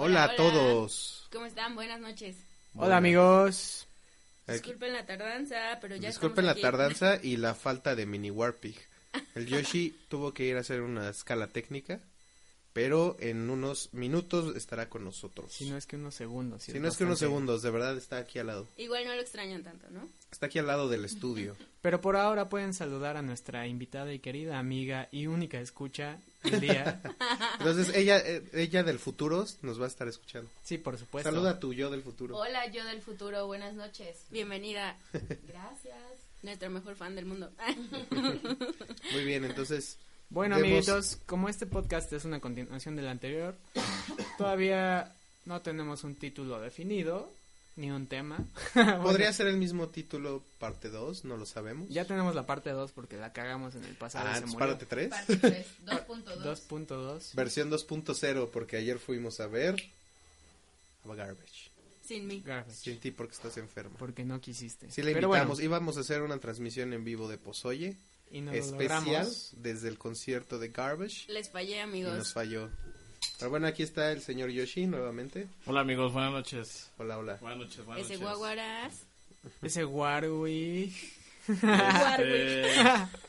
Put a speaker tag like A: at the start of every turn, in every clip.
A: Hola, a todos.
B: ¿Cómo están? Buenas noches.
A: Bueno,
C: Hola amigos.
A: aquí-
B: Disculpen la tardanza, pero ya
A: Disculpen la
B: estamos aquí.
A: tardanza y la falta de mini Warpig. El Yoshi tuvo que ir a hacer una escala técnica, pero en unos minutos estará con nosotros.
C: Si no es que unos segundos.
A: Si no es que unos
C: bastante.
A: segundos, de verdad está aquí al lado.
B: Igual no lo extrañan tanto, ¿no?
A: Está aquí al lado del estudio.
C: Pero por ahora pueden saludar a nuestra invitada y querida amiga y única escucha del día.
A: Entonces, ella eh, ella del futuro nos va a estar escuchando.
C: sí, por supuesto.
A: Saluda a tu yo del futuro.
D: Hola, yo del futuro, buenas noches.
B: Bienvenida,
D: Gracias.
B: nuestra mejor fan del mundo.
A: Muy bien, entonces,
C: Bueno,
A: Demos-
C: amiguitos, como este podcast es una continuación del anterior, todavía no tenemos un título definido ni un tema. Ah, Bueno,
A: podría ser el mismo título parte 2, no lo sabemos.
C: Ya tenemos la parte 2 porque la cagamos en el pasado. y
A: Ah,
C: se
A: entonces
C: murió.
A: parte 3.
D: Parte 3, 2.2.
C: 2.2.
A: Versión 2.0, porque ayer fuimos a ver a Garbage.
B: Sin mí.
C: Garbage,
A: Sin ti porque estás enferma.
C: Porque no quisiste.
A: Sí, la
C: Pero
A: invitamos.
C: bueno,
A: Íbamos a hacer una transmisión en vivo de Pozoye,
C: y nos lo
A: especial,
C: logramos.
A: desde el concierto de Garbage.
B: Les fallé,
A: Y nos
B: amigos.
A: falló. Pero bueno, aquí está el señor Yoshi nuevamente.
E: Hola amigos, buenas noches.
A: Hola, hola.
E: Buenas noches, buenas
B: Ese
E: noches.
B: guaguaras.
C: Ese Warwick.
E: Este,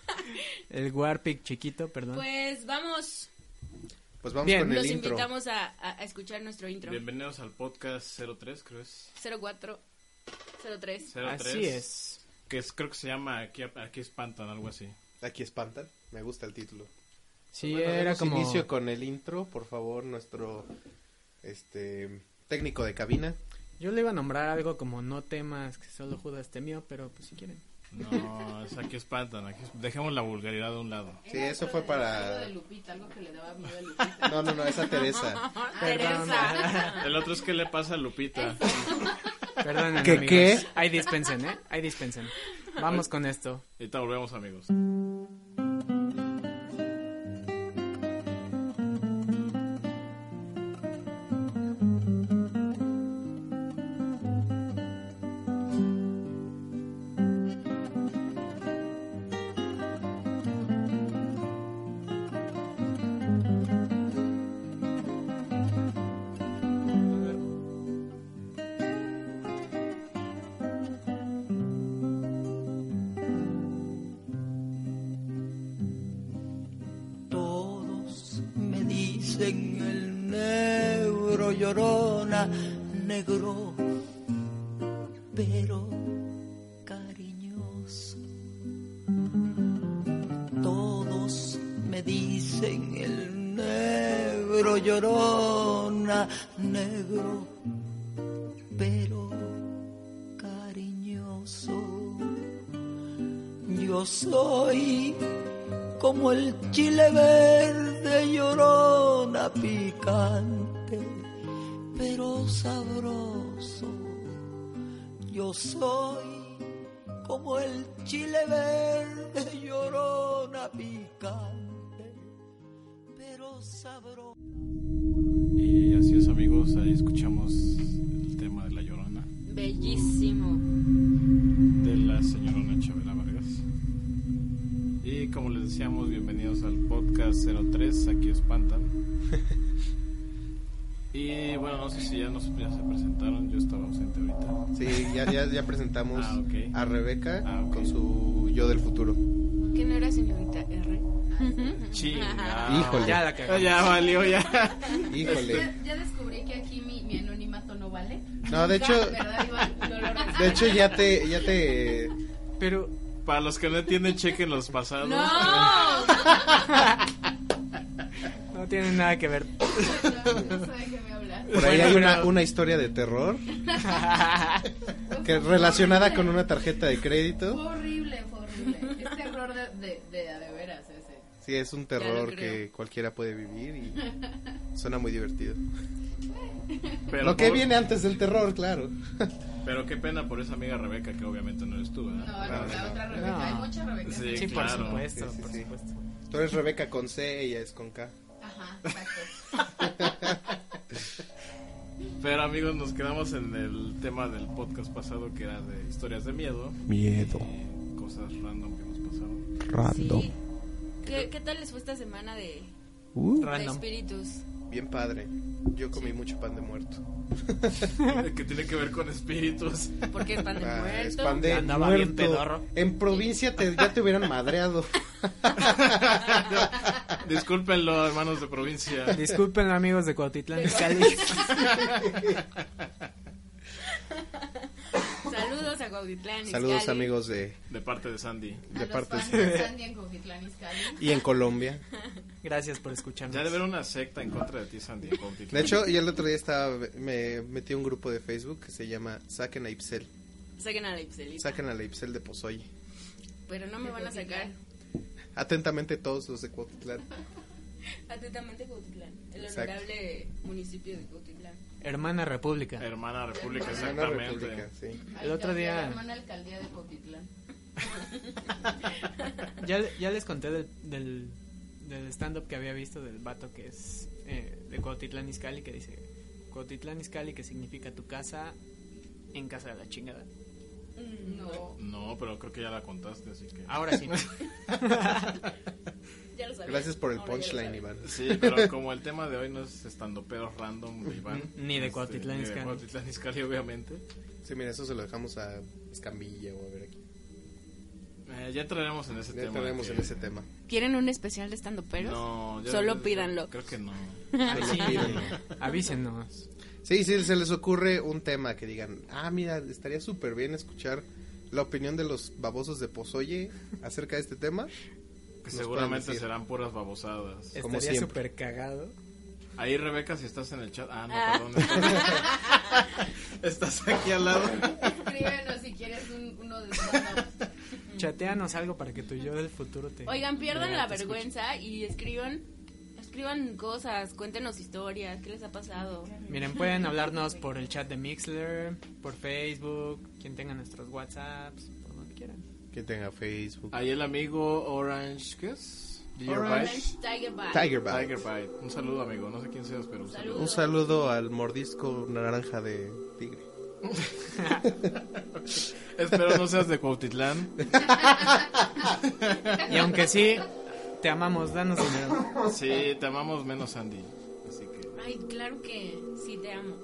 C: El Warpic chiquito, perdón.
B: Pues vamos,
A: Pues vamos
C: Bien.
A: con
B: los
A: el intro.
B: invitamos a, a- a escuchar nuestro intro.
E: bienvenidos al podcast 03, creo es.
B: 04 03.
E: 03,
C: Así es.
E: Que es, creo que se llama Aquí, aquí Espantan, algo así.
A: Aquí espantan. Me gusta el título.
C: Sí,
A: Bueno,
C: era
A: demos
C: como...
A: Inicio con el intro, por favor, nuestro este técnico de cabina.
C: Yo le iba a nombrar algo como no temas que solo Judas temió, pero pues si quieren.
E: No, es Aquí Espantan. Aquí, dejemos la vulgaridad a un lado.
A: Sí, eso fue para-
D: Algo de Lupita, algo que le daba miedo a Lupita.
A: No, no, no, esa Teresa.
B: Teresa.
E: El otro es que le pasa a Lupita.
C: Perdonen,
A: ¿Qué,
C: amigos.
A: qué?
C: Ahí dispensen, ¿eh? Ahí dispensen. Vamos con esto.
E: Ahorita volvemos amigos.
F: Todos me dicen el negro llorona, negro, pero cariñoso. Todos me dicen el negro llorona, negro, pero cariñoso. Yo soy como el chile verde llorona picante, pero sabroso. Yo soy como el chile verde llorona picante, pero sabroso.
E: Y así es amigos, ahí escuchamos el tema de la llorona.
B: Bellísimo.
E: de la señorona Chabela Vargas. Y como les decíamos, bienvenidos al podcast 03, aquí espantan. Y bueno, no sé si ya, nos, ya se presentaron, yo estaba ausente ahorita.
A: Sí, ya, ya, ya presentamos
E: Ah, ok.
A: a Rebeca
E: Ah, ok.
A: con su yo del futuro.
B: ¿Qué no era señorita R?
E: Chinga.
A: Híjole.
C: Ya la
E: Ah,
C: cagamos.
E: Ya valió, ya.
A: Híjole.
D: Ya, ya descubrí que aquí mi, mi anonimato no vale.
A: No, de hecho,
D: ¿Verdad, Iván? Lo logramos.
A: de hecho ya te, ya te,
C: Pero,
E: Para los que no entienden, chequen los pasados.
B: ¡No!
C: no tiene nada que ver.
D: No, no sé de qué me hablas.
A: por ahí
C: Bueno,
A: hay una,
C: pero-
A: una historia de terror que relacionada con una tarjeta de crédito.
D: Fue horrible, fue horrible. Este error de, de, de, a de veras ese.
A: Sí, es un
B: Ya
A: terror
B: lo creo.
A: que cualquiera puede vivir y suena muy divertido.
E: Pero,
A: Lo que
E: por-
A: viene antes del terror, claro.
E: pero qué pena por esa amiga Rebeca, que obviamente no eres tú,
D: No,
E: ¿verdad?
D: no, la otra Rebeca.
C: No.
D: Hay mucha Rebeca.
E: Sí.
C: Sí,
E: claro.
C: por supuesto,
A: Sí, sí,
C: por
A: sí.
C: supuesto.
A: Tú eres Rebeca con C, ella es con K.
D: Ajá, exacto.
E: Pero amigos, nos quedamos en el tema del podcast pasado, que era de historias de miedo.
F: Miedo,
E: y Cosas random que nos pasaron.
B: Sí. ¿Qué, qué tal les fue esta semana de, de
C: Random.
B: espíritus?
A: bien padre. Yo comí mucho pan de muerto.
E: que tiene que ver con espíritus.
B: Porque es pan de
A: Ah,
B: muerto.
A: es pan de
C: Andaba
A: muerto.
C: bien pedorro.
A: En provincia te, ya te hubieran madreado.
E: Discúlpenlo, hermanos de provincia.
C: Disculpen amigos de Cuautitlán Izcalli.
B: Saludos a Gauditlán.
A: Saludos
B: Izcalli.
A: amigos de,
E: De parte de Sandy.
A: de
D: los
A: parte
D: fans de Sandy en Coquitlán, Izcalli.
A: y en Colombia.
C: Gracias por
E: Ya debe
C: escucharnos.
E: haber una secta en contra de ti, Sandy. en Cuautitlán.
A: De hecho, yo el otro día estaba, me metí a un grupo de Facebook que se llama Saquen a Ipsel.
B: Saquen a la Ipselis.
A: Saquen a la Ipsel de Pozoy.
B: Pero no me van a sacar.
A: Atentamente todos los de Cuautitlán.
B: Atentamente Gautitlán. El
A: Exacto.
B: honorable municipio de Gautitlán.
C: Hermana República.
E: Hermana República,
A: Hermana
E: exactamente.
A: República, sí.
C: El otro día-
D: La hermana alcaldía de Coquitlán.
C: Ya, ya les conté del, del, del stand-up que había visto del vato que es eh, de Cuautitlán Izcalli que dice Cuautitlán Izcalli que significa tu casa en casa de la chingada.
B: Mm,
D: No.
E: No, pero creo que ya la contaste, así que.
A: Ah,
C: Ahora sí.
B: Ya lo sabía.
A: Gracias por el
B: Ahora ya lo
A: punchline,
B: sabía.
A: Iván.
E: Sí, pero como el tema de hoy no es estando pedos random, Iván.
C: Ni de
E: este,
C: Cuautitlán
E: ni de
C: Izcalli.
E: Cuautitlán Izcalli, obviamente.
A: Sí, mira, eso se lo dejamos a Escambilla o a ver aquí.
E: Eh, ya entraremos en ese
A: Ya
E: tema.
A: estaremos
E: que-
A: en ese tema.
B: ¿Quieren un especial de estando peros?
E: No, yo-
B: Solo pídanlo.
E: Creo que no.
A: Se lo pido.
C: Avísenos.
A: Sí, sí, se les ocurre un tema que digan, ah, mira, estaría súper bien escuchar la opinión de los babosos de Pozoye acerca de este tema.
E: Que
A: Nos pueden
E: seguramente
A: decir.
E: serán puras babosadas.
A: Como siempre.
C: Estaría súper cagado.
E: Ahí, Rebeca, si estás en el chat. Ah, no,
B: Ah.
E: perdón. estás aquí al lado.
D: Escríbenos si quieres un- uno de stand-up.
C: Mm. Chateanos algo para que tu yo del futuro te...
B: Oigan, pierdan
C: te-
B: la
C: te escuche.
B: vergüenza y escriban escriban cosas, cuéntenos historias, qué les ha pasado.
C: Miren, pueden hablarnos por el chat de Mixler, por Facebook, quien tenga nuestros WhatsApps, por donde quieran.
A: Que tenga Facebook.
E: Ahí el amigo Orange, ¿qué es? Dear
A: Orange.
E: Bite.
B: Tiger Bite.
A: Pues, Tiger Bag.
E: Tiger Bite. Un saludo, amigo. No sé quién seas, pero un saludo.
A: Un saludo al mordisco naranja de tigre.
E: Espero no seas de Cuautitlán.
C: Y aunque sí, te amamos, danos dinero.
E: Sí, te amamos menos, Andy. Así que.
B: Ay, claro que sí te amo.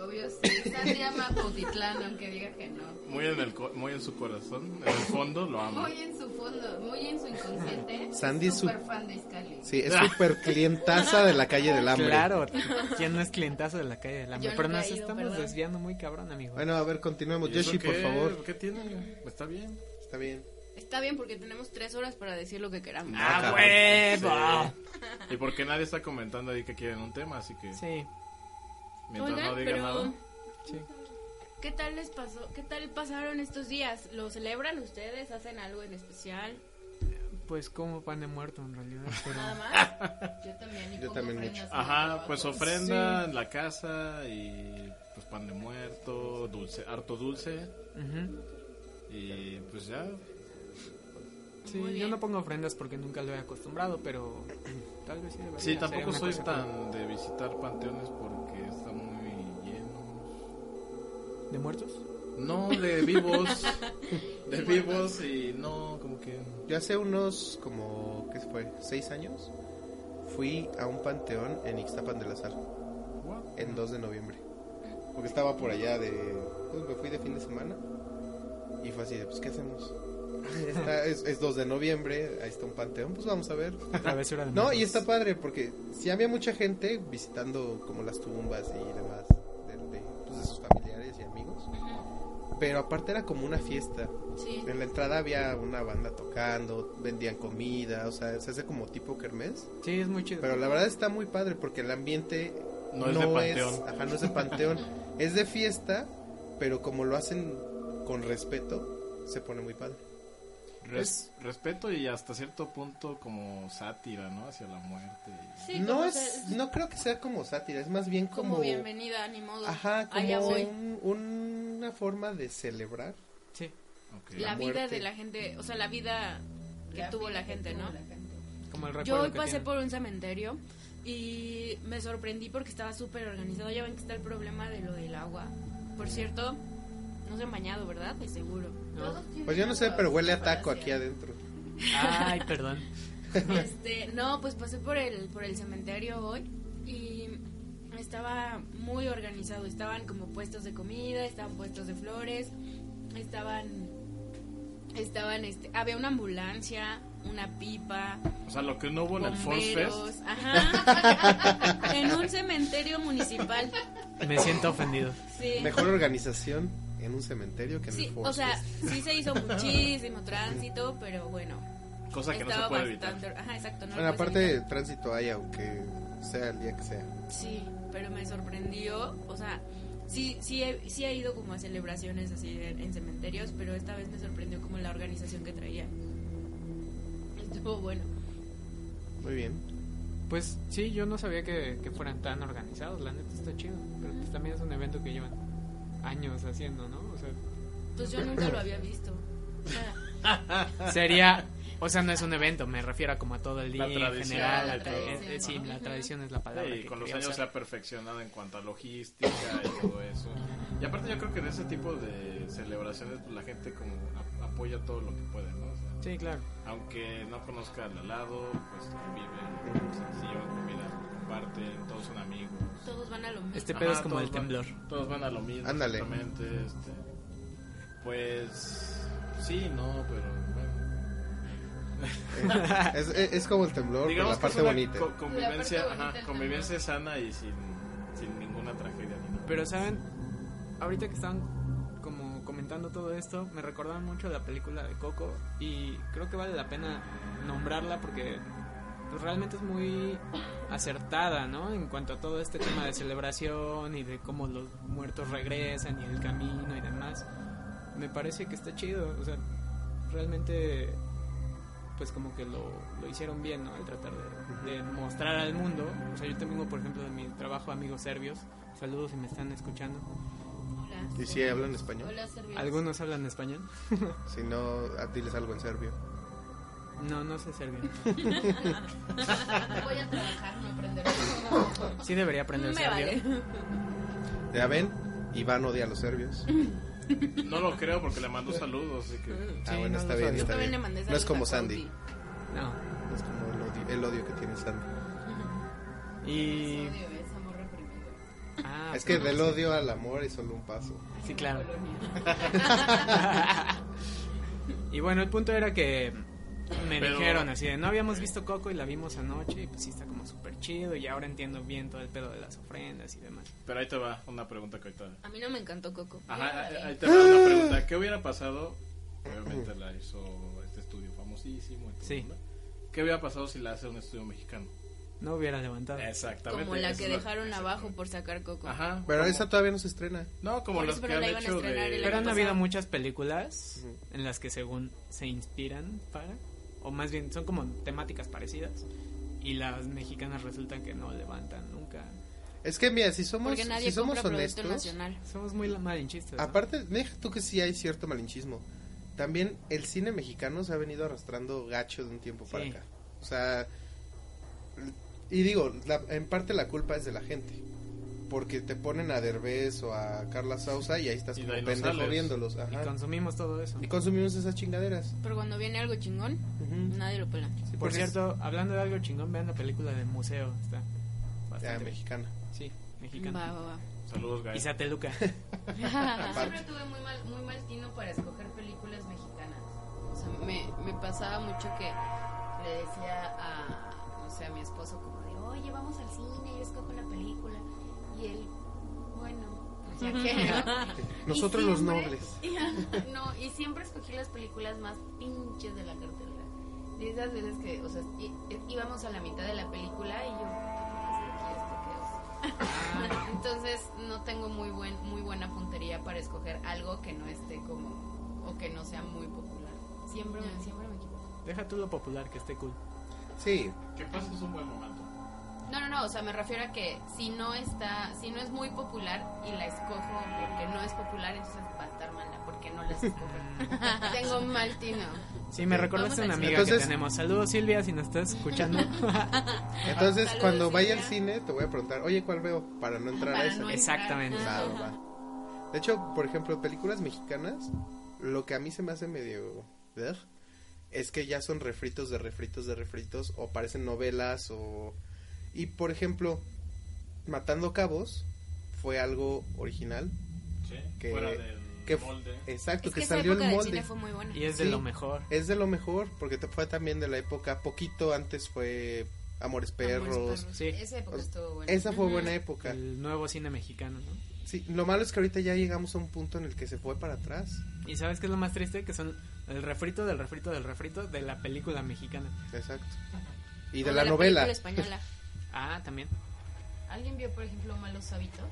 D: Obvio, sí. Sandy ama a Coquitlán, aunque diga que no.
E: Muy en, el co- muy en su corazón, en el fondo lo ama.
D: Muy en su fondo, muy en su inconsciente.
A: Sandy es su-
D: super fan de Izcalli.
A: Sí, es súper clientaza de la calle del hambre.
C: Claro, ¿quién no es clientazo de la calle del hambre?
B: Yo
C: Pero
B: nunca
C: nos
B: he ido,
C: estamos
B: perdón.
C: desviando muy cabrón, amigo.
A: Bueno, a ver, continuemos.
E: ¿Y eso
A: Yoshi, por
E: qué?
A: favor.
E: ¿Qué tiene? Está bien.
A: Está bien.
B: Está bien porque tenemos tres horas para decir lo que queramos.
A: Ah,
E: cabrón.
C: huevo.
E: Sí. Y porque nadie está comentando ahí que quieren un tema, así que
C: Sí,
E: mientras
B: Oigan,
E: no digan
B: pero
E: nada.
C: sí.
B: ¿qué tal les pasó? ¿Qué tal pasaron estos días? ¿Lo celebran ustedes? ¿Hacen algo en especial?
C: Pues como pan de muerto en realidad, pero...
B: Nada
A: Ah.
B: más.
D: Yo también. y
A: Yo
D: pongo
A: también
D: prendas
A: mucho.
D: en el
E: Ajá,
D: trabajo.
E: pues ofrenda en la casa y pues pan de muerto, dulce, harto dulce
C: Ujú.
E: y pues ya.
C: Sí,
B: Muy
C: yo
B: bien.
C: no pongo ofrendas porque nunca lo he acostumbrado, pero mm, tal vez sí debería.
E: Sí,
C: ser
E: tampoco
C: una
E: soy
C: cosa
E: tan de visitar panteones porque está muy lleno.
C: como- ¿De muertos?
E: No, de vivos. De vivos y no, como que...
A: Yo hace unos, como, ¿qué fue? ¿Seis años? Fui a un panteón en Ixtapan de la Sal.
E: what?
A: en 2 de noviembre. Porque estaba por allá de... Pues me fui de fin de semana. Y fue así de, pues, ¿qué hacemos? Está- es, es 2 de noviembre, ahí está un panteón, pues vamos a ver.
C: Travesura de
A: No,
C: muertos.
A: y está padre porque si había mucha gente visitando como las tumbas y demás de, de, pues, de sus familiares y amigos. Pero aparte era como una fiesta.
B: Sí.
A: En la entrada había una banda tocando, vendían comida, o sea, se hace como tipo kermés.
C: Sí, es muy chido.
A: Pero la verdad está muy padre porque el ambiente
E: No es de panteón.
A: ajá, no es de panteón. es de fiesta, pero como lo hacen con respeto, se pone muy padre.
E: Res- respeto y hasta cierto punto como sátira, ¿no? Hacia la muerte. y-
B: Sí,
A: no
B: como
A: es
B: se-
A: no creo que sea como sátira, es más bien
B: como,
A: como,
B: bienvenida, ni modo.
A: ajá,
B: Allá
A: como
B: voy.
A: un- una forma de celebrar.
C: Sí,
E: Ok.
B: La
A: La
B: vida
A: muerte.
B: de la gente, o sea, la vida que
D: La
B: tuvo la
D: vida que
B: gente,
D: tuvo
B: ¿no?
D: la gente.
C: como el
B: Yo
C: recuerdo
B: hoy
C: que
B: pasé
C: tiene.
B: por un cementerio y me sorprendí porque estaba súper organizado. Ya ven que está el problema de lo del agua. Por cierto, no se han bañado, ¿verdad? De seguro.
D: Todos tienen
A: Pues yo no sé,
D: algo
A: pero huele a
D: así,
A: taco
D: así.
A: aquí adentro.
C: Ay, perdón.
B: Este, no, pues pasé por el, por el cementerio hoy y estaba muy organizado. Estaban como puestos de comida, estaban puestos de flores, estaban, estaban, este, había una ambulancia, una pipa,
E: O sea, lo que no hubo en el Force
B: bomberos,
E: Fest.
B: ajá, en un cementerio municipal.
C: Me siento ofendido.
B: Sí.
A: Mejor organización en un cementerio que pues. en
B: Sí,
A: el
B: o
A: Force
B: sea,
A: Fest.
B: sí se hizo muchísimo tránsito, pero bueno,
E: Cosa que no se
B: estaba
E: puede
B: bastante.
E: evitar.
B: Ajá, exacto. No pues,
A: Bueno,
B: lo puedes
A: aparte
B: evitar.
A: tránsito hay, aunque sea el día que sea.
B: Sí, pero me sorprendió. O sea, sí, sí, he, sí he ido como a celebraciones así en, en cementerios, pero esta vez me sorprendió como la organización que traía. Estuvo bueno.
A: Muy bien.
C: Pues sí, yo no sabía que, que fueran tan organizados. La neta está chido. Pero pues también es un evento que llevan años haciendo, ¿no? O sea,
B: Pues yo nunca lo había visto. O sea,
C: sería. O sea, no es un evento, me refiero a como a todo el día
E: La
C: en
E: tradición,
C: general. la
E: la
C: tra-
E: tradición,
C: eh, eh, sí,
D: ¿no?
C: la tradición es la palabra.
E: y
C: que
E: con los
C: quería
E: años se
C: usar.
E: ha perfeccionado en cuanto a logística y todo eso. Y aparte yo creo que en ese tipo de celebraciones pues, la gente como a- apoya todo lo que puede, ¿no? O sea,
C: Sí, claro.
E: aunque no conozca al alado, pues conviven, o sea, se llevan comida, comparten, todos son amigos.
B: todos van a lo mismo.
C: Este pedo
E: Ajá,
C: es como
E: todos
C: el
E: van-
C: temblor.
E: todos van a lo mismo.
A: Ándale.
E: Exactamente, este, pues sí, no, pero bueno.
A: Es, es- es como el temblor, pero la
E: Digamos que es
A: parte
E: una
A: bonita.
E: co- convivencia,
D: La parte bonita
E: ajá,
D: del
E: convivencia sana y sin, sin ninguna tragedia. Ni nada.
C: Pero saben, ahorita que están como comentando todo esto, me recordaron mucho la película de Coco y creo que vale la pena nombrarla porque pues, realmente es muy acertada, ¿no? En cuanto a todo este tema de celebración y de cómo los muertos regresan y el camino y demás, me parece que está chido, o sea, realmente pues como que lo, lo hicieron bien, ¿no? Al tratar de, de mostrar al mundo. O sea, yo tengo, por ejemplo, de mi trabajo amigos serbios. Saludos si me están escuchando.
D: Hola.
A: ¿Y si
B: Mm,
A: hablan español?
D: Hola, servidores.
C: ¿Algunos hablan español?
A: Si no, ah, diles algo en serbio.
C: No, no sé serbio.
D: Voy a trabajar, no aprender.
C: Sí debería aprender
B: Me
C: serbio.
B: vale.
A: Ya ven, Iván odia a los serbios.
E: No lo creo porque le mando saludos, así que...
A: ah, bueno,
C: no
A: está
C: lo
A: bien,
C: sabía.
A: está bien.
B: También le mandé
A: No es
B: saludos
A: como
B: a
A: Sandy.
B: Cody.
C: No.
A: No es como el odio, el odio que tiene Sandy.
C: Y...
D: Es amor reprimido.
C: Ah,
A: es que
C: pero
A: del
C: sí.
A: odio al amor es solo un paso.
C: Sí, claro.
D: Colonia.
C: Y bueno, el punto era que me
E: Pero-
C: dijeron así de, no habíamos visto Coco y la vimos anoche y pues sí está como súper chido y ahora entiendo bien todo el pedo de las ofrendas y demás.
E: Pero ahí te va una pregunta que ahorita.
B: A mí no me encantó Coco.
E: Ajá, ahí- ahí te va
B: Ah.
E: una pregunta. ¿Qué hubiera pasado? Obviamente la hizo este estudio famosísimo. y todo,
C: Sí.
E: ¿no? ¿Qué hubiera pasado si la hace un estudio mexicano?
C: No hubiera levantado.
E: Exactamente.
B: Como la
E: esa
B: que
E: es
B: dejaron abajo
E: exactamente.
B: por sacar Coco.
E: Ajá.
A: Pero
E: como-
A: esa todavía no se estrena.
E: No, como
B: Por
E: las
B: eso,
E: que
B: pero
E: han
B: la iban a
E: hecho
B: estrenar el
E: de.
C: Pero han
B: año
C: habido
B: pasado.
C: muchas películas
A: Ujú.
C: en las que según se inspiran para, o más bien son como temáticas parecidas, y las mexicanas resultan que no levantan nunca.
A: Es que mira, si somos,
B: Porque nadie
A: si somos
B: compra producto
A: honestos,
B: nacional.
C: Somos muy la- malinchistas. ¿no?
A: aparte, deja tú que sí hay cierto malinchismo. También el cine mexicano se ha venido arrastrando gacho de un tiempo para
C: Sí.
A: acá. O sea, y digo, la- en parte la culpa es de la gente. Porque te ponen a Derbez o a Carla Sousa y ahí estás
E: Y de
A: como
E: ahí no
A: pendejo
E: sales.
A: viéndolos.
C: y
A: ajá.
C: consumimos todo eso.
A: ah. Y consumimos esas chingaderas.
B: Pero cuando viene algo chingón, nadie lo pela.
C: Sí, por
A: porque pues es- Ah,
C: cierto, hablando de algo chingón, vean la película de Museo. Está
A: Ya,
C: bastante.
A: mexicana.
C: sí,
B: Va,
C: mexicana.
B: va,
E: Saludos,
C: Y
E: guys.
C: Sateluca.
B: va.
D: Yo siempre tuve muy mal, muy mal tino para escoger películas mexicanas. O sea, me, me pasaba mucho que le decía a, no sé, a mi esposo como de, oye, vamos al cine, yo escojo la película. Y él, bueno, pues ya que... Y
A: Nosotros los
D: siempre-
A: nobles.
D: no, y siempre escogí las películas más pinches de la cartelera. De esas veces que, o sea, i- i- íbamos a la mitad de la película y yo,
A: Ah.
D: "Puta, ¿por qué escogí esto? ¿Qué oso?". Entonces, no tengo muy buen muy buena puntería para escoger algo que no esté como o que no sea muy popular. Siempre me, siempre me equivoco.
C: Deja tú lo popular, que esté cool.
A: Sí,
E: ¿Qué pasa? Es un buen momento.
D: No, no, no, o sea, me refiero a que si no está, si no es muy popular y la escojo porque no es popular, entonces va a estar mala porque no las escojo. tengo mal tino.
C: Sí, me
A: Ok.
C: recordaste a
B: Mm. Vamos
C: una
B: al
C: amiga
A: Entonces-
C: que tenemos. Saludos, Silvia, si nos estás escuchando.
D: Ah,
A: Entonces,
B: Saludos,
A: cuando vaya al
B: Silvia.
A: cine, te voy a preguntar, oye, ¿cuál veo? Para no entrar a
D: Para
A: eso.
D: no
C: Exactamente.
A: Va, va, va. De hecho, por ejemplo, películas mexicanas, lo que a mí se me hace medio... ver Es que ya son refritos de refritos de refritos, o parecen novelas, o... Y, por ejemplo, Matando Cabos fue algo original.
E: Sí,
A: Que-
E: fuera del
A: que- eh.
E: molde.
A: Exacto,
B: Es que,
A: que,
B: esa
A: salió
B: época
A: el
B: del
A: molde.
B: cine fue muy buena.
C: Y es de
A: Sí.
C: lo mejor.
A: Es de lo mejor, porque te fue también de la época, poquito antes fue Amores Perros.
B: Perros.
C: Sí.
D: Esa época
A: O-
D: estuvo buena.
A: Esa fue
B: Ujú.
A: buena época.
C: El nuevo cine mexicano, ¿no?
A: Sí, lo malo es que ahorita ya llegamos a un punto en el que se fue para atrás.
C: Y sabes qué es lo más triste? Que son el refrito del refrito del refrito de la película mexicana.
A: Exacto. Y
B: O
A: de la, novela.
B: película española.
C: Ah, también.
D: ¿Alguien vio, por ejemplo, Malos Hábitos?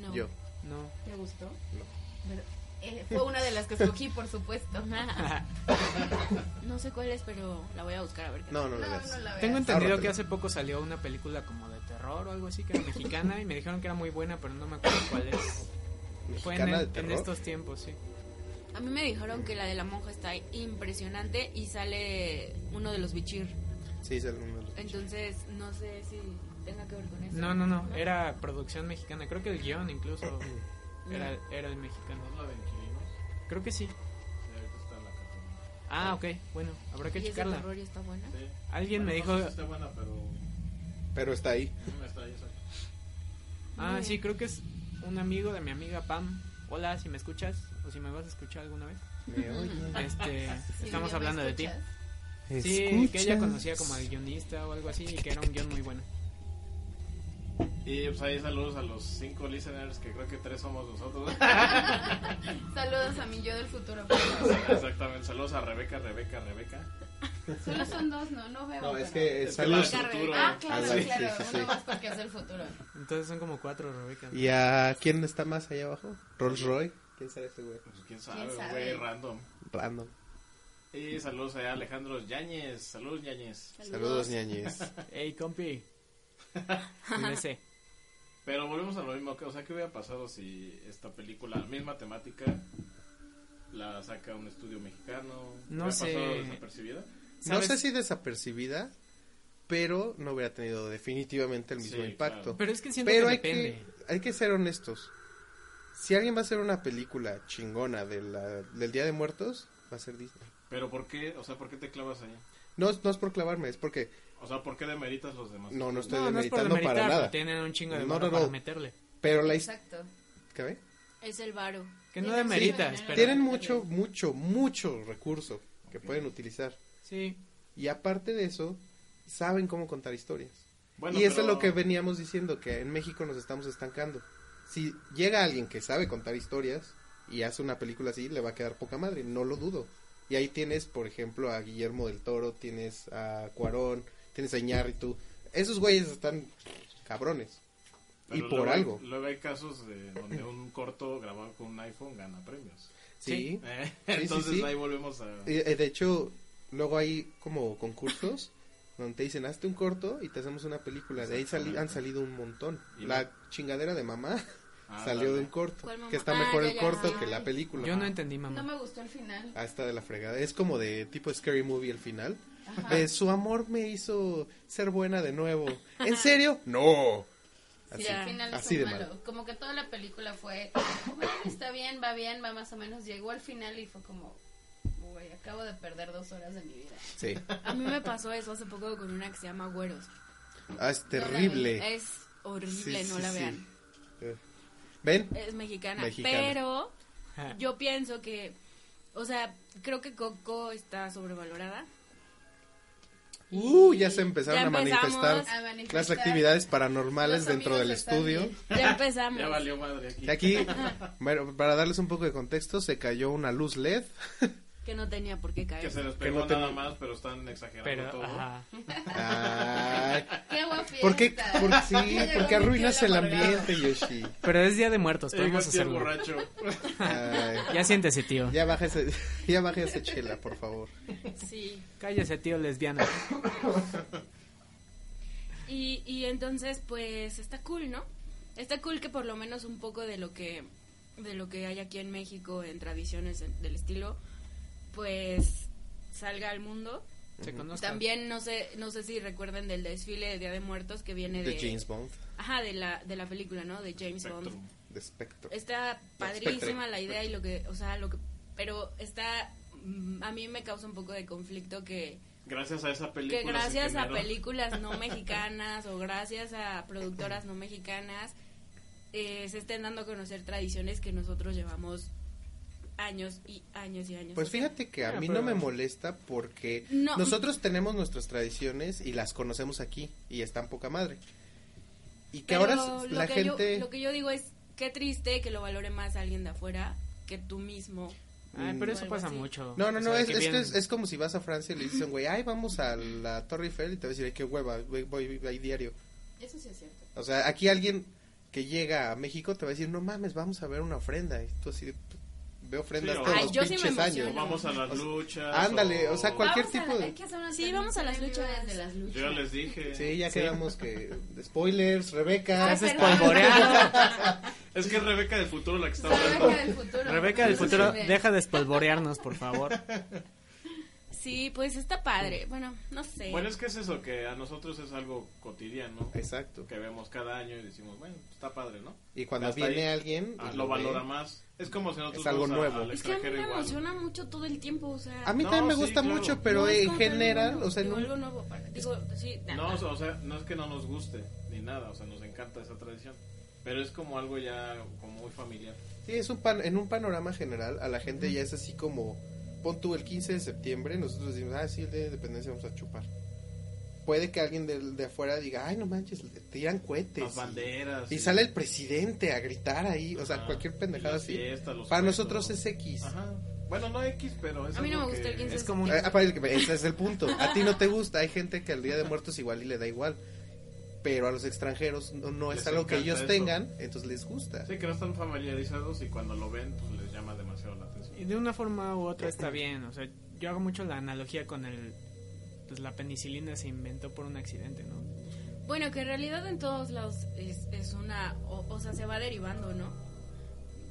B: No.
A: Yo.
C: No.
D: ¿Te gustó?
A: No.
D: Pero, eh, fue una de las que escogí, por supuesto.
B: Ajá. No sé cuál es, pero la voy a buscar a ver qué
A: No, no Ah,
D: No,
A: la veas.
D: no la
C: Tengo
D: veas.
C: entendido
A: Ahórratela.
C: que hace poco salió una película como de terror o algo así que era mexicana y me dijeron que era muy buena, pero no me acuerdo cuál es. Fue en,
A: Mexicana de
C: en
A: terror.
C: estos tiempos, sí.
B: tal. A mí me dijeron que la de la monja está impresionante y sale uno de los bichir.
A: Sí, es el uno de los-
B: Entonces, no sé si tenga que ver con eso.
C: No, no, no, era producción mexicana. Creo que el guión incluso era, era el mexicano.
E: ¿No es la de inquilinos?
C: Creo que sí.
E: Sí, ahorita está en la cartulina.
C: Ah, ok, bueno, habrá que
B: ¿Y es de
C: checarla.
B: terror y está buena?
E: Sí.
C: Alguien me
E: Bueno, no
C: dijo...
E: sé si está buena, pero
A: Pero está ahí.
E: sí me está- ya sabes.
C: Ah, sí, creo que es un amigo de mi amiga Pam. Hola, si me escuchas o si me vas a escuchar alguna vez.
A: Me oye.
C: Este,
D: Sí,
C: estamos
D: ¿me
C: hablando de ti.
D: escuchas?
C: Sí, que ella
A: Escuchas.
C: conocía como al guionista o algo así y que era un guión muy bueno.
E: Y pues ahí saludos a los cinco listeners, que creo que tres somos nosotros.
D: Saludos a mi yo del futuro.
E: Exactamente, saludos a Rebeca, Rebeca, Rebeca.
D: Solo son dos, ¿no? No veo.
A: No, es
D: pero-
A: que
E: Es que
A: Eh, saludos.
E: la del futuro. pues,
D: Ah, claro,
A: Ah, sí,
D: claro.
A: sí, sí, sí.
D: Uno más porque es el futuro.
C: Entonces son como cuatro, Rebeca.
A: ¿Y a quién está más allá abajo? Rolls Royce. ¿Quién será ese güey?
E: Pues quién sabe,
D: ¿Quién sabe?
E: güey, random.
A: Random.
E: Y saludos allá a Alejandro Yañez, saludos Yañez.
A: Saludos, ñañez.
C: Ey, compi. Me sé.
E: Pero volvemos a lo mismo, que- o sea, ¿qué hubiera pasado si esta película, misma temática, la saca un estudio mexicano?
C: No
E: ¿Hubiera
C: sé.
E: pasado desapercibida?
A: No
C: ¿Sabes?
A: sé si desapercibida, pero no hubiera tenido definitivamente el mismo
E: Sí,
A: impacto.
E: claro.
C: Pero es que siento
A: Pero
C: que
A: hay
C: depende.
A: que, hay que ser honestos. Si alguien va a hacer una película chingona de la- del Día de Muertos, va a ser Disney.
E: Pero ¿por qué? O sea, ¿por qué te clavas ahí?
A: No, es- no es por clavarme, es porque
E: O sea, ¿por qué demeritas los demás?
A: no, no estoy
C: no, no es por
A: demeritando
C: demeritar,
A: para
C: pero
A: nada.
C: Tienen un chingo de
A: No, no,
C: barro
A: no.
C: para meterle.
A: Pero la his-
D: Exacto.
A: ¿qué ve?
B: Es el varo.
C: Que no
D: Sí,
C: demeritas,
D: sí,
C: pero...
A: Tienen mucho, mucho, mucho recurso que
E: Ok.
A: pueden utilizar.
C: Sí.
A: Y aparte de eso, saben cómo contar historias.
E: Bueno,
A: y eso
E: pero-
A: es lo que veníamos diciendo, que en México nos estamos estancando. Si llega alguien que sabe contar historias y hace una película así, le va a quedar poca madre, no lo dudo. Y ahí tienes, por ejemplo, a Guillermo del Toro, tienes a Cuarón, tienes a Iñárritu. Esos güeyes están cabrones. y
E: Pero
A: por
E: luego hay-
A: algo.
E: luego hay casos de donde un corto grabado con un iPhone gana premios.
A: Sí.
E: Eh,
A: sí,
E: Entonces
A: sí.
E: ahí volvemos a...
A: Eh, eh, De hecho, luego hay como concursos donde te dicen, hazte un corto y te hacemos una película. De ahí sali- han
E: Exactamente.
A: salido un montón.
E: Y
A: La chingadera de mamá
E: Ah,
A: salió de
E: dale.
A: un corto.
B: ¿Cuál mamá?
A: Que está
B: Ah,
A: mejor
B: ya,
A: el
B: ya,
A: corto
B: ya.
A: que la película.
C: Yo no entendí, mamá.
D: No me gustó el final.
A: Ah, está de la fregada. Es como de tipo Scary Movie el final.
D: Ajá.
A: De su amor me hizo ser buena de nuevo. ¿En serio? No.
D: Sí,
A: Así.
D: al final
A: así
D: fue
A: de
D: malo.
A: malo.
D: Como que toda la película fue, bueno, está bien, va bien, va más o menos. Llegó al final y fue como, güey, acabo de perder dos horas de mi vida.
A: Sí.
B: A mí me pasó eso hace poco con una que se llama Güeros.
A: Ah, es terrible.
B: Es horrible,
A: Sí,
B: no
A: sí,
B: la
A: sí.
B: vean.
A: Eh. ¿Ven?
B: Es mexicana,
A: Mexicana.
B: pero yo pienso que, o sea, creo que Coco está sobrevalorada.
A: Uh, ya se empezaron
B: Ya
A: a manifestar
D: A manifestar.
A: las actividades paranormales
D: Los
A: dentro del
D: amigos de Sandy.
A: estudio.
B: Ya empezamos.
E: Ya valió madre aquí.
A: Y aquí, bueno, para darles un poco de contexto, se cayó una luz LED.
B: Que no tenía por qué
E: Que
B: caer.
E: se les
A: Que
E: pegó
A: no te-
E: nada más, pero están exagerando todo.
C: Pero, ajá.
A: Ay,
D: ¡Qué guapa fiesta!
A: ¿Por qué, por, sí,
D: Ya llegó
A: ¿por qué
D: mi tío
A: arruinas el
D: amargado.
A: ambiente, Yoshi?
C: Pero es Día de Muertos,
E: Llegó
C: podemos
E: Eh, el tío
C: hacerlo.
E: borracho.
A: Ay,
C: Ya siéntese, tío.
A: ya baja ese, ya baja ese chela, por favor.
B: Sí.
C: Cállese, tío lesbiana.
B: Y, y entonces, pues, está cool, ¿no? Está cool que por lo menos un poco de lo que, de lo que hay aquí en México en tradiciones en- del estilo, pues, salga al mundo.
C: Se conozcan.
B: También no sé, no sé si recuerden del desfile de Día de Muertos que viene de,
A: De James Bond,
B: ajá, de la, de la película, ¿no? De James Bond.
E: Spectrum.
A: de Spectre.
B: Está padrísima la idea y lo que, o sea, lo que, pero está, mm, a mí me causa un poco de conflicto que
E: Gracias a esa película.
B: que gracias
E: se
B: a
E: generó-
B: películas no mexicanas o gracias a productoras no mexicanas eh, se estén dando a conocer tradiciones que nosotros llevamos años y años y años.
A: Pues fíjate que a
C: Ah,
A: mí
C: pero-
A: no me molesta porque
B: No.
A: nosotros tenemos nuestras tradiciones y las conocemos aquí y están poca madre. Y que
B: Pero
A: ahora s-
B: lo
A: la
B: que
A: gente...
B: yo- lo que yo digo es, qué triste que lo valore más alguien de afuera que tú mismo.
C: Ay, pero eso
B: Algo
C: pasa
B: así.
C: mucho.
A: No, no,
C: O
A: no,
C: sea,
A: es,
C: que
A: es que
C: vienen-
A: es, es como si vas a Francia y le dicen, güey, ay, vamos a la Torre Eiffel y te va a decir, ay, qué hueva, voy, voy ahí diario.
D: Eso sí es cierto.
A: O sea, aquí alguien que llega a México te va a decir, no mames, vamos a ver una ofrenda. Y tú así, de, "Pues, veo ofrendas
E: Sí, o-
A: todos
E: Ay,
A: los
B: yo sí me
A: pinches
B: emociono.
A: años.
E: O vamos a las
A: O sea,
E: luchas.
A: ándale, o sea, cual- Cualquier
D: Vamos a la-
A: tipo de-
D: hay que hacer una
B: Sí, vamos a las
D: transmisión en
B: luchas.
D: vivo desde las luchas.
E: Yo ya les dije.
A: Sí, ya
C: Sí.
A: quedamos que... Spoilers, Rebeca.
C: Te haces
D: perdón.
C: polvorear.
E: Es que es Rebeca del futuro la que está hablando.
D: Rebeca del futuro.
C: Rebeca del futuro,
D: Sí.
C: deja de espolvorearnos, por favor.
B: Sí, pues está padre. Bueno, no sé.
E: Bueno, es que es eso, que a nosotros es algo cotidiano.
A: Exacto.
E: Que vemos cada año y decimos, bueno, está padre, ¿no?
A: Y cuando
E: Hasta
A: viene
E: ahí.
A: alguien...
E: Ah,
A: y
E: lo
A: ve.
E: valora más. Es como si nosotros
A: Es algo
E: vamos a-
A: nuevo.
E: al
B: es que a mí
E: extranjero
B: me
E: igual.
B: emociona mucho todo el tiempo, o sea...
A: A mí
E: No,
A: también me
E: sí,
A: gusta
E: claro.
A: mucho, pero
B: no es
A: en
B: como que algo
A: general,
B: nuevo,
A: o sea,
B: digo,
A: no-
B: algo nuevo para- digo, sí, nah,
E: No, o sea, no es que no nos guste ni nada, o sea, nos encanta esa tradición. Pero es como algo ya como muy familiar.
A: sí, es un pan, en un panorama general a la gente ya es así como, pon tú el 15 de septiembre, nosotros decimos, ah, sí, el día de independencia vamos a chupar. Puede que alguien de, de afuera diga, ay, no manches, le tiran cohetes.
E: Las banderas.
A: y, y sale el presidente a gritar ahí, o sea,
E: Ajá.
A: cualquier
E: Y
A: pendejada
E: las
A: así.
E: fiestas, los
A: Para
E: juegos.
A: nosotros es X.
E: Ajá. Bueno, no X, pero es
B: A mí no
E: algo
B: me gusta
E: que-
B: el 15
C: Es como un-
A: Ah, para el que- ese es el punto. A ti no te gusta, hay gente que al Día de Muertos igual y le da igual. Pero a los extranjeros no, no es
E: Les
A: algo que
E: encanta
A: ellos
E: eso.
A: tengan, entonces les gusta.
E: Sí, que no están familiarizados y cuando lo ven, pues les llama demasiado la atención.
C: Y de una forma u otra está bien, o sea, yo hago mucho la analogía con el... Pues la penicilina se inventó por un accidente, ¿no?
B: Bueno, que en realidad en todos lados es, es una... O, o sea, se va derivando, ¿no?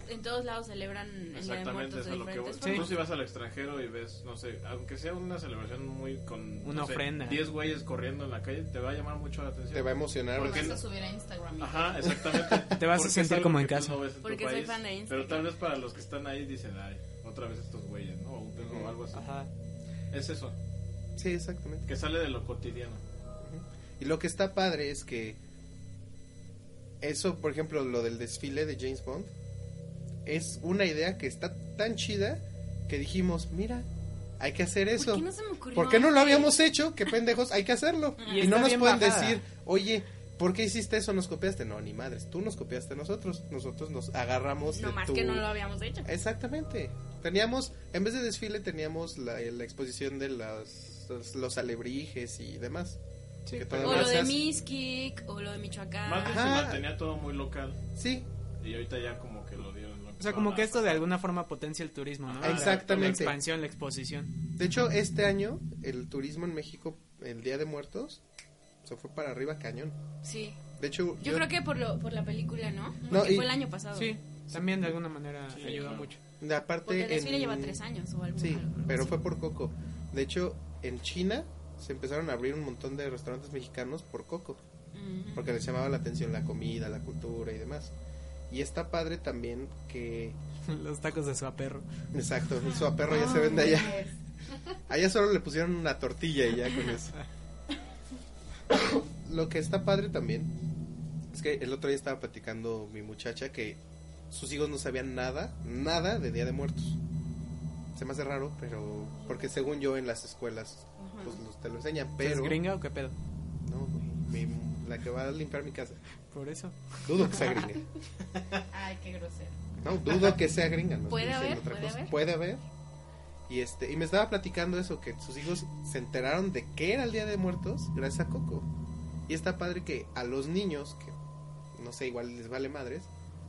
B: En todos lados celebran el Día de
E: Exactamente,
B: Muertos
E: eso
B: de
E: es lo que voy.
B: diferentes
C: Sí.
E: Tú si vas al extranjero y ves, no sé, aunque sea una celebración muy con...
C: Una
E: no sé,
C: ofrenda.
E: 10 güeyes corriendo en la calle, te va a llamar mucho la atención.
A: Te va a emocionar.
E: ¿Por
D: Lo
A: porque-
E: qué
D: vas
E: no?
D: a subir a Instagram.
E: Ajá, exactamente.
C: Te vas a
E: Porque es
C: sentir
E: algo
C: como en
E: que tú
C: casa.
E: no ves en tu
B: Porque soy
E: país,
B: fan de Instagram.
E: Pero tal vez para los que están ahí dicen, ay, otra vez estos güeyes, ¿no? O un perro o algo así.
C: Ajá.
E: Es eso,
A: Sí, exactamente.
E: que sale de lo cotidiano.
A: Y lo que está padre es que eso, por ejemplo, lo del desfile de James Bond, es una idea que está tan chida que dijimos, mira, hay que hacer eso.
B: ¿Por qué no se me ocurrió?
A: lo
B: antes?
A: habíamos hecho? Qué pendejos, hay que hacerlo.
C: Y
A: Y,
C: está
A: no nos
C: bien
A: pueden
C: bajada.
A: decir, oye, ¿por qué hiciste eso? ¿Nos copiaste? No, ni madres, tú nos copiaste a nosotros. Nosotros nos agarramos
B: No
A: de
B: más
A: tu-
B: que no lo habíamos hecho.
A: Exactamente. Teníamos, en vez de desfile, teníamos la, la exposición de las, los, los alebrijes y demás. Que todo
B: O lo de
A: gracias.
B: Miskik, o lo de
E: Más bien
B: Michoacán.
E: se
A: Ajá.
E: mantenía todo muy local
A: Sí,
E: y ahorita ya como que lo dieron. lo Ah,
C: O sea,
E: empezaron
C: como
E: a-
C: que esto de alguna forma potencia el turismo, ¿no?
E: Ah,
C: La-
A: exactamente.
C: La expansión, la exposición.
A: De hecho, este año el turismo en México, el Día de Muertos, se fue para arriba cañón.
B: Sí.
A: De hecho,
B: Yo, creo que por, lo, por la película, ¿no?
A: No,
B: que
A: y-
B: fue el año pasado.
C: Sí, también de alguna manera
E: Sí,
C: ayuda
E: claro.
C: mucho.
A: que aparte
B: Porque el desfile
A: en-
B: lleva tres años o algo.
A: Sí,
B: algo
A: pero
B: así.
A: fue por Coco. De hecho, en China se empezaron a abrir un montón de restaurantes mexicanos por Coco,
B: Ujú.
A: porque les llamaba la atención la comida, la cultura y demás. Y está padre también que,
C: Los tacos de su perro.
A: exacto, el suaperro ya se vende allá. Allá solo le pusieron una tortilla y ya con eso. Lo que está padre también es que el otro día estaba platicando mi muchacha que sus hijos no sabían nada, nada de Día de Muertos. Se me hace raro, pero porque según yo en las escuelas pues los- te lo enseñan,
C: ¿Es
A: pero
C: gringa o qué pedo?
A: no, güey, mi- la que va a limpiar mi casa.
C: Por eso.
A: Dudo que sea gringa.
D: Ay, qué grosero.
A: No, dudo que sea gringa. no
B: Puede
A: estoy diciendo otra
B: haber, puede
A: cosa.
B: haber.
A: Puede haber. Y, este, y me estaba platicando eso, que sus hijos se enteraron de que era el Día de Muertos gracias a Coco. Y está padre que a los niños, que no sé, igual les vale madres,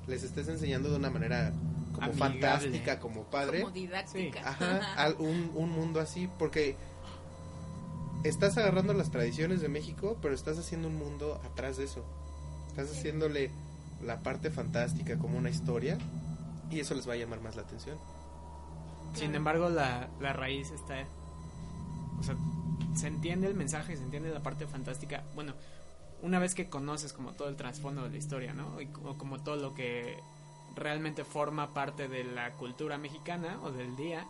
A: les estés enseñando de una manera como
C: Amigable.
A: fantástica, como padre.
B: Como didáctica.
A: Ajá, al- un, un mundo así, porque estás agarrando las tradiciones de México, pero estás haciendo un mundo atrás de eso. Estás haciéndole la parte fantástica como una historia y eso les va a llamar más la atención.
C: Sin embargo, la, la raíz está... O sea, se entiende el mensaje, se entiende la parte fantástica. Bueno, una vez que conoces como todo el trasfondo de la historia, ¿no? Y co- como todo lo que realmente forma parte de la cultura mexicana o del día,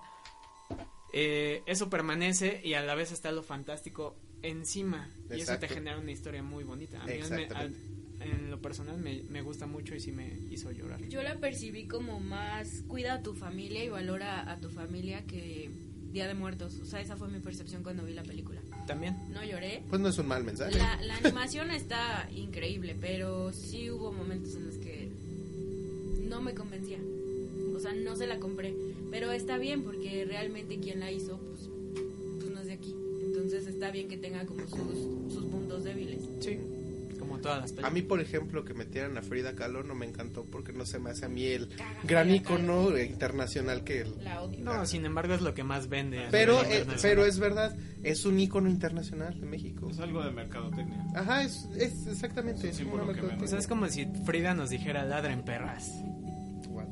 C: eh, eso permanece y a la vez está lo fantástico encima. Y eso te
A: Exacto.
C: genera una historia muy bonita. A mí me- al-
A: Exactamente.
C: en lo personal me, me gusta mucho y sí me hizo llorar.
B: Yo la percibí como más cuida a tu familia y valora a tu familia que Día de Muertos. O sea, esa fue mi percepción cuando vi la película.
C: También.
B: No lloré.
A: Pues no es un mal mensaje.
B: La, la animación está increíble, pero sí hubo momentos en los que no me convencía. O sea, no se la compré. Pero está bien porque realmente quien la hizo, pues, pues no es de aquí. Entonces está bien que tenga como sus, sus puntos débiles.
C: Sí. Como todas las películas.
A: A mí, por ejemplo, que metieran a Frida Kahlo no me encantó porque no se me hace a mí el
B: Caga,
A: gran
B: Frida
A: icono internacional que él.
B: La odio.
C: No, sin embargo es lo que más vende. a
A: Pero,
C: nivel
A: eh,
C: internacional.
A: pero es verdad, es un icono internacional de México.
E: Es algo de mercadotecnia.
A: Ajá, es, es exactamente.
E: Es un
A: es
E: símbolo
A: una
E: que
A: mercadotecnia.
C: Pues es como si Frida nos dijera ladren perras.
A: What?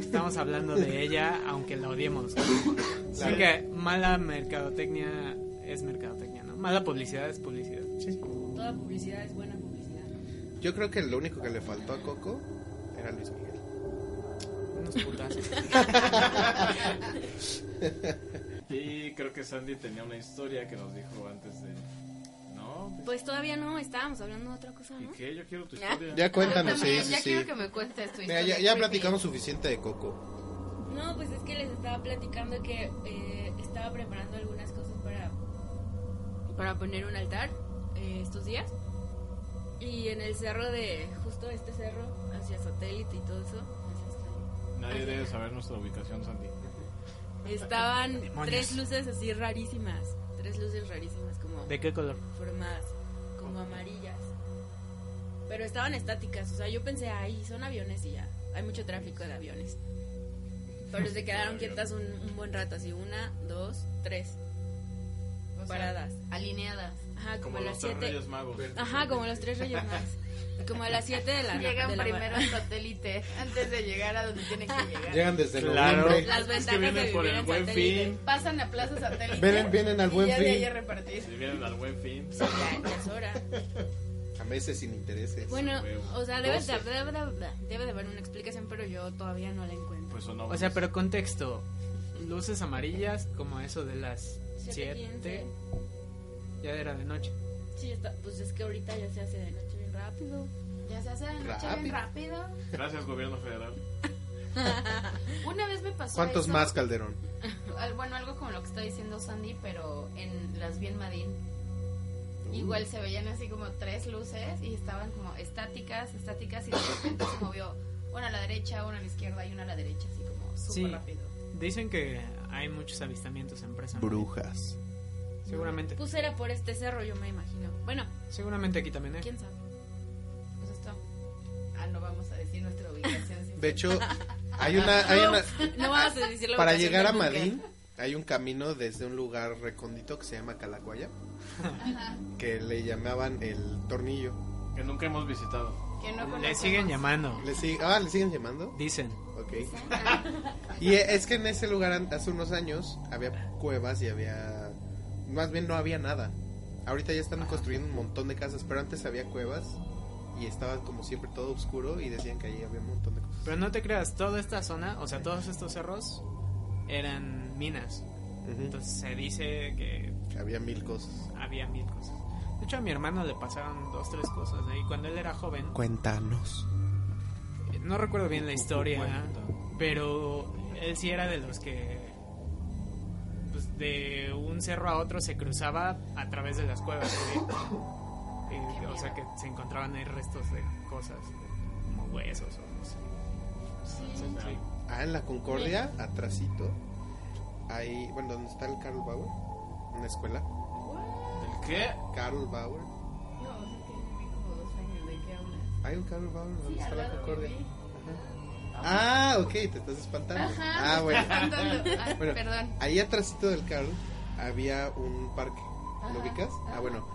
C: Estamos hablando de ella aunque la odiemos. Creo que mala mercadotecnia es mercadotecnia, ¿no? Mala publicidad es publicidad.
A: Sí.
B: Toda publicidad es buena publicidad.
A: Yo creo que lo único que le faltó a Coco era Luis Miguel.
C: Unos putazos.
E: Y creo que Sandy tenía una historia que nos dijo antes de. No,
B: Pues todavía no, estábamos hablando de otra cosa,
E: ¿y
B: ¿no?
E: qué? Yo quiero tu historia.
A: Ya cuéntanos, sí,
D: Ah, También,
A: sí,
D: ya
A: sí.
D: quiero que me cuentes tu
A: Mira,
D: historia.
A: ya, ya
D: creepy.
A: platicamos suficiente de Coco.
B: No, pues es que les estaba platicando que eh, estaba preparando algunas cosas para, para poner un altar eh, estos días. Y en el cerro de, justo este cerro, hacia satélite y todo eso,
E: Nadie debe saber nuestra ubicación, Sandy.
B: estaban
C: Demonios.
B: tres luces así rarísimas. Tres luces rarísimas, como
C: ¿De qué color?
B: formadas, como amarillas. Pero estaban estáticas, o sea, yo pensé, ahí son aviones y ya, hay mucho tráfico de aviones. Pero se quedaron quietas un, un buen rato, así, una, dos, tres,
D: O sea,
B: paradas.
D: Alineadas.
B: Ajá, como,
E: Como
B: a las
E: los tres
B: siete.
E: reyes magos.
B: Ajá, como los tres reyes magos. Como a las siete de la
D: Llegan
B: de la-
D: primero al satélite antes de llegar a donde tienen que llegar.
A: Llegan desde
C: Claro.
A: noviembre.
B: Las
E: Es
B: ventajas
E: que
B: de
E: vienen
B: vivir
E: por el
B: en
E: buen
B: satélite.
E: fin.
D: Pasan a plaza satélite.
A: Vienen- vienen al
D: y
A: Buen
D: ya de
A: Fin.
D: ahí a repartir.
E: Si vienen al buen fin.
B: Ya, ya es hora.
A: A meses sin intereses.
B: Bueno,
E: huevo.
B: o sea, debe de,
A: Doce.
B: debe de- debe de haber una explicación, pero yo todavía no la encuentro.
E: Pues o no.
C: O sea, pero contexto. Luces amarillas, como eso de las
B: Siete,
C: 7.
B: quince.
C: Ya era de noche.
B: Sí, está, pues es que ahorita ya se hace de noche bien rápido.
D: Ya se hace la noche bien rápido.
E: Gracias, gobierno federal.
D: Una vez me pasó.
A: ¿Cuántos
D: eso.
A: más, Calderón?
D: Al- Bueno, algo como lo que está diciendo Sandy, pero en las bien Madín. Igual se veían así como tres luces y estaban como estáticas, estáticas y de repente se movió una a la derecha, una a la izquierda y una a la derecha, así como súper
C: Sí.
D: rápido.
C: Dicen que hay muchos avistamientos en presa.
A: Brujas.
C: Seguramente.
B: Pues era por este cerro, yo me imagino. Bueno,
C: Seguramente aquí también hay.
B: quién sabe.
D: Pues esto. Ah, no vamos a decir nuestra ubicación. sí.
A: De hecho, hay una, hay una,
B: No vamos a decirlo.
A: para llegar a Madín hay un camino desde un lugar recóndito que se llama Calacuaya, que le llamaban el tornillo.
E: Que nunca hemos visitado.
D: que no
C: Le
D: conocemos.
C: siguen llamando.
A: ¿Le, sig- ah, ¿le siguen llamando?
C: Dicen.
A: Ok. Y e- es que en ese lugar an- hace unos años había cuevas y había... Más bien no había nada. Ahorita ya están construyendo un montón de casas, pero antes había cuevas y estaba como siempre todo oscuro y decían que ahí había un montón de cosas.
C: Pero no te creas, toda esta zona, o sea, todos estos cerros eran minas.
A: Ujú.
C: Entonces se dice que
A: Había mil cosas.
C: había mil cosas. De hecho, a mi hermano le pasaron dos, tres cosas ahí. Cuando él era joven,
A: Cuéntanos.
C: eh, no recuerdo bien la historia, pero él sí era de los que pues, de un cerro a otro se cruzaba a través de las cuevas. ¿sí? Eh, o sea, que se encontraban ahí restos de cosas, de- como huesos o no sé.
E: Sí.
A: Ah, en la Concordia, atrasito, ahí, bueno, donde está el Carl Bauer, una escuela.
E: ¿El qué?
A: Carl Bauer.
D: No, o sea, que viví como dos años de que hablas.
A: Hay un Carl Bauer donde
D: Sí,
A: está
D: al
A: la
D: lado
A: Concordia.
D: viví.
A: Ah, ok, te estás espantando.
D: Ajá,
A: ah, bueno.
D: Contando. Ah,
A: Bueno.
D: Perdón.
A: Ahí atrásito del Carl había un parque. ¿Lo
D: Ajá,
A: ubicas? Ah,
D: ajá.
A: bueno.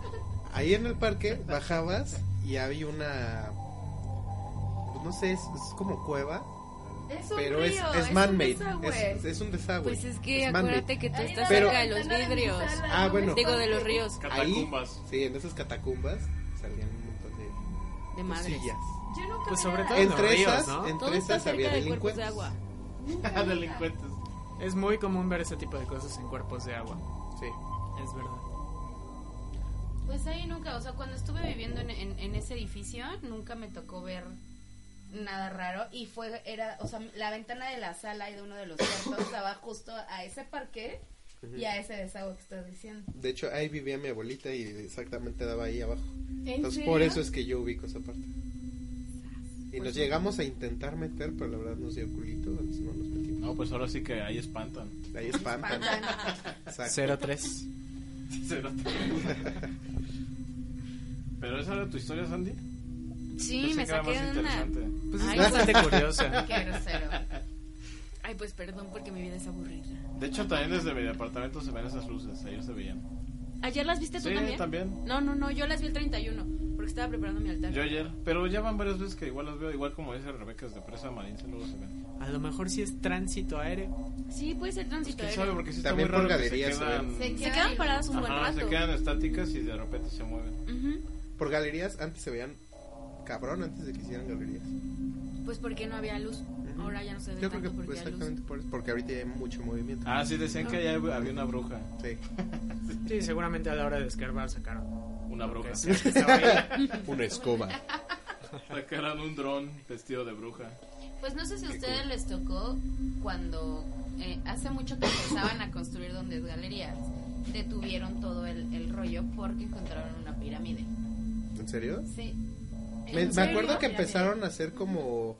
A: Ahí en el parque bajabas y había una... pues no sé, es, es como cueva,
D: Es un
A: pero es,
D: río,
A: es
D: un
A: man-made.
D: desagüe.
A: Es, es un desagüe.
B: Pues es que
A: man-made.
B: acuérdate que tú
D: Ahí
B: estás
D: va la
A: Pero-
B: cerca de los
D: ventana de mi
B: vidrios.
D: sala,
A: Ah,
D: no me
A: bueno.
B: Digo, de los
D: espantes.
B: ríos,
E: Catacumbas.
A: Ahí, sí, en esas catacumbas salían un montón de Pues
B: de madres.
A: cosillas.
D: Yo nunca
C: Pues
D: me
C: sobre
D: la-
C: todo- Todos los
A: Entre
C: ríos,
A: esas,
C: ¿no?
A: entre
B: Todo está
A: esas
B: cerca
A: había
B: de cuerpos de
A: delincuentes.
B: agua.
E: pues.
D: nunca me la-
E: Delincuentes.
C: Es muy común ver ese tipo de cosas en cuerpos de agua.
A: Sí.
C: Es verdad.
D: Pues ahí nunca, o sea, cuando estuve viviendo en, en- en ese edificio, nunca me tocó ver nada raro y fue, era, o sea, la ventana de la sala y de uno de los cuartos estaba justo a ese parque y a ese desagüe que estás diciendo.
A: De hecho, ahí vivía mi abuelita y exactamente daba ahí abajo.
D: ¿En
A: Entonces,
D: serio?
A: por eso es que yo ubico esa parte. Y nos llegamos a intentar meter, pero la verdad nos dio culito, entonces no nos metimos.
E: No, pues ahora sí que ahí espantan.
A: Ahí espantan. Exacto.
C: 03.
E: Pero esa era tu historia, Sandy.
B: Sí, me saqué de una.
C: Pues es
B: Ay,
C: bastante curiosa.
D: Qué grosero.
B: Ay, pues perdón porque mi vida es aburrida.
E: De hecho, también desde mi departamento se ven esas luces. Ayer se veían.
B: ¿Ayer las viste tú
E: Sí,
B: también?
E: también.
B: No, no, no, yo las vi el 31 porque estaba preparando mi altar.
E: Yo ayer. Pero ya van varias veces que igual las veo. Igual como dice Rebeca, es de presa amarillense, luego se ven.
C: A lo mejor si es tránsito aéreo.
B: Sí, puede ser tránsito
E: ¿Quién
B: aéreo.
E: sabe? Porque sí está muy
A: También por
E: raro que
A: galerías
E: se
A: se
E: quedan...
D: Se
B: Se quedan
D: ilu-
B: paradas un buen
E: Ajá,
B: rato.
E: se quedan estáticas y de repente se mueven.
B: Ujú.
A: Por galerías, antes se veían cabrón antes de que hicieran galerías.
B: Pues porque no había luz.
A: Ujú.
B: Ahora ya no se ve
A: Yo creo
B: tanto
A: que pues
B: porque hay luz.
A: exactamente por eso, porque ahorita ya hay mucho movimiento.
E: Ah, sí, decían que allá había una bruja.
A: Sí.
C: Sí, seguramente a la hora de escarbar sacaron.
E: Una
C: lo
E: bruja.
C: que sea que estaba ahí.
A: Una escoba.
E: Sacaron un dron vestido de bruja.
D: Pues no sé si a ustedes les tocó cuando eh, hace mucho que empezaban a construir donde es galerías, detuvieron todo el, el rollo porque encontraron una pirámide.
A: ¿En serio?
D: Sí.
A: Me, me acuerdo que empezaron a hacer como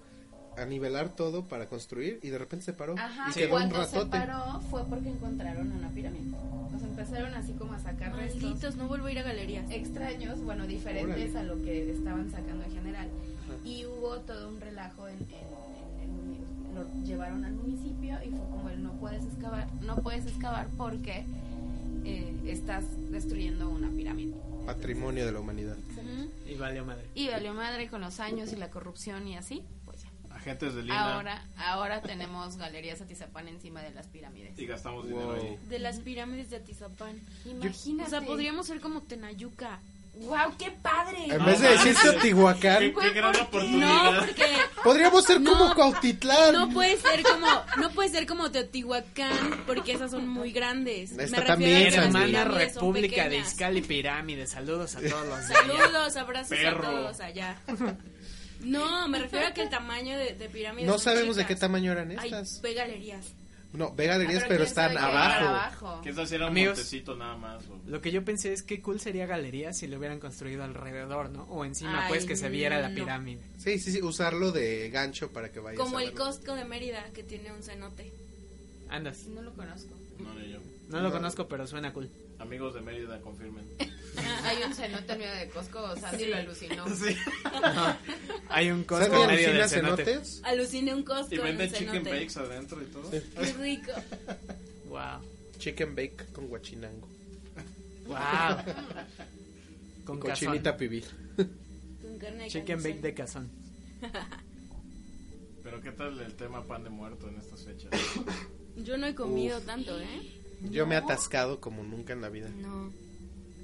A: a nivelar todo para construir y de repente se paró
D: Ajá,
A: y
C: Sí.
A: quedó un
D: cuando se
A: ratote.
D: paró fue porque encontraron una pirámide. Nos empezaron así como a sacar restos
B: Malditos, no vuelvo a ir a galerías.
D: extraños, bueno, diferentes
A: Órale.
D: a lo que estaban sacando en general. Y hubo todo un relajo en, en- en el municipio. Lo llevaron al municipio y fue como el no puedes excavar, no puedes excavar porque eh, estás destruyendo una pirámide.
A: Patrimonio de la humanidad.
B: Ujú.
C: Y valió madre.
D: Y valió madre con los años y la corrupción y así, pues ya.
E: Agentes de Lina.
D: Ahora, ahora tenemos galerías Atizapán encima de las pirámides.
E: Y gastamos
A: Wow.
E: dinero ahí.
B: De las pirámides de Atizapán.
D: Imagínate.
B: O sea, podríamos ser como Tenayuca.
D: ¡Wow, qué padre!
A: En vez de decir Teotihuacán,
E: Qué, qué
B: No,
E: gran
B: pues,
E: oportunidad.
B: porque
A: podríamos ser como
B: No.
A: Cuautitlán.
B: no puede ser como no puede ser como Teotihuacán porque esas son muy grandes.
A: Esta
B: refiero a
A: también,
B: que las
A: Sandy.
C: Hermana
B: pirámides son
C: República de
B: pequeñas.
C: Izcali Pirámide. Saludos a todos los de allá.
B: Saludos, abrazos
E: Perro.
B: a todos allá. No, me refiero a que el tamaño de, de pirámides.
A: No
B: son
A: sabemos de qué
B: chicas.
A: tamaño eran
B: Ay,
A: estas.
B: ve galerías.
A: No, ve galerías,
D: Ah,
A: pero
D: quién sabe
A: están
D: qué hay
A: abajo.
E: ¿Quién sabe si era un
C: Amigos.
E: montecito nada más? o-
C: Lo que yo pensé es que cool sería galería si lo hubieran construido alrededor, ¿no? O encima,
B: Ay,
C: pues, que se viera la
B: no.
C: pirámide.
A: Sí, sí, sí, usarlo de gancho para que vayas
B: Como
A: a
B: el
A: verlo.
B: Costco de Mérida que tiene un cenote.
C: Andas.
D: No lo conozco.
E: No, ni yo.
C: No lo
A: No.
C: conozco, pero suena cool.
E: Amigos de Mérida, confirmen.
D: Ah, Hay un cenote en medio de Costco, o Sandy lo alucinó.
C: Hay un
A: ¿Sabes
C: Costco
A: de
C: en medio del
A: Lucina
C: cenote.
A: cenotes?
B: Aluciné un Costco
E: Y
B: en un
E: venden chicken
B: cenote.
E: bakes adentro y todo.
B: Qué rico.
C: Wow.
A: Chicken bake con guachinango.
C: Wow. Con
A: Cochinita
C: cochinita.
A: pibil.
B: Con carne de
C: Chicken
B: carnicero.
C: bake de cazón.
E: Pero ¿qué tal el tema pan de muerto en estas fechas?
B: Yo no he comido tanto, ¿eh?
A: Yo me he atascado como nunca en la vida
B: No.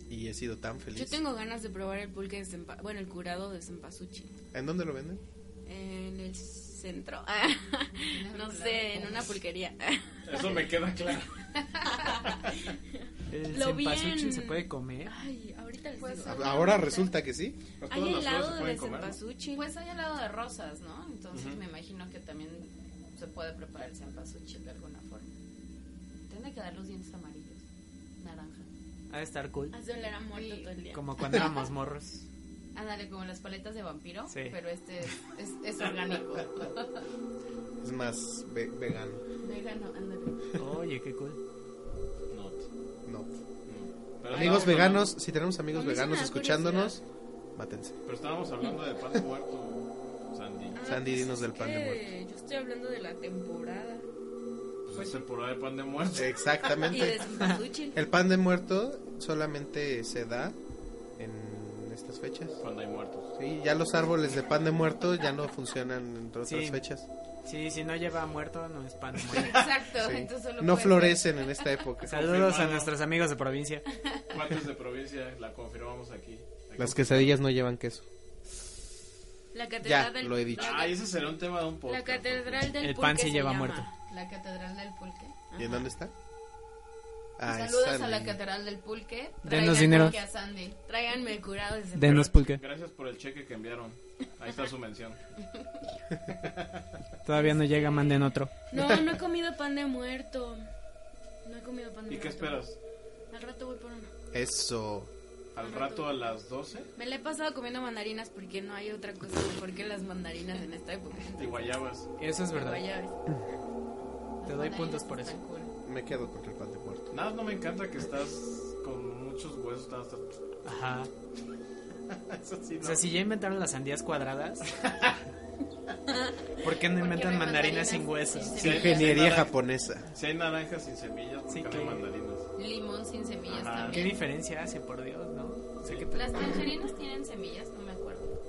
A: y he sido tan feliz.
B: Yo tengo ganas de probar el pulque de Zempa- bueno, el curado de Cempasúchil.
A: ¿En dónde lo venden?
B: En el centro. no sé, en una pulquería.
E: Eso me queda claro.
C: El
B: Lo vi
C: cempasúchil
B: en-
C: Eh, se puede comer.
B: Ay, ahorita les
D: Pues,
B: digo.
D: ah,
A: Ahora resulta que sí.
E: Pues
B: Hay
E: todas las flores se
B: helado de
E: pueden comer.
B: Cempasúchil.
D: Pues hay al lado de rosas, ¿no? Entonces
E: Ujú.
D: me imagino que también se puede preparar el cempasúchil de alguna forma. Tiene que dar los dientes amarillos, naranja.
C: Ha de estar cool.
B: Hace oler a muerto
D: Sí.
B: todo el día.
C: Como cuando éramos morros.
D: Ándale, como las paletas de vampiro,
C: Sí.
D: pero este es, es, es orgánico.
A: Es más ve- vegano.
D: Vegano, ándale.
C: Oye, qué cool.
E: Not.
A: No.
E: Mm. Pero
A: Amigos
E: estábamos-
A: veganos, si tenemos amigos
B: A mí sí me
A: veganos
B: da
A: escuchándonos, mátense.
E: Pero estábamos hablando de pan de muerto, Sandy.
B: Ah,
A: Sandy,
B: pues
A: dinos
B: es
A: del pan de
B: que
A: muerto.
B: Yo estoy hablando de la temporada.
E: Pues es temporada de pan de muerto.
B: Y de
A: Exactamente.
B: Cempasúchil.
A: El pan de muerto solamente se da en estas fechas.
E: Cuando hay muertos.
A: Sí, ya los árboles de pan de muerto ya no funcionan entre otras
C: Sí.
A: fechas.
C: Sí, si no lleva muerto, no es pan de muerto.
D: Exacto,
A: Sí.
D: Ah, entonces solo
A: No
D: puede ser-
A: florecen en esta época.
C: Saludos a
E: Confirmado.
C: nuestros amigos de provincia.
E: Cuates de provincia, la confirmamos aquí. Aquí
A: Las quesadillas no llevan queso.
B: La catedral
A: Ya,
B: del
A: lo he dicho.
B: la-
E: Ay, ese será un tema de un
B: La
E: podcast.
B: catedral del
C: El pan
B: pulque
C: se lleva
B: llama.
C: muerto.
D: La catedral del pulque.
A: ¿Y en
B: Ajá.
A: dónde está? Ah,
D: Saludos
A: está
D: a la
A: en-
D: catedral del pulque.
C: Denos
D: Traigan
C: dinero.
D: pulque a Sandy.
B: Tráiganme curado desde
C: Denos pulque.
E: Gracias por el cheque que enviaron. Ahí está su mención.
C: Todavía no llega, manden otro.
B: No, no he comido pan de muerto. No he comido pan de muerto.
E: ¿Y qué esperas?
B: Al rato voy por uno.
A: Eso.
E: ¿Al rato a las 12?
B: Me la he pasado comiendo mandarinas porque no hay otra cosa mejor que las mandarinas en esta época.
E: Y guayabas.
C: Eso es verdad.
B: Guayabes.
C: Te doy puntos por eso.
A: Me quedo con el pan de muerto.
E: Nada, no me encanta que estás con muchos huesos. estás-
C: Ajá.
E: Eso sí,
C: O
E: no.
C: sea, si ya inventaron las sandías cuadradas, ¿por qué no inventan mandarinas
D: no hay mandarinas
C: sin huesos?
D: sin
E: Sí,
A: Ingeniería
E: sí,
A: japonesa.
E: Si hay naranjas sin semillas, ¿por
C: Sí,
E: qué no
C: que-
E: hay mandarinas?
D: Limón sin semillas
E: Ajá.
C: ¿Qué
D: también.
C: diferencia hace, por Dios, no? Sé que te-
D: Las tangerinas tienen semillas, no me acuerdo.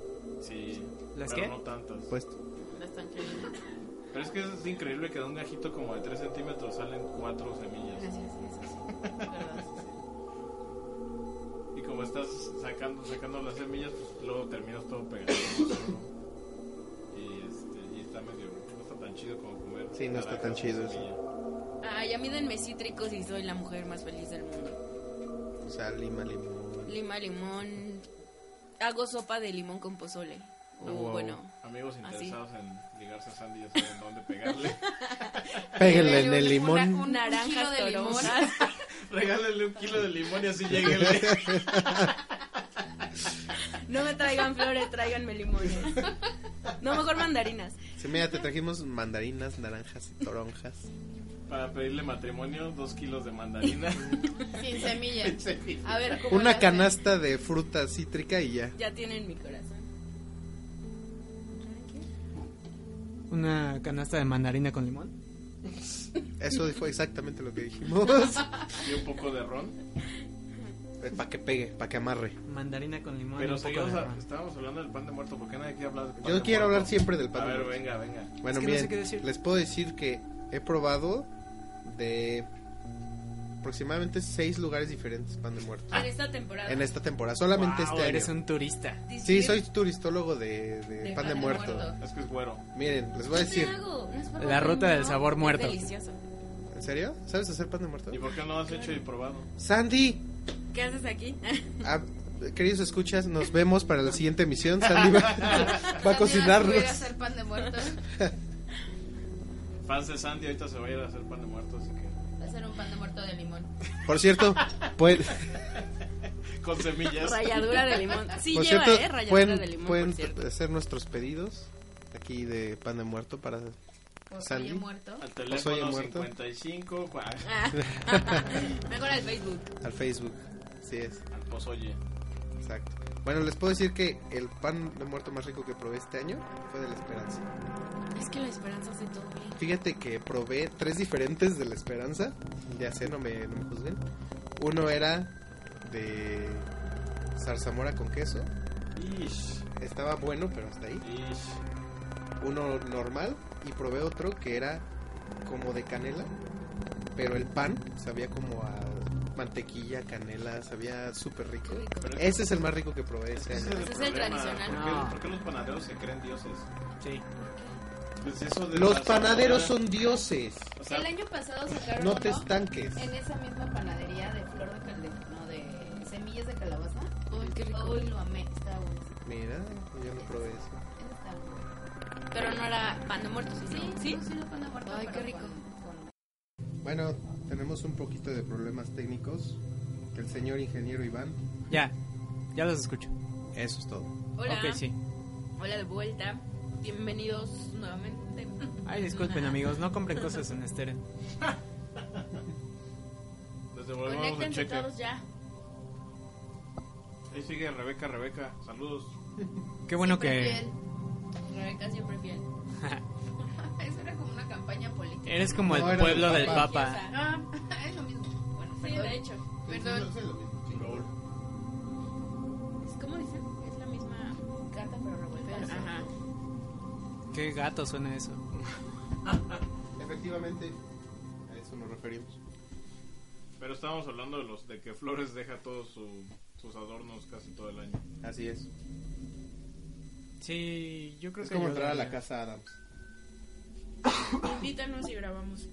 E: Sí.
C: ¿Las
E: pero
C: qué?
E: no tantas.
A: Pues
D: Las tangerinas.
E: Pero es que es increíble que de un gajito como de 3 centímetros salen 4 semillas.
D: Gracias, eso sí. Verdad, eso sí.
E: Y como estás sacando, sacando las semillas, pues luego terminas todo pegajoso. ¿no? y, este, y está medio. No está tan chido como comer.
A: Sí, no está
E: naranjas
A: tan
E: sin
A: chido eso.
E: semilla.
B: Ay, a mí denme cítricos y soy la mujer más feliz del mundo.
A: sal, lima, limón.
B: Lima, limón. Hago sopa de limón con pozole. O
E: Oh, Wow.
B: bueno.
E: Amigos
C: ¿Ah,
B: Así.
E: interesados en ligarse a Sandy ya saben dónde pegarle.
A: Péguenle en el
D: Una-
A: limón.
D: Un kilo
B: Naranjas
D: de limón.
B: toronas.
E: Regálenle un kilo de limón y así lleguenle.
B: No me traigan flores, tráiganme limones. No, mejor mandarinas.
A: Sí, mira, te trajimos mandarinas, naranjas y toronjas.
E: Para pedirle matrimonio, 2 kilos de mandarina.
D: Sin semillas. A ver, ¿cómo le
A: Una
D: hacen?
A: canasta de fruta cítrica y ya.
B: Ya tienen mi corazón.
C: Una canasta de mandarina con limón.
A: Eso fue exactamente lo que dijimos.
E: y un poco de ron.
A: para que pegue, para que amarre.
C: Mandarina con limón. y
E: Pero
C: un poco
E: seguimos,
C: de
E: a-
C: limón.
E: estábamos hablando del pan de muerto, ¿por qué nadie quiere hablar del pan
A: Yo
E: de
A: quiero
E: muerto?
A: hablar siempre del pan
E: A
A: de
E: ver,
A: muerto.
E: venga, venga.
A: Bueno,
C: Es que no sé
A: miren,
C: qué decir.
A: les puedo decir que he probado de aproximadamente seis lugares diferentes pan de muerto
B: En esta temporada.
A: en esta temporada, solamente
C: Wow,
A: este
C: eres
A: año.
C: un turista.
A: Sí, soy turistólogo de, de pan, de, muerto.
E: Es que es güero.
A: Miren, les voy a decir,
C: La ruta del sabor muerto.
B: Delicioso.
A: ¿en serio? ¿Sabes hacer pan de muerto?
E: ¿Y por qué no has hecho y probado?
A: Sandy,
B: ¿Qué haces aquí?
A: ah, queridos escuchas, nos vemos para la siguiente emisión. Sandy va, va a
D: Sandy
A: cocinarnos.
D: subir a hacer pan de muerto.
E: Fans de Sandy ahorita se va a ir a hacer pan de muerto, así que...
D: Va a hacer un pan de muerto de limón.
A: Por cierto, pues, pueden,
E: Con semillas.
B: Ralladura de limón. Sí
A: por
B: lleva,
A: cierto,
B: ¿eh? Ralladura
A: pueden-
B: de limón,
A: pueden
B: por cierto.
A: hacer nuestros pedidos aquí de pan de muerto para Sandy.
D: Sandy muerto.
E: Al
A: Pues, oye,
E: teléfono
A: muerto.
E: 55... cua-
B: Ah, Mejor al Facebook.
A: al Facebook. Así es.
E: Al pozoye.
A: Exacto. Bueno, les puedo decir que el pan de muerto más rico que probé este año fue de la esperanza.
B: Es que la esperanza hace todo bien.
A: Fíjate que probé tres diferentes de la esperanza. Ya sé, no me, no me juzguen. Uno era de zarzamora con queso.
E: Ish,
A: Estaba bueno, pero hasta ahí.
E: ish.
A: Uno normal y probé otro que era como de canela. Pero el pan sabía como a mantequilla, canela, sabía súper rico.
E: Pero
A: Ese es el más rico que probé
E: es
A: este
E: que ese
A: año.
B: Ese es el
E: problema.
B: tradicional.
E: ¿Por qué,
C: No.
E: por qué los panaderos se creen dioses?
C: Sí.
E: Pues eso de
A: Los
E: la
A: panaderos
E: zarzamora,
A: son dioses.
E: O sea,
D: El año pasado sacaron
A: No
D: uno
A: te estanques.
D: en esa misma panadería de flor de calde- no, de semillas de calabaza.
B: Uy, qué rico.
D: Hoy lo amé, estaba buenísimo.
A: Mira, yo no probé eso.
D: Ese estaba bueno.
B: Pero no era pan de muerto, ¿sí?
D: Sí,
B: ¿Sí?
D: sí, sí, no pan de muerto.
B: Ay, qué
D: pero
B: rico.
D: con- con-
A: Bueno, tenemos un poquito de problemas técnicos. El señor ingeniero Iván.
C: Ya. Ya los escucho.
A: Eso es todo.
B: Hola.
C: Ok, sí.
B: Hola de vuelta. Bienvenidos nuevamente.
A: Pues
C: Ay, disculpen, amigos. No compren cosas en Steren.
E: les devolvemos el
B: Conéctense
E: cheque.
B: todos ya.
E: Ahí sigue Rebeca, Rebeca. Saludos.
C: Qué bueno
D: Siempre
C: que.
D: fiel.
B: Rebeca siempre fiel.
D: Eso era como una campaña política.
C: Eres como
A: No,
C: el
A: era
C: pueblo
A: del
C: del
A: Papa.
C: Papa.
D: Ah, es lo mismo. Bueno,
B: Sí,
D: perdón.
B: de hecho.
D: Perdón.
B: Es como dicen, es la misma
D: Carta pero revolver.
B: Ajá.
C: Qué gato suena eso.
A: Efectivamente, a eso nos referimos.
E: Pero estábamos hablando de los de que Flores deja todos su- sus adornos casi todo el año.
A: Así es.
C: Sí, yo creo
A: Es
C: que.
A: como
C: yo
A: entrar a la
C: daría-
A: casa Adams.
B: Invítanos y grabamos.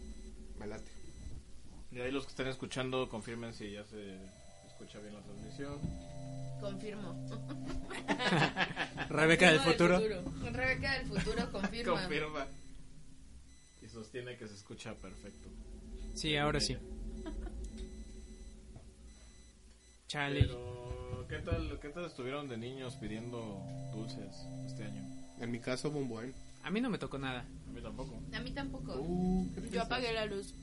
A: Me late.
E: Y ahí los que están escuchando confirmen si ya se escucha bien la transmisión.
D: Confirmo.
C: Ah, Rebeca del
B: Confirmo
C: futuro.
D: Rebeca del futuro confirma.
E: Confirma. Y sostiene que se escucha perfecto.
C: Sí, ahora sí. Chale.
E: Pero, ¿qué tal, ¿qué tal estuvieron de niños pidiendo dulces este año?
A: En mi caso, un buen.
C: A mí no me tocó nada.
E: A mí tampoco.
D: A mí tampoco.
A: Uh, qué
B: Yo
A: tristeza.
B: apagué la luz.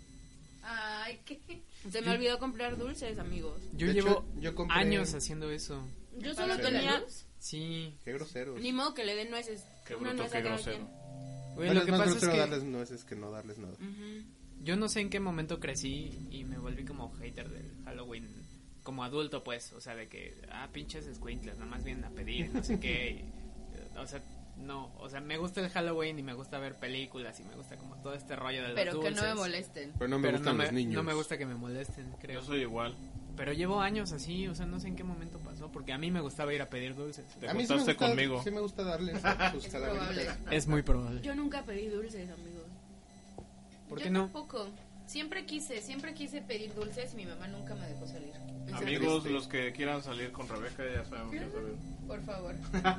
D: Ay, qué.
B: Se me olvidó comprar dulces, amigos.
C: Yo
A: De
C: llevo
A: hecho, yo compré-
C: años haciendo eso.
B: Yo solo
A: ¿Apagaste la
B: tenía...
C: Sí.
A: Qué grosero.
B: Ni modo que le den nueces.
E: Qué
B: Una
E: bruto,
B: nuez a
E: qué
B: cada
E: grosero.
C: Güey,
A: Tal
C: lo
A: vez
C: que
A: más
C: pasa es
A: grosero
C: que
A: darles nueces que no darles nada.
B: quien. Ujú.
C: yo no sé en qué momento crecí y me volví como hater del Halloween. Como adulto, pues. O sea, de que, ah, pinches escuintlas, nada más vienen a pedir, no sé qué. y, eh, o sea, no. O sea, me gusta el Halloween y me gusta ver películas y me gusta como todo este rollo de los
D: Pero que no me
C: dulces.
D: molesten.
A: Pero no me
C: Pero
A: gustan
C: no
A: los niños.
C: No me gusta que me molesten, creo.
E: Yo soy igual.
C: Pero llevo años así, o sea, no sé en qué momento pasó, porque a mí me gustaba ir a pedir dulces.
E: Te
A: A mí sí me
E: juntaste
A: gusta,
E: conmigo.
A: Sí me gusta darles pues, a sus
D: Es
A: calaveritas.
D: probable.
C: Es muy probable.
B: Yo nunca pedí dulces, amigos.
C: ¿Por
D: Yo
C: qué no?
D: tampoco. Siempre quise, siempre quise pedir dulces y mi mamá nunca me dejó salir.
E: Amigos,
A: triste.
E: los que quieran salir con Rebeca, ya sabemos, ya saben.
D: Por favor.
A: A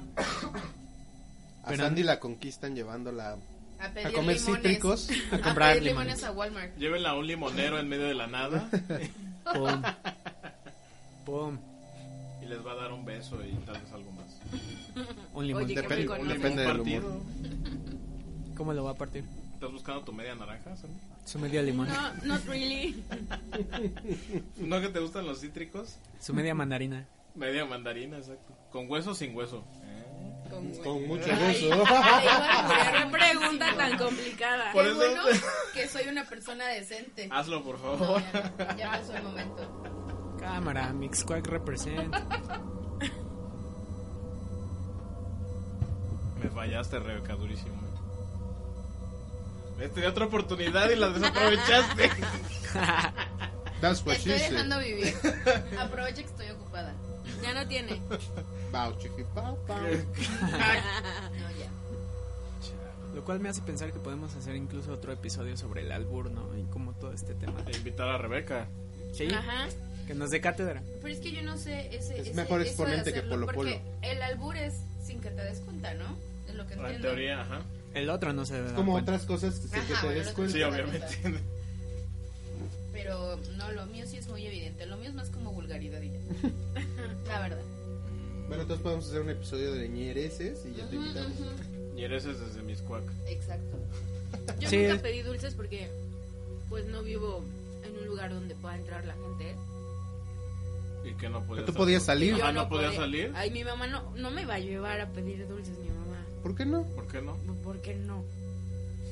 C: Pero-
A: Sandy la conquistan llevándola
D: A
A: a
D: pedir
A: comer
D: limones.
A: cítricos.
D: A,
C: comprar
D: pedir
C: limones.
D: limones. a Walmart.
E: Llévenla a un limonero en medio de la nada
C: Pum. Pum.
E: y les va a dar un beso y tal vez algo más.
C: Un limón.
B: Oye, qué
A: Depende,
B: rico, ¿no?
A: depende del
E: partido.
A: humor.
C: ¿Cómo lo va a partir?
E: ¿Estás buscando tu media naranja, Sandy?
C: Su media limón.
B: No, not really.
E: ¿No que te gustan los cítricos?
C: Su media mandarina.
E: Media mandarina, exacto. ¿Con hueso o sin hueso?
D: Con güey.
A: Con mucho
B: Ay,
A: gusto.
D: Ay, iba a
B: Qué
D: poner
B: pregunta
D: muchísimo.
B: tan complicada.
E: Por
D: Qué
E: eso-
D: bueno que soy una persona decente.
A: Ah,
E: Hazlo, por
D: No,
E: favor.
D: ya, no, ya pasó el momento.
C: Cámara, Mixquack represent.
E: Me fallaste, Rebeca, durísimo. Te di otra oportunidad y la desaprovechaste.
A: That's
D: Te
A: what
D: estoy
A: she said.
D: dejando vivir. Aprovecha que estoy ocupada.
B: Ya no tiene.
A: Bow, chiqui, bow, bow.
D: No, ya.
C: Lo cual me hace pensar que podemos hacer incluso otro episodio sobre el albur, ¿no? Y como todo este tema.
E: Te invitar a Rebeca.
C: Sí,
B: Ajá.
C: que nos dé cátedra.
D: Pero es que yo no sé ese,
A: Es
D: ese-
A: mejor
D: eso de
A: exponente que
D: hacerlo,
A: Polo
D: porque El albur es sin que te des cuenta, ¿no? Es lo que entiendo.
E: En teoría, ajá.
C: El otro no se debe dar
A: Como
C: cuenta.
A: otras cosas que sin
D: Ajá,
A: que te
D: bueno,
A: des
D: lo-
A: cuenta.
E: Sí, obviamente.
D: Pero no, lo mío sí es muy evidente. Lo mío es más como vulgaridad y ya. La verdad.
A: Bueno, entonces podemos hacer un episodio de ñereces y ya te
D: Ujú,
A: invitamos.
D: ujú.
E: Y eres desde mis cuac.
D: Exacto.
B: Yo
C: Sí.
B: nunca pedí dulces porque pues no vivo en un lugar donde pueda entrar la gente.
E: Y que no podías
A: Que tú podías salir.
E: Ajá,
B: Yo
E: no podías
B: podía-
E: salir.
B: Ay, mi mamá no, no me va a llevar a pedir dulces, mi mamá.
A: ¿Por qué no?
E: ¿Por qué no?
B: ¿Por qué no?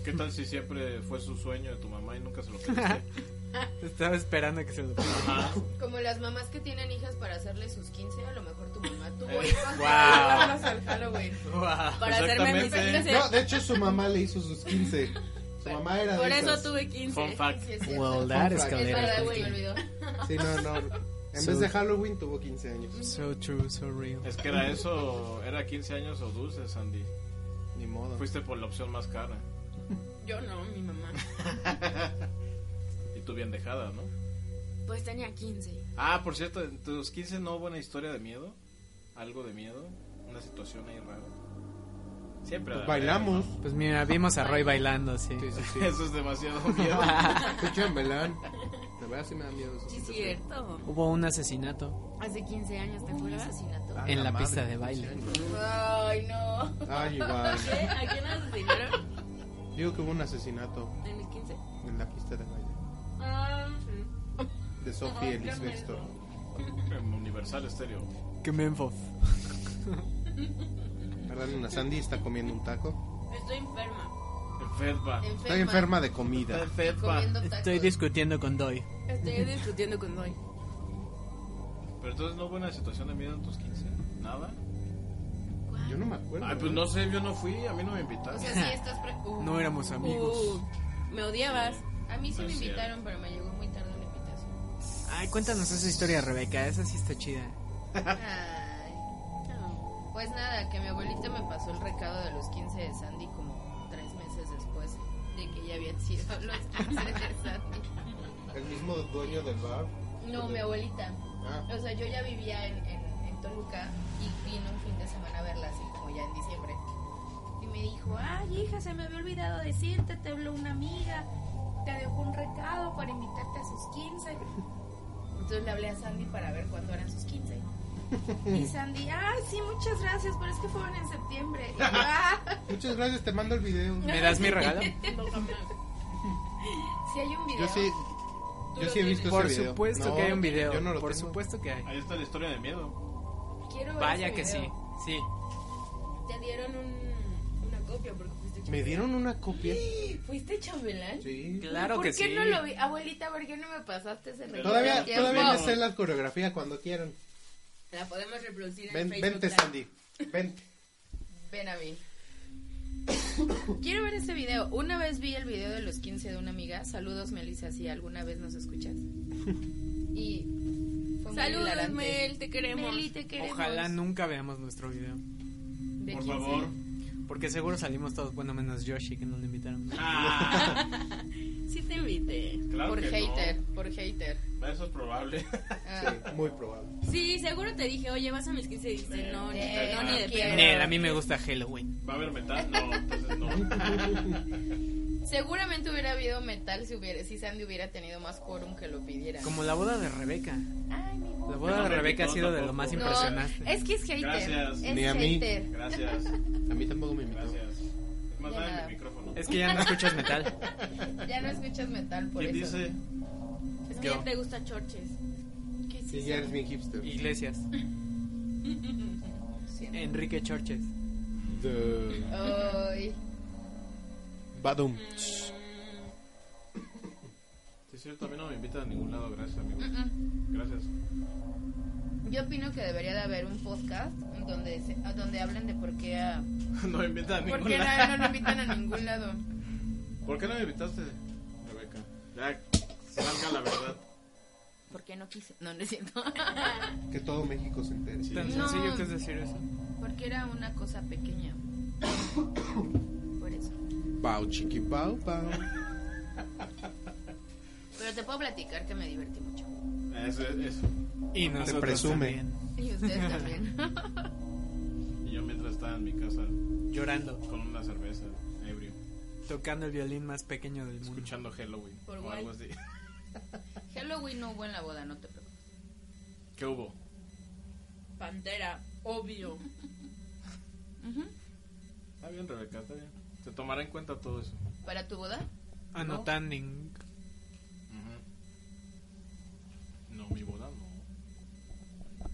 E: ¿Qué tal si siempre fue su sueño de tu mamá y nunca se lo Ah, pediste?
C: Estaba esperando que se lo
E: Ajá.
D: Como las mamás que tienen hijas para hacerle sus 15, a lo mejor tu mamá tuvo
E: Eh,
D: hijos
C: wow.
D: para llevarlas al Halloween.
B: Para hacerme mis
E: ah, Exactamente.
B: 15.
A: No, de hecho su mamá le hizo sus 15. Su mamá era
B: Por
A: de
B: eso
A: esas.
B: tuve 15.
E: Fun fact.
D: Sí, es cierto.
C: Well,
A: that
C: that
A: is
C: is
D: es verdad,
B: Halloween.
D: güey, me olvidó.
A: Sí, no, no. En
C: So-
A: vez de Halloween tuvo 15 años.
B: Pues,
C: So true, so real.
E: Es que era eso, era 15 años o dulces, Sandy.
A: Ni modo.
E: Fuiste por la opción más cara.
B: Yo no, mi mamá.
E: Y tú bien dejada, ¿no?
B: Pues tenía 15.
E: Ah, por cierto, en tus 15 no hubo una historia de miedo. Algo de miedo. Una situación ahí rara. Siempre.
A: Pues
E: la-
A: bailamos.
C: Pues mira, vimos a Roy bailando, sí.
A: Sí, sí, sí.
E: Eso es demasiado miedo.
A: Soy chambelán. La verdad sí me da miedo. eso
B: Sí, cierto.
C: Hubo un asesinato
B: Hace 15 años, ¿te
D: Un
B: acuerdas?
D: asesinato.
A: Ah,
C: en la
A: madre,
C: pista de baile.
A: 15 años.
D: Ay, no.
A: Ay, igual.
B: ¿Qué? ¿Eh? ¿A quién asesinaron?
A: Digo que hubo un asesinato
B: En mis 15.
A: en la pista de baile.
B: Ah,
A: De Sophie
B: Ay,
A: Elizabeth.
E: En Universal Estéreo.
C: Que me enfof.
A: Perdón, una Sandy está comiendo un taco.
B: estoy enferma.
E: En Fedba.
A: Está
B: pues.
A: enferma de comida.
E: En Fedba.
D: Comiendo tacos.
C: Estoy discutiendo con Doy.
B: Estoy discutiendo con Doy.
E: Pero entonces no hubo una situación de miedo en tus 15. Nada.
A: Yo no me acuerdo.
E: Ay, pues no sé, yo no fui, a mí no me invitaron.
D: O sea, sí estás... pre- Uh,
C: No éramos amigos.
B: Uh, me odiabas.
D: A mí sí
E: No
D: me
E: es cierto.
D: invitaron, pero me llegó muy tarde la invitación.
C: Ay, cuéntanos esa historia, Rebeca. Esa sí está chida.
D: Ay.
B: No.
D: Pues nada, que mi abuelita me pasó el recado de los 15 de Sandy como tres meses después de que ya habían sido los 15 de Sandy.
A: El mismo dueño del bar.
D: No, mi abuelita.
A: Ah.
D: O sea, yo ya vivía en, en- en Toluca y vino un fin de semana a verla, así como ya en diciembre. Y me dijo, ay hija, se me había olvidado decirte, te habló una amiga, te dejó un recado para invitarte a sus 15. Entonces le hablé a Sandy para ver cuándo eran sus 15. Y Sandy, ay sí, muchas gracias, pero es que fueron en septiembre. Y yo, "Ah".
A: Muchas gracias, te mando el video.
C: ¿Me das mi regalo?
D: Sí hay un video.
A: Yo sí, yo sí he visto
C: Por
A: ese video.
C: supuesto
A: No,
C: que hay un video.
A: Yo no lo
C: Por
A: tengo.
C: supuesto que hay.
E: Ahí está la historia de miedo.
D: Quiero ver
C: Vaya
D: ese
C: que sí.
D: video.
C: Sí.
B: Te dieron un- una copia porque fuiste chambelán.
A: ¿Me dieron una copia?
D: ¿Fuiste chambelán?
A: Sí.
C: Claro
D: ¿Por
C: que
D: qué
C: sí.
D: no lo vi? Abuelita, ¿por qué no me pasaste ese regalo?
A: Todavía,
D: ¿Qué
A: todavía
D: hago?
A: me sé la coreografía cuando quieran.
B: La podemos reproducir en
A: Ven,
B: Facebook
A: vente,
B: Live.
A: Sandy. Vente.
D: Ven a mí. Quiero ver ese video. Una vez vi el video de los 15 de una amiga. Saludos, Melissa, si alguna vez nos escuchas. Y fue muy
B: Saludos,
D: hilarante.
B: Mel, te queremos.
D: Meli, te queremos.
C: Ojalá nunca veamos nuestro video.
D: De
E: Por
D: 15.
E: favor.
C: Porque seguro salimos todos, bueno, menos Yoshi, que no le invitaron.
E: Ah,
B: Sí te invité.
E: claro
D: por
E: que
D: hater, por hater.
E: no. Eso es probable.
D: Ah.
A: Sí, muy probable.
B: Sí, seguro te dije, oye, vas a mis 15 y dijiste, no, ni,
D: Eh,
B: no, ni de
D: no
B: pedo.
D: quiero.
C: Nel, a mí me gusta Halloween.
E: ¿Va a haber metal? No, entonces no.
D: Seguramente hubiera habido metal si hubiera, si Sandy hubiera tenido más quórum que lo pidiera.
C: Como la boda de Rebeca.
D: Ay, mi voz.
C: La boda
E: No
C: de
E: me
C: Rebeca ha
E: invitó
C: sido de lo
E: tampoco.
C: más
E: No,
C: impresionante.
D: es que es hater.
E: Gracias.
D: Es
A: Ni a mí.
D: hater.
E: Gracias.
A: A mí tampoco me invitó.
E: Gracias. Es más,
D: De
E: dame
D: nada.
E: mi micrófono.
C: Es que ya no escuchas metal.
D: Ya no escuchas metal por
E: ¿Quién
D: eso.
E: dice?
B: Es que
C: Yo.
B: ya te gusta Chorches.
D: ¿Qué
A: Sí, ya eres bien hipster.
C: Iglesias. Enrique Chorches.
A: The...
D: Ay.
A: Badum.
E: Sí, es cierto, a mí no me invitan a ningún lado. Gracias, amigo.
D: Mm,
E: Gracias.
D: Yo opino que debería de haber un podcast en donde se- a- donde hablen de por qué a,
E: No me invitan a
D: por
E: ningún
D: qué
E: lado.
D: no, no lo invitan a ningún lado.
E: ¿Por qué no me invitaste, Rebeca? Ya, salga la verdad.
D: ¿Por qué no quise? No, no es cierto.
A: Que todo México se entere.
E: Sí.
C: Tan
D: No.
C: sencillo que es decir eso.
D: Porque era una cosa pequeña. Por eso.
A: Pau, chiqui, pau, pau.
D: Pero te puedo platicar que me divertí mucho.
E: Eso, eso.
C: Y nosotros
A: presume.
C: también.
D: Y ustedes también.
E: Y yo mientras estaba en mi casa
C: Llorando.
E: con una cerveza, ebrio,
C: Tocando el violín más pequeño del mundo.
E: escuchando Halloween
D: Por
E: o
D: guay.
E: algo así.
D: Halloween no hubo en la boda, no te preocupes.
E: ¿Qué hubo?
B: Pantera, obvio.
E: Está bien, Rebeca, está bien. Se tomará en cuenta todo eso.
D: ¿Para tu boda?
C: Anotando.
E: No, mi boda no.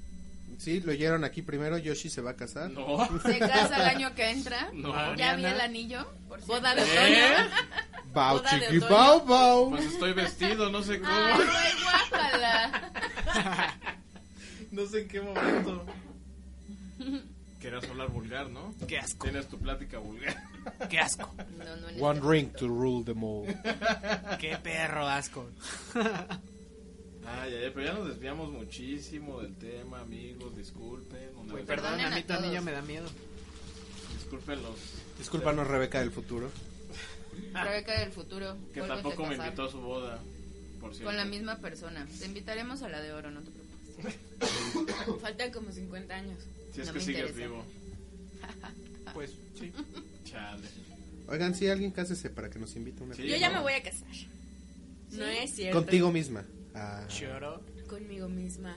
A: Sí, lo oyeron aquí primero. Yoshi se va a casar.
E: No,
D: ¿Se casa el año que entra?
E: no.
D: ¿Ya vi
C: Mariana.
D: el anillo? Por
B: Boda de
E: ¿Eh?
B: otoño.
A: Pau,
B: Boda de
A: chiqui,
B: otoño.
A: pau, pau.
E: Pues estoy vestido, no sé cómo.
D: ¡Ay, güey, guácala!
E: No sé en qué momento. Querías hablar vulgar, ¿no?
C: Qué asco.
E: Tienes tu plática vulgar.
C: Qué asco.
D: No, no en
A: One
D: este
A: ring to
D: momento.
A: rule them all.
C: Qué perro asco.
E: Ay, ay, ay, pero ya nos desviamos muchísimo del tema, amigos, disculpen. una vez
C: Perdón,
D: Perdonen
C: a mí
D: a
C: tu anillo
D: todos.
C: me da miedo.
E: más, Disculpen los...
A: Discúlpanos, Rebeca del futuro.
D: Rebeca del futuro.
E: Que
D: vuélvete
E: tampoco
D: a
E: me
D: casar
E: invitó a su boda, por cierto.
D: Con la misma persona. Te invitaremos a la de oro, no te preocupes.
B: Faltan como 50 años.
E: Si es
D: no
E: que
D: me
E: sigues
D: interesa.
E: vivo.
C: Pues sí.
E: Chale.
A: Oigan, si alguien cásese para que nos invite a una.
E: Sí.
B: Yo ya
E: no.
B: me voy a casar. No es cierto.
A: Contigo misma. Ah,
C: Choro.
B: Conmigo misma.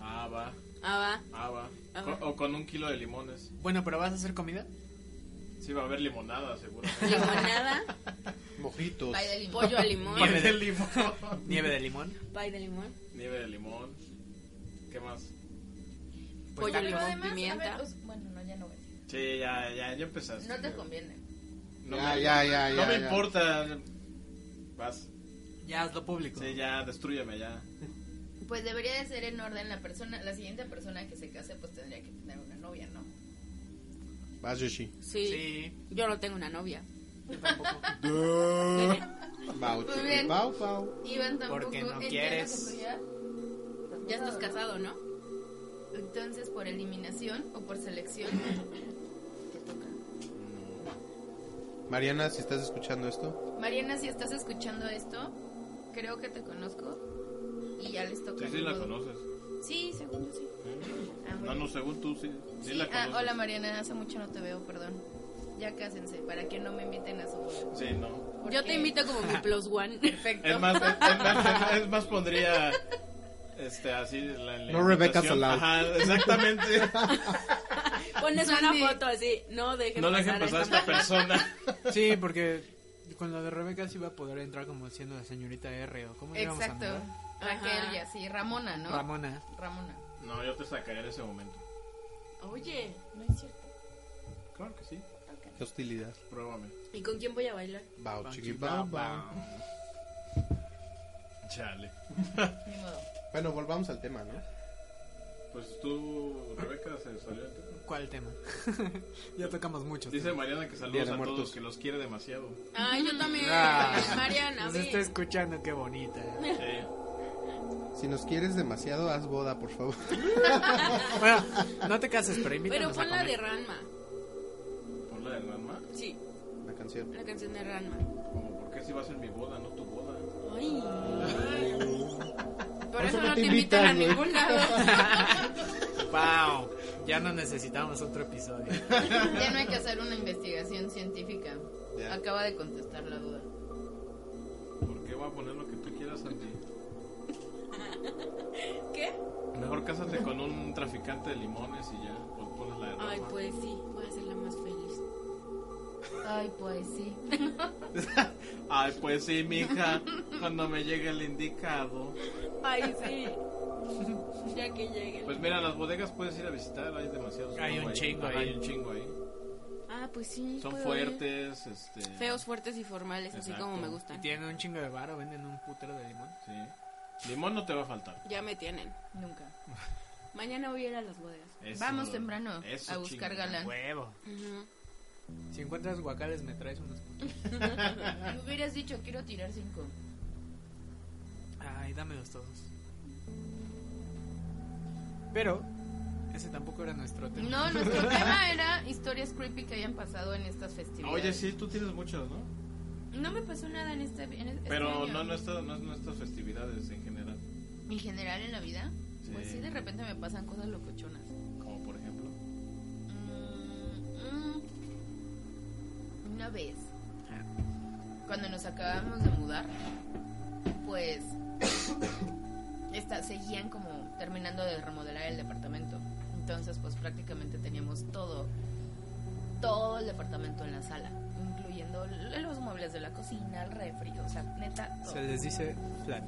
E: Ah, va,
B: Ah, va.
E: ah, va.
B: Ah,
E: Co-
B: va.
E: o con un kilo de limones.
C: Bueno, pero ¿vas a hacer comida?
E: Sí, va a haber limonada, seguramente.
B: Limonada,
E: Pues,
A: mojitos.
D: Pay de limón.
B: pollo al limón,
E: Nieve de limón.
C: Nieve de limón.
B: pay de limón.
E: Nieve de limón. ¿Qué más?
B: Pollo,
D: Pero
B: limón,
D: además,
B: pimienta.
D: a ver, os- bueno, no, ya no voy a decir.
E: Sí, ya, ya, ya empezaste.
D: No te conviene.
E: No
A: ya,
E: me,
A: ya, ya,
E: no
A: ya,
E: me
A: ya.
E: importa. Vas.
C: Ya hazlo público.
E: Sí, ya, destruyeme ya.
D: Pues debería de ser en orden la persona, la siguiente persona que se case pues tendría que tener una novia, ¿no?
A: Vas, Yoshi.
B: Sí.
C: Sí,
B: Yo no tengo una novia.
C: yo tampoco.
A: Pau,
D: Muy
A: chiqui,
D: bien.
A: pau, pau.
D: Iván tampoco.
C: Porque no
D: ¿entiendes
C: quieres.
D: que tú ya?
B: Ya estás casado, ¿no?
D: Entonces, por eliminación o por selección, te toca.
A: Mariana, si estás escuchando esto,
D: Mariana, si estás escuchando esto, creo que te conozco y ya les toca.
E: Sí, sí
D: ni
E: la
D: modo.
E: conoces.
D: Sí, según yo sí. Ah, muy
E: No, no,
D: bien.
E: según tú sí. Sí,
D: Sí,
E: la
D: ah,
E: conoces.
D: hola Mariana, hace mucho no te veo, perdón. Ya cásense, para que no me inviten a su boda.
E: Sí, no.
B: Yo te invito como mi plus one.
D: Perfecto.
E: Es más, es más, es más pondría. Este, así. La, la
A: No Rebecca
E: invitación.
A: Solá.
E: Ajá, exactamente.
B: Pones una
D: Sandy.
B: foto así. No dejen
E: No dejen pasar a esta persona.
C: Sí, porque con lo de Rebeca sí va a poder entrar como siendo la señorita R o como llamamos
D: Exacto. Raquel y así. Ramona, ¿no?
C: Ramona.
D: Ramona.
E: No, yo te sacaría en ese momento.
B: Oye,
D: No es cierto.
E: Claro que sí.
A: qué hostilidad.
E: Pruébame.
B: ¿y con quién voy a bailar?
A: Bao,
C: Bao,
A: chiqui,
C: chiqui,
A: bao, bao.
E: Chale.
D: Ni modo.
A: Bueno, volvamos al tema, ¿no?
E: Pues tú, Rebeca, se salió del tema.
C: ¿Cuál tema? ya tocamos muchos.
E: Dice
C: temas.
E: Mariana que
A: Día
E: saludos
A: de
E: a todos,
A: Muertos.
E: que los quiere demasiado.
B: Ah, yo también.
C: Ah.
B: Mariana,
C: Nos
B: ven.
C: está escuchando, qué bonita.
E: Sí.
A: Si nos quieres demasiado, haz boda, por favor.
C: Bueno, no te cases, pero
B: Pero
C: invítanos a
B: pon la de
C: comer.
B: Ranma.
E: ¿Por la de mamá?
B: Sí,
A: La canción.
B: la canción de Ranma.
E: Como, ¿por qué si vas en mi boda, no tu boda?
B: Ay. Por
A: eso
B: eso
A: no
B: no
A: te
B: te invitan a
A: invitan, güey.
B: ningún lado.
C: Wow, ya no necesitamos otro episodio.
D: Ya no hay que hacer una investigación científica.
A: Ya.
D: Acaba de contestar la duda.
E: ¿Por qué va a poner lo que tú quieras, Andy?
B: ¿Qué?
E: Mejor cásate con un traficante de limones y ya, pues pones la de Roma.
B: Ay, pues sí, voy a hacerla más feliz.
D: Ay, pues sí.
E: Ay, pues sí, mija, cuando me llegue el indicado.
B: Ay, sí. Ya que llegue.
E: Pues mira, las bodegas puedes ir a visitar, hay demasiados.
C: Hay un
E: Ajá,
C: chingo ahí.
E: Hay un chingo ahí.
B: Ah, pues sí.
E: Son
B: puedo ir.
E: fuertes, este...
B: Feos, fuertes y formales, así
E: Exacto.
B: como me
C: Y
B: gustan.
C: tienen un chingo de varo, venden un putero de limón.
E: Sí. Limón no te va a faltar.
B: Ya me tienen.
D: Nunca.
B: Mañana voy a ir a las bodegas.
E: Eso,
D: Vamos temprano
E: eso,
D: a buscar
E: chingo.
D: galán.
C: Huevo.
B: Ujú.
C: Si encuentras guacales, me traes unos.
D: Me hubieras dicho, quiero tirar cinco.
C: Ay, dámelos todos. Pero, ese tampoco era nuestro tema.
D: No, nuestro tema era historias creepy que hayan pasado en estas festividades.
E: Oye, sí, tú tienes muchos, ¿no?
D: No me pasó nada en este, en este
E: Pero
D: año.
E: no, no, está, no es nuestras festividades en general.
D: En general en la vida,
E: Sí.
D: pues sí, de repente me pasan cosas locochonas.
E: Como por ejemplo.
D: Mm, mm. Una vez, cuando nos acabamos de mudar, pues esta- seguían como terminando de remodelar el departamento. Entonces, pues prácticamente teníamos todo, todo el departamento en la sala, incluyendo l- los muebles de la cocina, el refri, o sea, neta, todo.
C: Se les dice flat.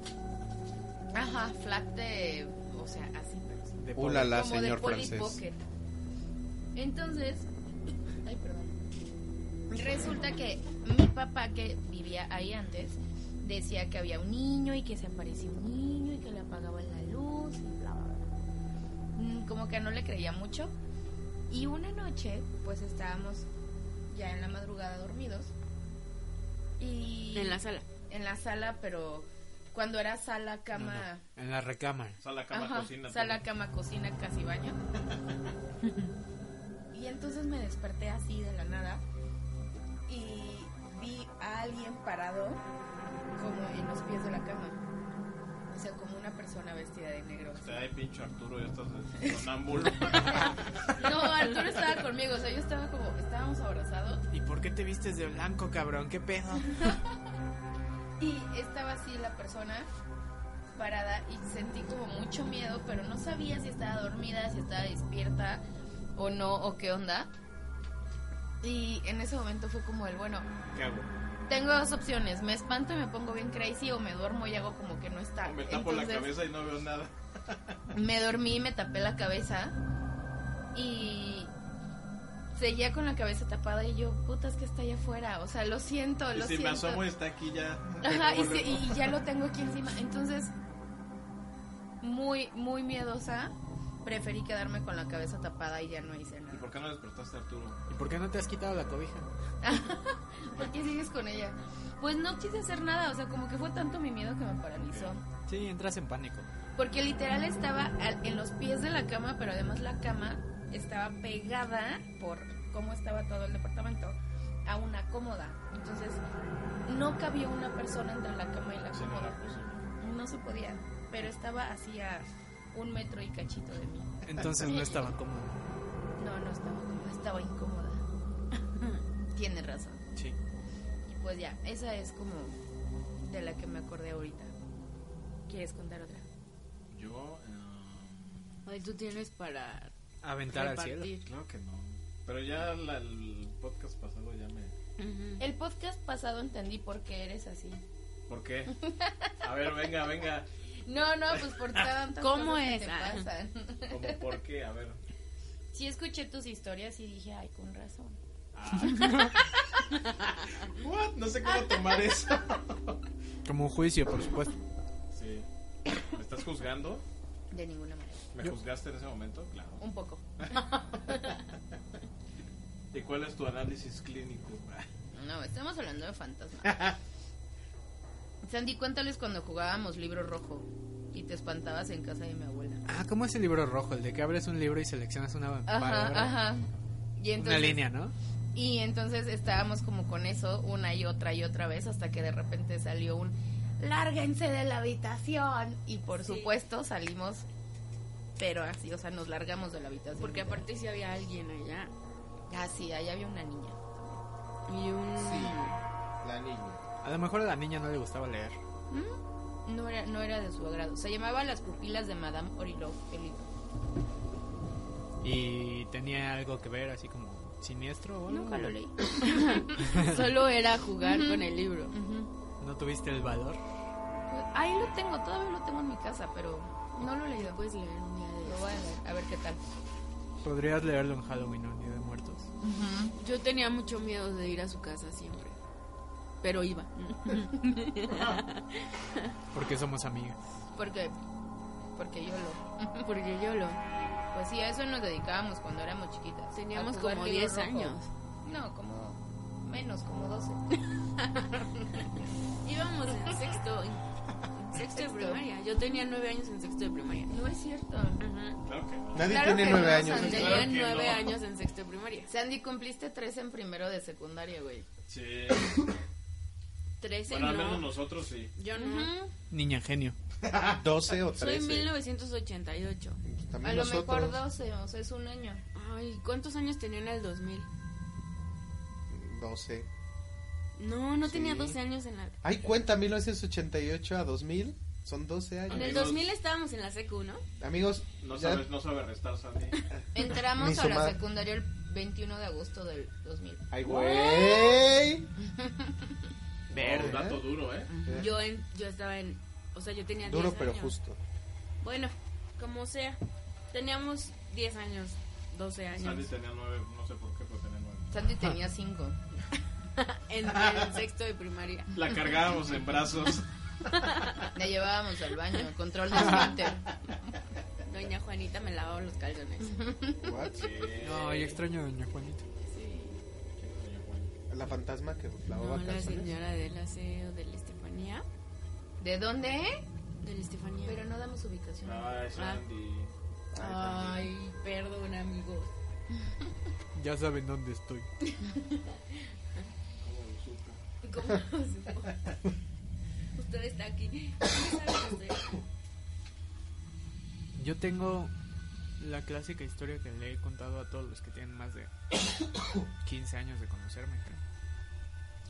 D: Ajá, flat de, o sea, así, pero sí.
C: De pobre.
A: Ulala,
D: como
A: Uh, señor
D: de Polly
A: francés.
D: Pocket. Entonces, ay, perdón. Resulta que mi papá que vivía ahí antes decía que había un niño y que se aparecía un niño y que le apagaban la luz y bla bla bla. Mm, Como que no le creía mucho. Y una noche, pues estábamos ya en la madrugada dormidos. Y
B: En la sala.
D: en la sala, pero cuando era sala, cama.
C: No, no, En la recámara.
E: Sala, cama,
D: Ajá,
E: cocina.
D: Sala,
E: todo.
D: cama, cocina, casi baño. y entonces me desperté así de la nada y vi a alguien parado como en los pies de la cama. O sea, como una persona vestida de negro.
E: Este, ay, pincho Arturo, ya estás en sonámbulo.
D: No, Arturo estaba conmigo, o sea, yo estaba como, estábamos abrazados
C: ¿Y por qué te vistes de blanco, cabrón? ¿Qué pedo?
D: y estaba así la persona parada y sentí como mucho miedo, pero no sabía si estaba dormida, si estaba despierta o no, o qué onda. Y en ese momento fue como el, bueno,
E: ¿Qué hago?
D: tengo dos opciones, me espanto y me pongo bien crazy o me duermo y hago como que no está.
E: O me tapo la
D: Entonces,
E: cabeza y no veo nada.
D: me dormí, me tapé la cabeza y seguía con la cabeza tapada y yo, putas que está allá afuera, o sea, lo siento,
E: y
D: lo
E: si
D: siento.
E: me asomo está aquí ya.
D: Ajá, y,
E: Como
D: se-
E: luego.
D: y ya lo tengo aquí encima. Entonces, muy, muy miedosa, preferí quedarme con la cabeza tapada y ya no hice
E: ¿Y
D: nada.
E: por qué no despertaste a Arturo?
C: ¿Y por qué no te has quitado la cobija?
D: ¿Por qué sigues con ella? Pues no quise hacer nada, o sea, como que fue tanto mi miedo que me paralizó.
C: Sí, entras en pánico.
D: Porque literal estaba al- en los pies de la cama, pero además la cama estaba pegada por cómo estaba todo el departamento a una cómoda. Entonces no cabía una persona entre la cama y la
E: Sí, no
D: cómoda.
E: era posible.
D: No se podía, pero estaba así a un metro y cachito de mí.
C: Entonces no estaba cómodo.
D: No, no estaba cómoda, estaba incómoda. Tiene razón.
C: Sí.
D: Y pues ya, esa es como de la que me acordé ahorita. ¿Quieres contar otra?
E: Yo, eh,
B: Ay, tú tienes para
C: Aventar al cielo.
B: repartir.
E: claro que no. Pero ya la- el podcast pasado ya me...
B: Ujú.
D: El podcast pasado entendí por qué eres así.
E: ¿Por qué? A ver, venga, venga.
D: No, no, pues por tantas
B: ¿Cómo
D: cosas que
B: es?
D: te
B: Ah.
D: pasan.
E: ¿Cómo por qué? A ver.
D: Sí escuché tus historias y dije, ay, con razón.
E: Ah. What? No sé cómo tomar eso.
C: Como un juicio, por supuesto.
E: Sí. ¿Me estás juzgando?
D: De ninguna manera.
E: ¿Me
C: Yo-
E: juzgaste en ese momento? Claro.
D: Un poco.
E: ¿Y cuál es tu análisis clínico?
D: No, estamos hablando de fantasmas. Sandy, cuéntales cuando jugábamos libro rojo y te espantabas en casa de mi abuela.
C: Ah, ¿cómo es el libro rojo? El de que abres un libro y seleccionas una
D: Ajá,
C: palabra.
D: ajá. Y entonces,
C: una línea, ¿no?
D: Y entonces estábamos como con eso una y otra y otra vez hasta que de repente salió un lárguense de la habitación y por
B: Sí.
D: supuesto salimos pero así, o sea, nos largamos de la habitación.
B: Porque aparte si había alguien allá.
D: ah, sí, ahí había una niña.
B: Y un...
A: La niña.
C: A lo mejor a la niña no le gustaba leer.
D: No era no era de su agrado. Se llamaba Las pupilas de Madame Orilov el libro.
C: Y tenía algo que ver, así como siniestro o algo.
D: Nunca lo leí.
B: Solo era jugar con el libro.
D: Ujú.
C: No tuviste el valor.
D: Pues, ahí lo tengo, todavía lo tengo en mi casa, pero no lo he leído.
B: Puedes leer un día de
D: Lo voy a leer, a ver qué tal.
C: Podrías leerlo en Halloween o en Día de Muertos.
B: Yo tenía mucho miedo de ir a su casa siempre. Pero iba.
C: Porque somos amigas.
D: Porque porque yo lo
B: Porque yo lo.
D: Pues sí, a eso nos dedicábamos cuando éramos chiquitas.
B: Teníamos
D: A jugar
B: como
D: libro
B: 10
D: rojo.
B: años.
D: No, como menos, como 12.
B: Íbamos en sexto. en sexto de
D: Sexto.
B: primaria. Yo tenía nueve años en sexto de primaria.
D: No es cierto.
B: Ajá.
E: Claro que no.
A: Nadie
D: Claro
A: tiene
D: que
A: nueve
D: no,
A: años.
D: Sandra.
A: ¿eh?
B: Tenía
E: que no.
B: nueve años en sexto de primaria.
D: Sandy, cumpliste 3 en primero de secundaria, güey.
E: Sí.
B: Trece
E: Bueno, al menos
B: no.
E: nosotros sí.
B: Yo no.
C: Niña genio.
A: 12 o
B: Soy
A: 13.
B: 1988.
A: También
D: A lo mejor
A: nosotros.
D: 12, o sea, es un año.
B: Ay, ¿cuántos años tenía en el 2000?
A: 12.
B: No, no
A: Sí.
B: tenía 12 años en la...
A: Ay, cuenta, 1988 a 2000. Son 12
B: En
A: años.
B: el 2000 estábamos en la secu, ¿no?
A: Amigos,
E: No
A: ya-
E: sabes, no sabe restar, Sandy.
A: Ni
D: Entramos a la
A: sumar.
D: secundaria el 21 de agosto del 2000.
A: Ay, güey.
E: Un
A: Verde.
E: dato duro, ¿eh?
B: Yo, en, yo estaba en... O sea, yo tenía 10
A: Duro pero
B: años.
A: justo.
B: Bueno, como sea. Teníamos 10 años, 12
E: Sandy
B: años.
E: tenía nueve, no sé por qué, pero tenía nueve.
A: Ah.
D: Sandy tenía 5.
B: En el sexto de primaria.
E: La cargábamos en brazos.
D: La llevábamos al baño, control de esfínter.
B: Doña Juanita me lavaba los calzones.
A: What?
E: Eh,
C: No, y extraño a Doña Juanita.
A: La fantasma que lavaba
B: No, la
A: calzones.
B: señora del aseo de la Estefanía.
D: ¿De dónde?
B: De la Estefanía.
D: Pero no damos ubicación.
C: Ah.
E: Ay, Sandy.
B: Ay, perdón, amigos.
C: Ya saben dónde estoy.
E: ¿Cómo lo supo?
B: ¿Cómo lo supo? Usted está aquí. ¿Usted sabe que estoy?
C: Yo tengo la clásica historia que le he contado a todos los que tienen más de 15 años de conocerme, creo.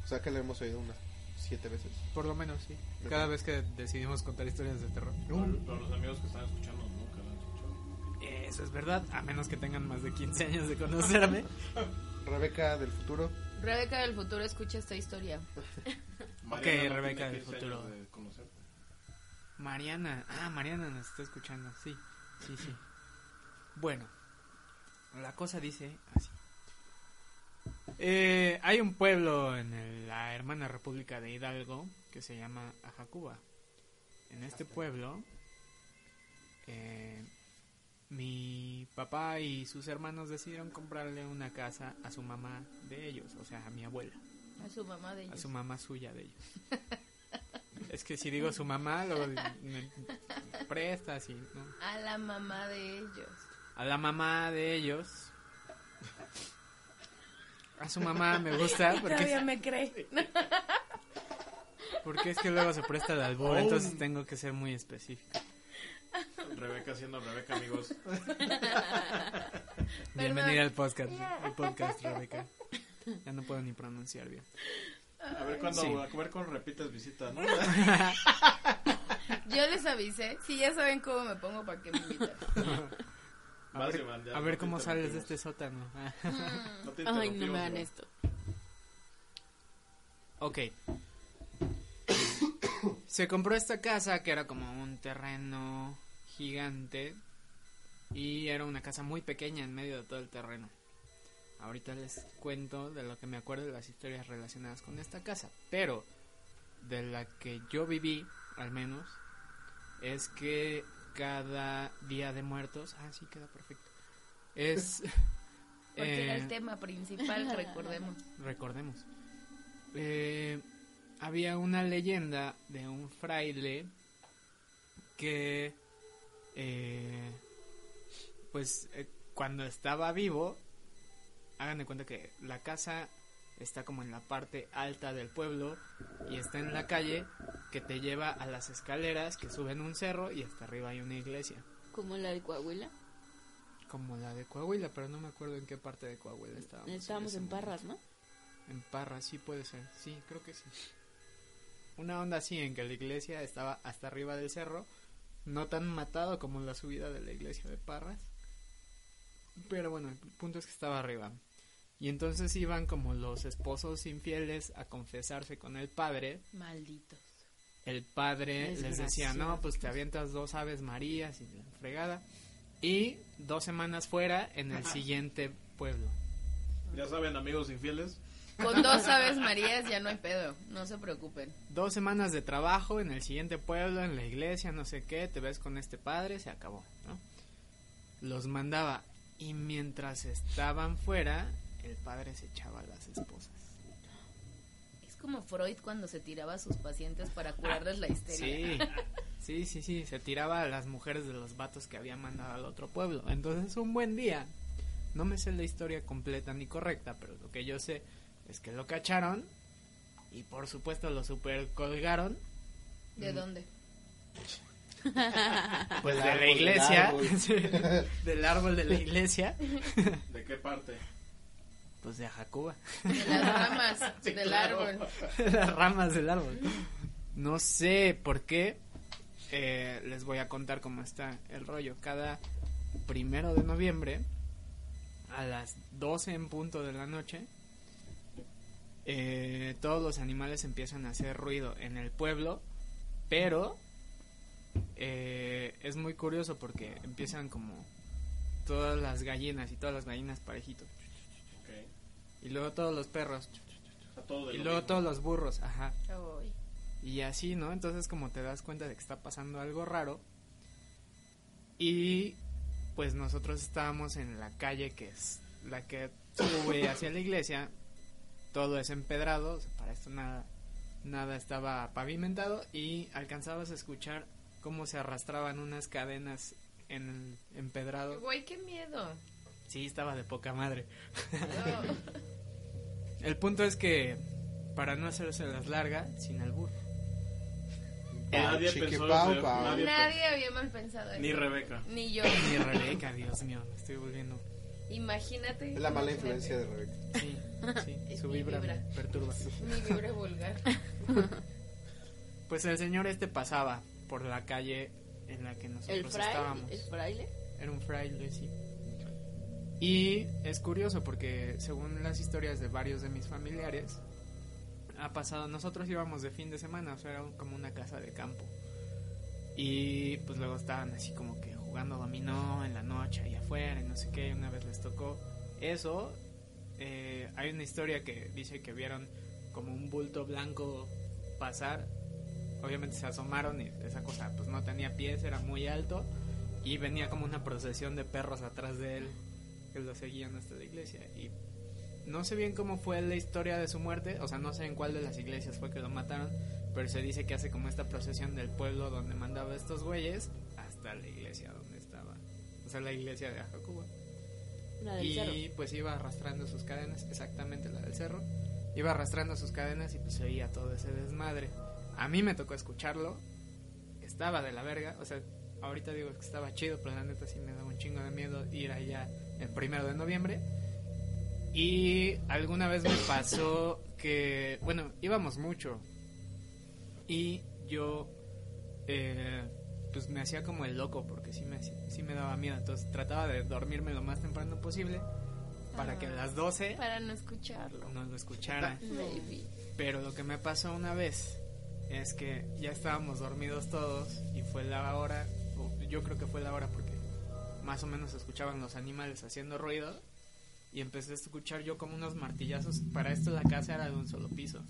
A: O sea que la hemos oído unas siete veces.
C: Por lo menos, sí. Cada vez que decidimos contar historias de terror.
E: Pero los amigos que están escuchando nunca lo han escuchado.
C: Eso es verdad, a menos que tengan más de 15 años de conocerme.
A: Rebeca del futuro.
D: Rebeca del futuro escucha esta historia.
E: Mariana no
C: Rebeca,
E: tiene
C: del
E: 15
C: futuro.
E: años de conocerte.
C: Mariana, ah, Mariana nos está escuchando, sí, sí, sí. Bueno, la cosa dice así. Eh, hay un pueblo en el- la hermana República de Hidalgo que se llama Ajacuba. En este pueblo, eh, mi papá y sus hermanos decidieron comprarle una casa a su mamá de ellos, o sea, a mi abuela.
D: A su mamá de
C: a
D: ellos.
C: su mamá suya de ellos. es que si digo su mamá, luego me prestas y no.
D: A la mamá de ellos.
C: A la mamá de ellos. A su mamá me gusta porque
G: Todavía
C: es,
G: me cree.
C: porque es que luego se presta el albur,
A: Oh.
C: entonces tengo que ser muy específico.
E: Rebeca siendo Rebeca, amigos.
C: Bienvenida al podcast, al podcast Rebeca. Ya no puedo ni pronunciar bien.
E: A ver cuando,
C: Sí.
E: a ver cuando repites visita, ¿no?
D: Yo les avisé. Si ya saben cómo me pongo para que me inviten.
C: A
E: Vas,
C: ver,
E: Iván, ya
C: a
E: no
C: ver
E: te
C: cómo sales de este
E: interrumpimos.
C: sótano.
E: No te
B: Ay, no
E: interrumpimos,
B: me hagan
E: Iván.
B: esto.
C: Ok. Se compró esta casa que era como un terreno gigante y era una casa muy pequeña en medio de todo el terreno. Ahorita les cuento de lo que me acuerdo de las historias relacionadas con esta casa, pero de la que yo viví, al menos, es que cada día de muertos, ah, sí, queda perfecto, es...
D: Porque era el
C: eh,
D: tema principal, recordemos.
C: recordemos. Eh, había una leyenda de un fraile que, eh, pues, eh, cuando estaba vivo, hagan de cuenta que la casa está como en la parte alta del pueblo y está en la calle que te lleva a las escaleras que suben un cerro y hasta arriba hay una iglesia,
B: Como la de Coahuila.
C: como la de Coahuila, pero no me acuerdo en qué parte de Coahuila estábamos. en
B: Estábamos
C: ese
B: en
C: momento.
B: Parras, ¿no?
C: En Parra, sí puede ser. Sí, creo que sí. Una onda así en que la iglesia estaba hasta arriba del cerro, no tan matado como la subida de la iglesia de Parras. Pero bueno, el punto es que estaba arriba. Y entonces iban como los esposos infieles a confesarse con el padre.
B: Malditos.
C: El padre les decía, no, pues te avientas dos aves marías y la fregada. Y dos semanas fuera en el siguiente pueblo.
E: Ya saben, amigos infieles.
D: Con dos aves marías ya no hay pedo. No se preocupen.
C: dos semanas de trabajo en el siguiente pueblo, en la iglesia, no sé qué, te ves con este padre, se acabó, ¿no? Los mandaba y mientras estaban fuera, el padre se echaba a las esposas.
D: Es como Freud cuando se tiraba a sus pacientes para curarles la histeria.
C: Sí, sí, sí, sí, se tiraba a las mujeres de los vatos que había mandado al otro pueblo. Entonces un buen día, no me sé la historia completa ni correcta, pero lo que yo sé es que lo cacharon y por supuesto lo super colgaron
D: ¿De dónde?
C: pues de la
A: árbol,
C: iglesia,
A: del árbol.
C: Sí, del árbol de la iglesia,
E: ¿De qué parte?
C: pues de Jacoba,
D: De las ramas,
E: Sí,
D: del
E: claro.
D: árbol.
C: las ramas del árbol. No sé por qué, eh, les voy a contar cómo está el rollo. Cada primero de noviembre, a las 12 en punto de la noche, eh, todos los animales empiezan a hacer ruido en el pueblo, pero eh, es muy curioso porque empiezan como todas las gallinas y todas las gallinas parejitos.
E: Ok.
C: Y luego todos los perros.
E: A todo de
C: Y
E: lo
C: luego
E: mismo.
C: todos los burros. Ajá.
D: Ay.
C: Y así, ¿no? Entonces como te das cuenta de que está pasando algo raro. Y pues nosotros estábamos en la calle que es la que sube hacia la iglesia. Todo es empedrado. o sea, para esto nada, nada estaba pavimentado. Y alcanzabas a escuchar cómo se arrastraban unas cadenas en el empedrado.
D: Güey, qué miedo.
C: Sí, estaba de poca madre.
D: No.
C: El punto es que, para no hacerse las largas, sin albur.
E: Nadie
A: Pau,
E: pensó
A: chiquipau,
E: en-
A: pau.
E: nadie-
D: Nadie había mal pensado eso.
E: Ni Rebeca.
D: Ni yo.
C: Ni Rebeca, Dios mío, me estoy volviendo.
D: Imagínate.
A: Es la mala influencia de Rebeca.
C: Sí, sí,
D: Es
C: su
D: mi
C: vibra me
D: vibra.
C: perturba.
D: Mi vibra vulgar.
C: Pues el señor este pasaba por la calle en la que nosotros
B: El fraile.
C: estábamos.
B: El fraile.
C: Era un fraile, sí. Y es curioso porque según las historias de varios de mis familiares, ha pasado, nosotros íbamos de fin de semana, o sea, era un- como una casa de campo. Y pues luego estaban así como que jugando dominó en la noche ahí afuera y no sé qué, y una vez les tocó eso. eh, hay una historia que dice que vieron como un bulto blanco pasar. Obviamente se asomaron y esa cosa pues no tenía pies, era muy alto. Y venía como una procesión de perros atrás de él que lo seguían hasta la iglesia. Y No sé bien cómo fue la historia de su muerte, o sea, no sé en cuál de las iglesias fue que lo mataron, pero se dice que hace como esta procesión del pueblo donde mandaba estos güeyes hasta la iglesia donde estaba. O sea, la iglesia de Ajacuba.
D: La del
C: y
D: cerro.
C: pues iba arrastrando sus cadenas, exactamente la del cerro. Iba arrastrando sus cadenas y pues se oía todo ese desmadre. A mí me tocó escucharlo. Estaba de la verga. O sea, ahorita digo que estaba chido, pero la neta sí me daba un chingo de miedo ir allá el primero de noviembre. Y alguna vez me pasó que, bueno, íbamos mucho. Y yo, eh, pues me hacía como el loco, porque sí me, hacía- sí me daba miedo. Entonces trataba de dormirme lo más temprano posible para
B: Ah.
C: que a las 12
B: Para no escucharlo.
C: nos lo escucharan.
B: Maybe.
C: Pero lo que me pasó una vez es que ya estábamos dormidos todos y fue la hora, o yo creo que fue la hora porque más o menos escuchaban los animales haciendo ruido y empecé a escuchar yo como unos martillazos. Para esto la casa era de un solo piso.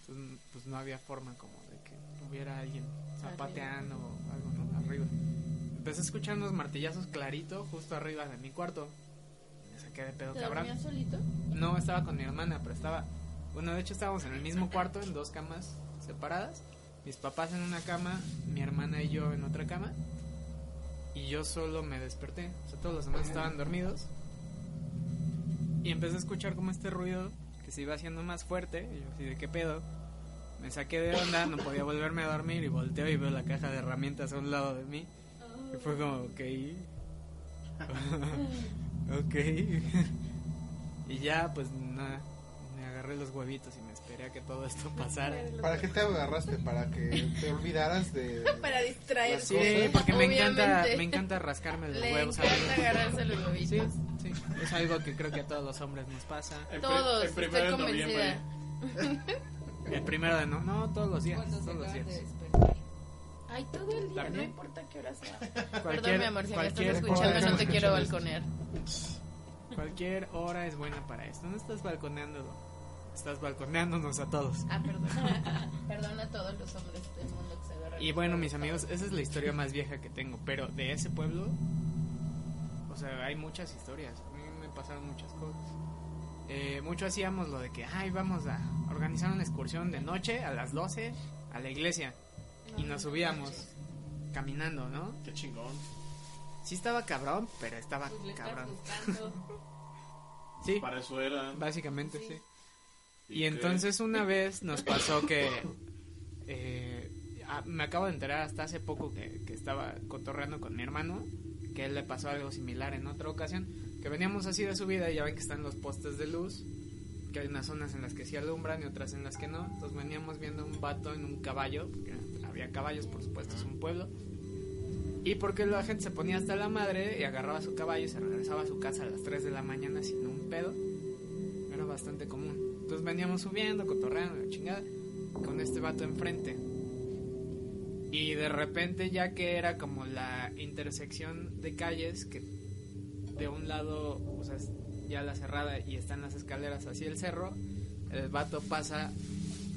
C: Entonces, pues no había forma como de que hubiera alguien zapateando o algo, ¿no? Arriba. Empecé a escuchar unos martillazos clarito justo arriba de mi cuarto. Me saqué de pedo,
B: ¿Te
C: cabrón.
B: dormías solito?
C: No, estaba con mi hermana, pero estaba. Bueno, de hecho estábamos en el mismo cuarto, en dos camas separadas. Mis papás en una cama, mi hermana y yo en otra cama. Y yo solo me desperté. O sea, todos los demás estaban dormidos. Y empecé a escuchar como este ruido que se iba haciendo más fuerte. Y yo así de qué pedo. Me saqué de onda, no podía volverme a dormir. Y volteo y veo la caja de herramientas a un lado de mí. Y fue como, ok. ok. y ya, pues nada. Me agarré los huevitos y me esperé a que todo esto pasara.
A: ¿Para qué te agarraste? ¿Para que te olvidaras de...?
B: Para distraerse.
C: Sí, porque me encanta,
B: Obviamente.
C: me encanta rascarme los
B: Le
C: huevos.
B: encanta
C: amigo.
B: agarrarse los
C: Sí,
B: huevitos.
C: sí. Es algo que creo que a todos los hombres nos pasa.
E: En pri-
B: Todos,
E: en
B: estoy
E: primero de noviembre.
B: convencida.
C: El primero de no, no todos los días,
D: Cuando se
C: todos los
D: acaban
C: días.
D: de despertar.
B: Ay, todo el día,
C: También.
B: no importa qué hora sea.
C: Cualquier-
B: Perdón, mi amor, si me estás
C: cualquier
B: escuchando,
C: hora-
B: no te quiero balconear.
C: Cualquier hora es buena para esto. No estás balconeándolo, estás balconeándonos a todos.
D: Ah, perdón. perdón a todos los hombres del mundo que se agarran.
C: Y bueno, mis amigos, esa es la historia más vieja que tengo, pero de ese pueblo, o sea, hay muchas historias. A mí me pasaron muchas cosas. Eh, mucho hacíamos lo de que, ay, vamos a organizar una excursión de noche a las 12 a la iglesia. Y nos subíamos caminando, ¿no?
E: Qué chingón.
C: Sí estaba cabrón, pero estaba
D: Pues le estás
C: cabrón.
D: buscando.
C: Sí,
E: Para eso era.
C: básicamente sí. Y
E: qué?
C: entonces una vez nos pasó que eh, ah, me acabo de enterar hasta hace poco que, que estaba cotorreando con mi hermano, que a él le pasó algo similar en otra ocasión, que veníamos así de subida y ya ven que están los postes de luz, que hay unas zonas en las que sí alumbran y otras en las que no. Entonces veníamos viendo a un vato en un caballo, porque había caballos por supuesto, es un pueblo. Y porque la gente se ponía hasta la madre y agarraba su caballo y se regresaba a su casa a las 3 de la mañana sin un pedo. Era bastante común. Entonces veníamos subiendo, cotorreando, la chingada, con este vato enfrente. Y de repente, ya que era como la intersección de calles, que de un lado, o sea, es ya la cerrada y están las escaleras hacia el cerro, el vato pasa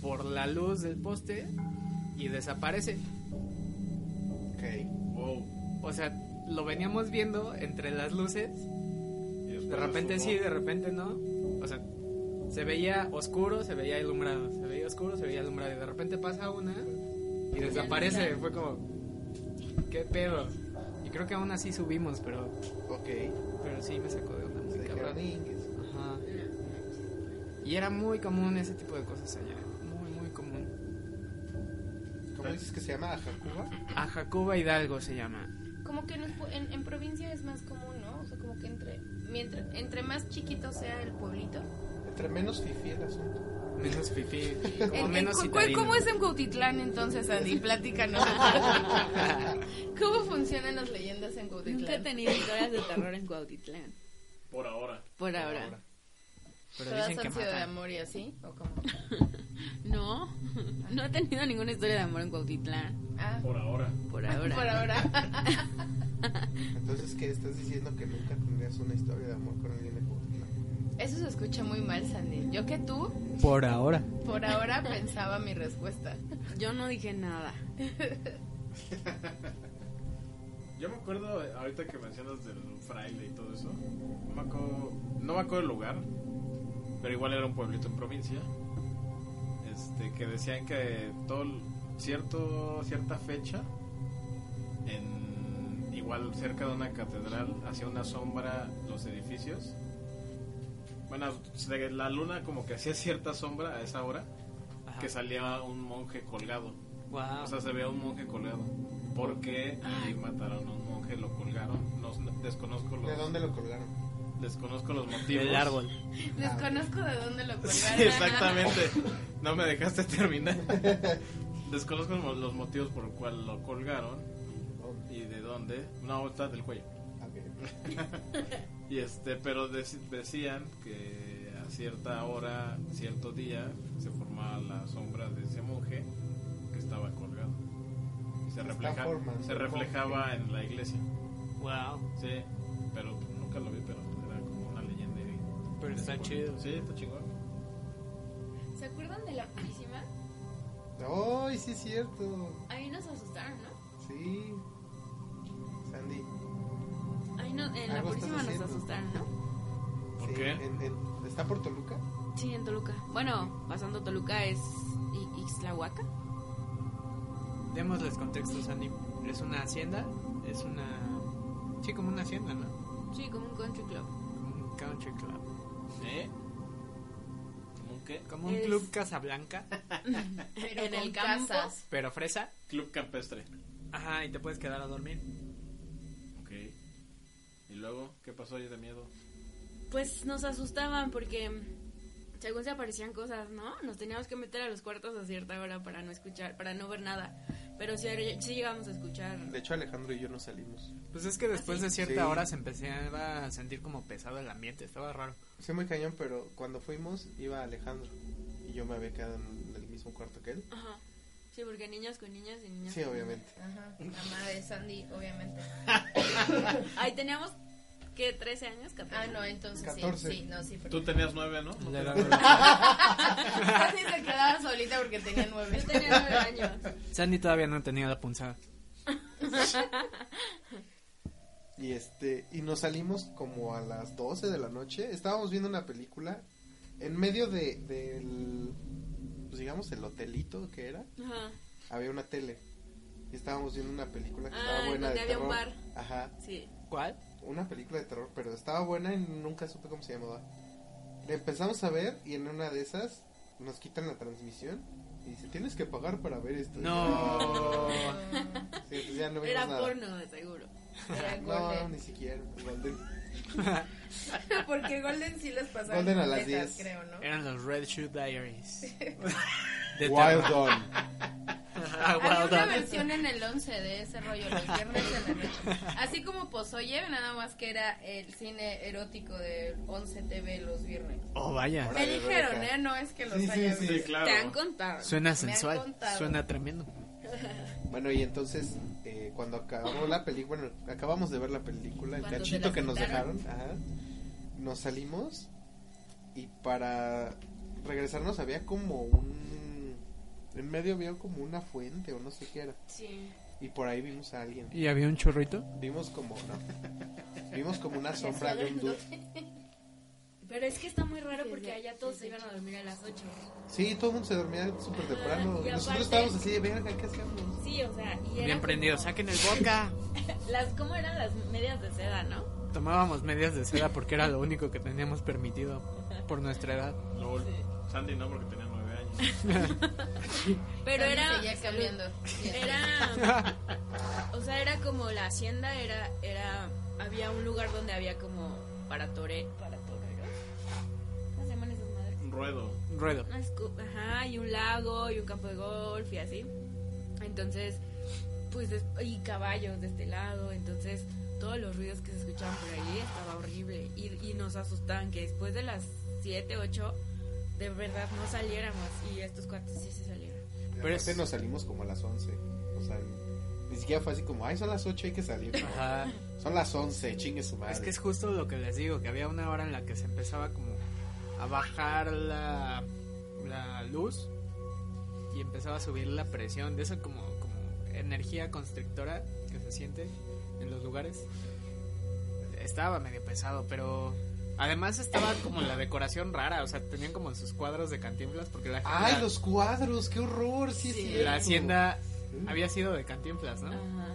C: por la luz del poste y desaparece.
A: Ok.
E: Wow.
C: O sea, lo veníamos viendo entre las luces
E: Y después
C: De repente
E: nos
C: sí,
E: sumó.
C: de repente no. O sea, se veía oscuro, se veía alumbrado. Se veía oscuro, se veía alumbrado. Y de repente pasa una y desaparece. Fue como, ¿qué pedo? Y creo que aún así subimos, pero,
A: Ok.
C: pero sí me sacó de una
A: Se
C: muy
A: dijeron,
C: cabrón.
A: "Ingues".
C: Ajá. Y era muy común ese tipo de cosas allá. Muy, muy común.
A: ¿Cómo dices que se llama? ¿Ajacuba?
C: A Jacoba Hidalgo se llama.
D: Como que en, los pu- en, en provincia es más común, ¿no? O sea, como que entre, mientras, entre más chiquito sea el pueblito.
A: Entre menos fifi el asunto.
C: Menos fifí,
D: En-
C: como
D: en-
C: menos
D: cu- cu-
C: citadino.
D: ¿Cómo es en Cuautitlán entonces, Andy? Platícanos. ¿Cómo funcionan las leyendas en
B: Nunca he
D: Cuautitlán?
B: tenido historias de terror en Cuautitlán.
E: Por ahora.
B: Por
A: ahora.
B: ahora.
C: Pero
D: ¿Todas
C: dicen que
D: han sido de
C: matan.
D: amor y así? ¿O cómo?
B: No, no he tenido ninguna historia de amor en Cuautitlán.
D: Ah,
E: Por ahora.
B: Por ahora.
D: por ahora.
A: Entonces, ¿qué? ¿Estás diciendo que nunca tendrías una historia de amor con alguien de Cuautitlán?
D: Eso se escucha muy mal, Sandy. Yo que tú,
C: Por ahora.
D: por ahora pensaba mi respuesta.
C: Ah,
B: Yo no dije nada.
E: Yo me acuerdo, eh, ahorita que mencionas del fraile y todo eso, no me acuerdo, no me acuerdo el lugar, pero igual era un pueblito en provincia, este, que decían que todo el- cierto cierta fecha, en igual cerca de una catedral hacía una sombra los edificios. Bueno, se- la luna como que hacía cierta sombra a esa hora,
C: Ajá.
E: que salía un monje colgado.
C: Guau.
E: O sea, se ve a un monje colgado. Porque ay, mataron a un monje, lo colgaron. No, s- desconozco los,
A: ¿De dónde lo colgaron?
E: desconozco los motivos.
C: del árbol.
D: Desconozco de dónde lo colgaron.
E: Sí, exactamente. No me dejaste terminar. Desconozco mo- los motivos por el cual lo colgaron
A: ¿Dónde?
E: y de dónde. Una vuelta del cuello.
A: Ah, ok.
E: Y este, pero dec- decían que a cierta hora, cierto día, se formaba la sombra de ese monje que estaba colgado. Y se,
A: Está
E: refleja,
A: formando
E: se
A: un
E: reflejaba en la iglesia.
C: Wow.
E: Sí, pero nunca lo vi, pero era como una leyenda. y-
C: Pero está chido.
E: Sí, está chingón.
D: ¿Se acuerdan de la purísima?
A: ¡Ay, sí es cierto!
D: Ahí nos asustaron, ¿no?
A: Sí. Sandy.
B: Ay, no, en la
A: Algo estás
B: próxima nos
A: haciendo.
B: asustaron, ¿no?
E: ¿Por
A: sí,
E: qué?
A: en- en- ¿Está por Toluca?
B: Sí, en Toluca. Bueno, pasando Toluca es I- Ixtlahuaca.
C: Démosles contexto, Sandy. Es una hacienda, es una... Sí, como una hacienda, ¿no?
B: Sí, como un country club.
C: Como un country club.
E: ¿Eh? ¿Cómo qué?
C: Como un
B: Es-
C: club Casablanca,
D: Pero
B: En
D: con
B: el campo.
D: casas.
C: pero fresa.
E: Club campestre.
C: Ajá, y te puedes quedar a dormir.
E: Ok. ¿Y luego qué pasó ahí de miedo?
B: Pues nos asustaban porque mm, según se aparecían cosas, ¿no? Nos teníamos que meter a los cuartos a cierta hora para no escuchar, para no ver nada. Pero sí, sí llegamos a escuchar.
A: De hecho, Alejandro y yo no salimos.
C: Pues es que después de cierta
A: Sí.
C: hora se empezaba a sentir como pesado el ambiente, estaba raro.
A: Sí, muy cañón, pero cuando fuimos iba Alejandro. Y yo me había quedado en el mismo cuarto que él.
B: Ajá. Sí, porque niños con niñas y niñas.
A: Sí, obviamente.
D: Ajá, mamá de Sandy, obviamente.
B: Ahí teníamos que 13 años, 14.
D: Ah, no, entonces
A: 14.
D: sí, sí, no, sí.
E: Tú
D: Porque...
E: tenías nueve, ¿no? ¿No
D: Sandy se quedaba solita porque tenía nueve.
B: Yo tenía 9 años.
C: Sandy todavía no tenía la punzada.
A: Y este y nos salimos como a las 12 de la noche. Estábamos viendo una película en medio de del pues digamos el hotelito que era.
B: Ajá.
A: Había una tele. Y estábamos viendo una película que
B: Ah,
A: estaba
B: en
A: buena
B: donde
A: de
B: había un
A: terror.
B: bar.
A: Ajá,
B: Sí.
C: ¿Cuál?
A: una película de terror, pero estaba buena y nunca supe cómo se llamaba. La empezamos a ver y en una de esas nos quitan la transmisión y dice, "Tienes que pagar para ver esto."
C: No.
A: Sí, entonces ya no vimos
B: Era
A: nada.
B: porno, de seguro.
D: Era
A: No,
D: Golden.
A: ni siquiera. Golden.
D: Porque Golden sí las pasaba.
A: Golden a las 10.
D: Creo, ¿no?
C: Eran los Red Shoe Diaries. De
A: Wild
C: terror.
A: Dawn.
C: Ajá,
D: Había
C: Wild
D: una
C: Dawn.
D: versión en el 11 de ese rollo, los viernes en la noche. Así como Pozoye, nada más que era el cine erótico de 11 TV los viernes.
C: Oh, vaya.
A: Ahora-
D: Me
A: Órale,
D: dijeron,
A: Rebeca.
D: ¿eh? No es que los
A: Sí, sí,
D: haya
A: sí,
D: visto.
E: claro.
B: Te han contado.
C: Suena
D: han
C: sensual,
D: contado.
C: suena tremendo.
A: Bueno, y entonces, eh, cuando acabó la película, bueno, acabamos de ver la película, el
B: Cuando te
A: cachito
B: la
A: que nos
B: quitaron.
A: dejaron, ajá, nos salimos y para regresarnos había como un... En medio había como una fuente o no sé qué era.
B: Sí.
A: Y por ahí vimos a alguien.
C: ¿Y había un chorrito?
A: Vimos como... no, vimos como una sombra de un dude.
B: Pero es que está muy raro porque allá todos se iban a dormir a las 8.
A: Sí, todo el mundo se dormía súper temprano.
B: y
A: Nosotros
B: aparte-
A: estábamos así de verga, ¿qué hacemos?
B: Sí, o sea, y era
C: Bien
B: como-
C: prendido, saquen el vodka.
B: Las, ¿Cómo eran las medias de seda, no?
C: Tomábamos medias de seda porque era lo único que teníamos permitido por nuestra edad.
E: Lol. Sandy no, porque tenía nueve años.
B: Pero era...
D: ya cambiando.
B: Era... O sea, era como la hacienda, era... era había un lugar donde había como para tore... Para toreros. ¿Cómo se llaman esas madres?
E: Un ruedo.
C: Ruedo.
B: Una escu- Ajá, y un lago, y un campo de golf, y así. Entonces, pues, des- y caballos de este lado. Entonces, todos los ruidos que se escuchaban por ahí estaba horrible. Y, y nos asustaban que después de las 7, 8, de verdad no saliéramos. Y estos cuates sí se salieron.
A: Pero
C: Pero
A: aparte
C: es-
A: nos salimos como a las 11. O sea, ni siquiera fue así como, ay, son las 8, hay que salir. ¿no?
C: Ajá.
A: Son las 11, chingue su madre.
C: Es que es justo lo que les digo, que había una hora en la que se empezaba como a bajar la, la luz y empezaba a subir la presión, de esa como, como energía constrictora que se siente en los lugares. Estaba medio pesado, pero Además estaba como la decoración rara, o sea, tenían como sus cuadros de cantinflas porque la,
A: Ay,
C: la-
A: los cuadros, qué horror, sí, Mm.
B: Sí.
A: sí.
C: la hacienda había sido de cantinflas, ¿no?
B: Ajá.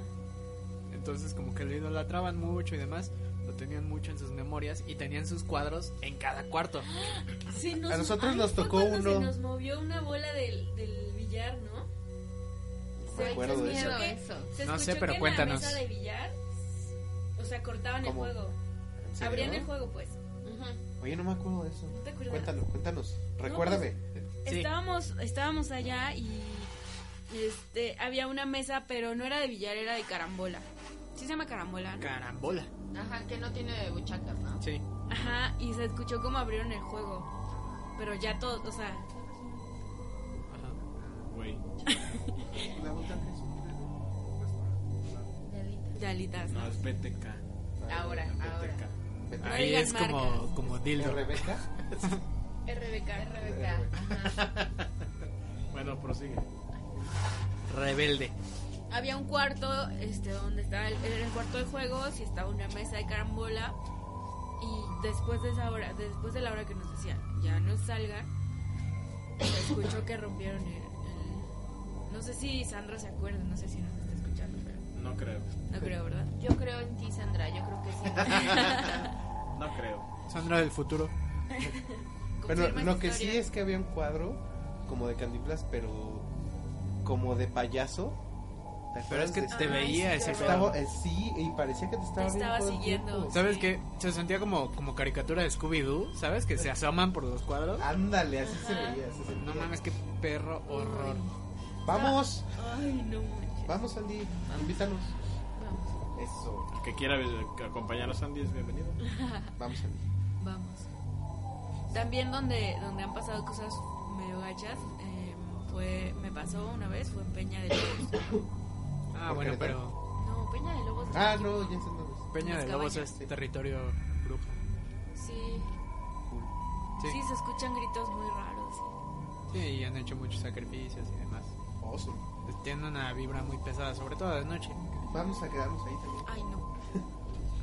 C: Entonces como que lo idolatraban mucho y demás, lo tenían mucho en sus memorias y tenían sus cuadros en cada cuarto.
B: Se nos-
A: A nosotros
B: ay,
A: nos
B: fue
A: tocó
B: cuando
A: uno.
B: Se nos movió una bola del, del billar, ¿no?
A: Me acuerdo
B: se
A: de
B: escuchó
A: eso.
B: que-
D: eso.
B: se
C: No sé,
B: escuchó
C: pero
B: que
C: cuéntanos.
B: En la mesa de billar, o sea, cortaban
A: ¿Cómo?
B: el juego.
A: ¿En serio?
B: Abrían el juego, pues.
A: Oye, no me acuerdo de eso.
B: ¿No te acuerdas?
A: Cuéntalo, cuéntanos. Recuérdame.
B: pues-
C: Sí.
B: Estábamos, estábamos allá y este, había una mesa, pero no era de billar, era de carambola. Sí se llama carambola, ¿no?
C: Carambola.
D: Ajá, que no tiene buchacas, ¿no?
C: Sí.
B: Ajá, y se escuchó cómo abrieron el juego. Pero ya todo, o sea,
C: Ajá.
E: Güey.
B: Yalitas,
E: No,
B: ¿no?
E: es BTK.
D: Ahora, ahora.
A: Vete.
B: No
C: Ahí
B: digan
C: es como,
B: marcas.
C: como dildo.
A: pues, Rebeca.
B: RBK.
D: RBK. Ajá.
E: Bueno, prosigue.
C: Rebelde.
B: Había un cuarto, este, donde estaba el, era el cuarto de juegos y estaba una mesa de carambola. Y después de esa hora, después de la hora que nos decían, ya no salgan, se escuchó que rompieron el, el- No sé si Sandra se acuerda, no sé si nos está escuchando, pero
E: No creo.
B: no creo, ¿verdad?
D: Yo creo en ti, Sandra. Yo creo que sí.
E: No creo.
C: Sandra del futuro.
A: Bueno,
B: Confirma
A: lo
B: esa
A: que sí
B: historia.
A: es que había un cuadro como de Cantinflas, pero como de payaso. ¿Te
C: Pero
A: acuerdas
C: es que
A: de-
C: te
B: Ay,
C: veía
B: ah, sí,
C: ese
B: claro.
A: Estaba,
C: pedo.
A: eh, sí, y parecía que te estaba
B: Te
A: viendo
B: estaba
A: todo el
B: siguiendo.
A: tiempo.
C: ¿Sabes qué? Se sentía como, como caricatura de Scooby-Doo, ¿sabes? Que se asoman por los cuadros.
A: Ándale, así se
B: Ajá.
A: veía. así se
C: No
A: veía.
C: mames, qué perro horror.
A: Vamos,
B: Ay, no manches.
A: vamos Andy, invítanos.
B: Vamos,
A: Eso,
E: El que quiera eh, acompañar a Sandy es bienvenido.
A: vamos Andy.
B: vamos. También donde, donde han pasado cosas medio gachas, eh, fue, me pasó una vez, fue en Peña de Lobos.
C: Ah,
A: Por
C: bueno,
A: Querétaro.
C: pero
B: No, Peña de Lobos.
A: Ah, no, ya sé dónde es.
C: Peña de
B: Las
C: Lobos
B: cabañas.
C: es territorio brujo.
B: Sí,
A: Cool.
C: Sí.
B: sí, se escuchan gritos muy raros.
C: Sí, y han hecho muchos sacrificios y demás.
A: Awesome.
C: Tienen una vibra muy pesada, sobre todo de noche.
A: Vamos a quedarnos ahí también.
B: Ay, no.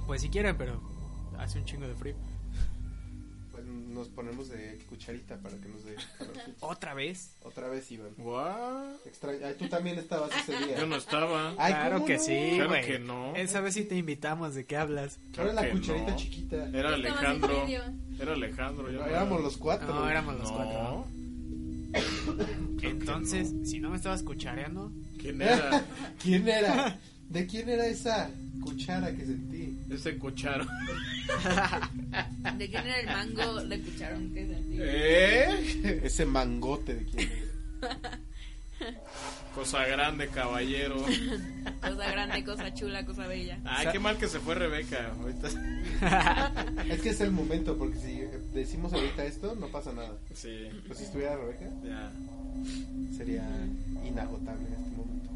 C: Pues si quieren, pero hace un chingo de frío.
A: Pues nos ponemos de cucharita para que nos dé calor.
C: ¿Otra vez?
A: Otra vez, Iván.
E: ¿What?
A: Extraño. Ay, tú también estabas ese día.
E: Yo no estaba.
A: Ay,
C: claro
A: ¿cómo
C: que
A: no?
C: sí,
E: Claro
C: güey.
E: que no.
C: Esa vez sí te invitamos, ¿de qué hablas?
A: Ahora
E: Claro
A: la
E: que
A: cucharita
E: no.
A: chiquita.
E: Era
B: Estabas en
E: Alejandro.
B: medio.
E: Era Alejandro. yo
A: Eh, No,
E: no
A: éramos
E: era.
A: los cuatro.
C: No, éramos los
E: No.
C: cuatro. Entonces, si no me estabas cuchareando,
E: ¿Quién era?
A: ¿Quién era? ¿De quién era esa cuchara que sentí?
E: Ese cucharo.
B: ¿De quién era el mango de cucharón que sentí?
E: ¿Eh?
A: Ese mangote de quién era.
E: Cosa grande, caballero.
B: Cosa grande, cosa chula, cosa bella.
E: Ay, qué mal que se fue Rebeca. Ahorita.
A: Es que es el momento, porque si decimos ahorita esto, no pasa nada.
E: Sí,
A: Pues si estuviera Rebeca,
E: ya.
A: sería inagotable en este momento.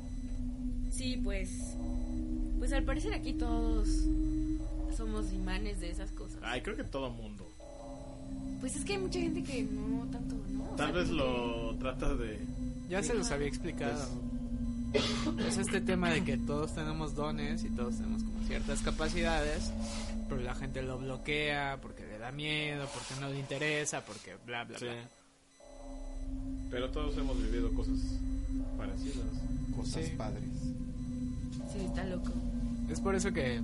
B: Sí, pues. Pues al parecer aquí todos somos imanes de esas cosas.
E: Ay, creo que todo mundo.
B: Pues es que hay mucha gente que no tanto, ¿no? O sea,
E: Tal vez
B: como
E: lo trata de.
C: ya se los había explicado.
A: Pues,
C: Es este tema de que todos tenemos dones y todos tenemos como ciertas capacidades, pero la gente lo bloquea porque le da miedo, porque no le interesa, porque bla, bla,
E: Sí.
C: bla.
E: Pero todos hemos vivido cosas parecidas.
A: Cosas
C: Sí.
A: padres.
B: que- Sí, está loco.
C: Es por eso que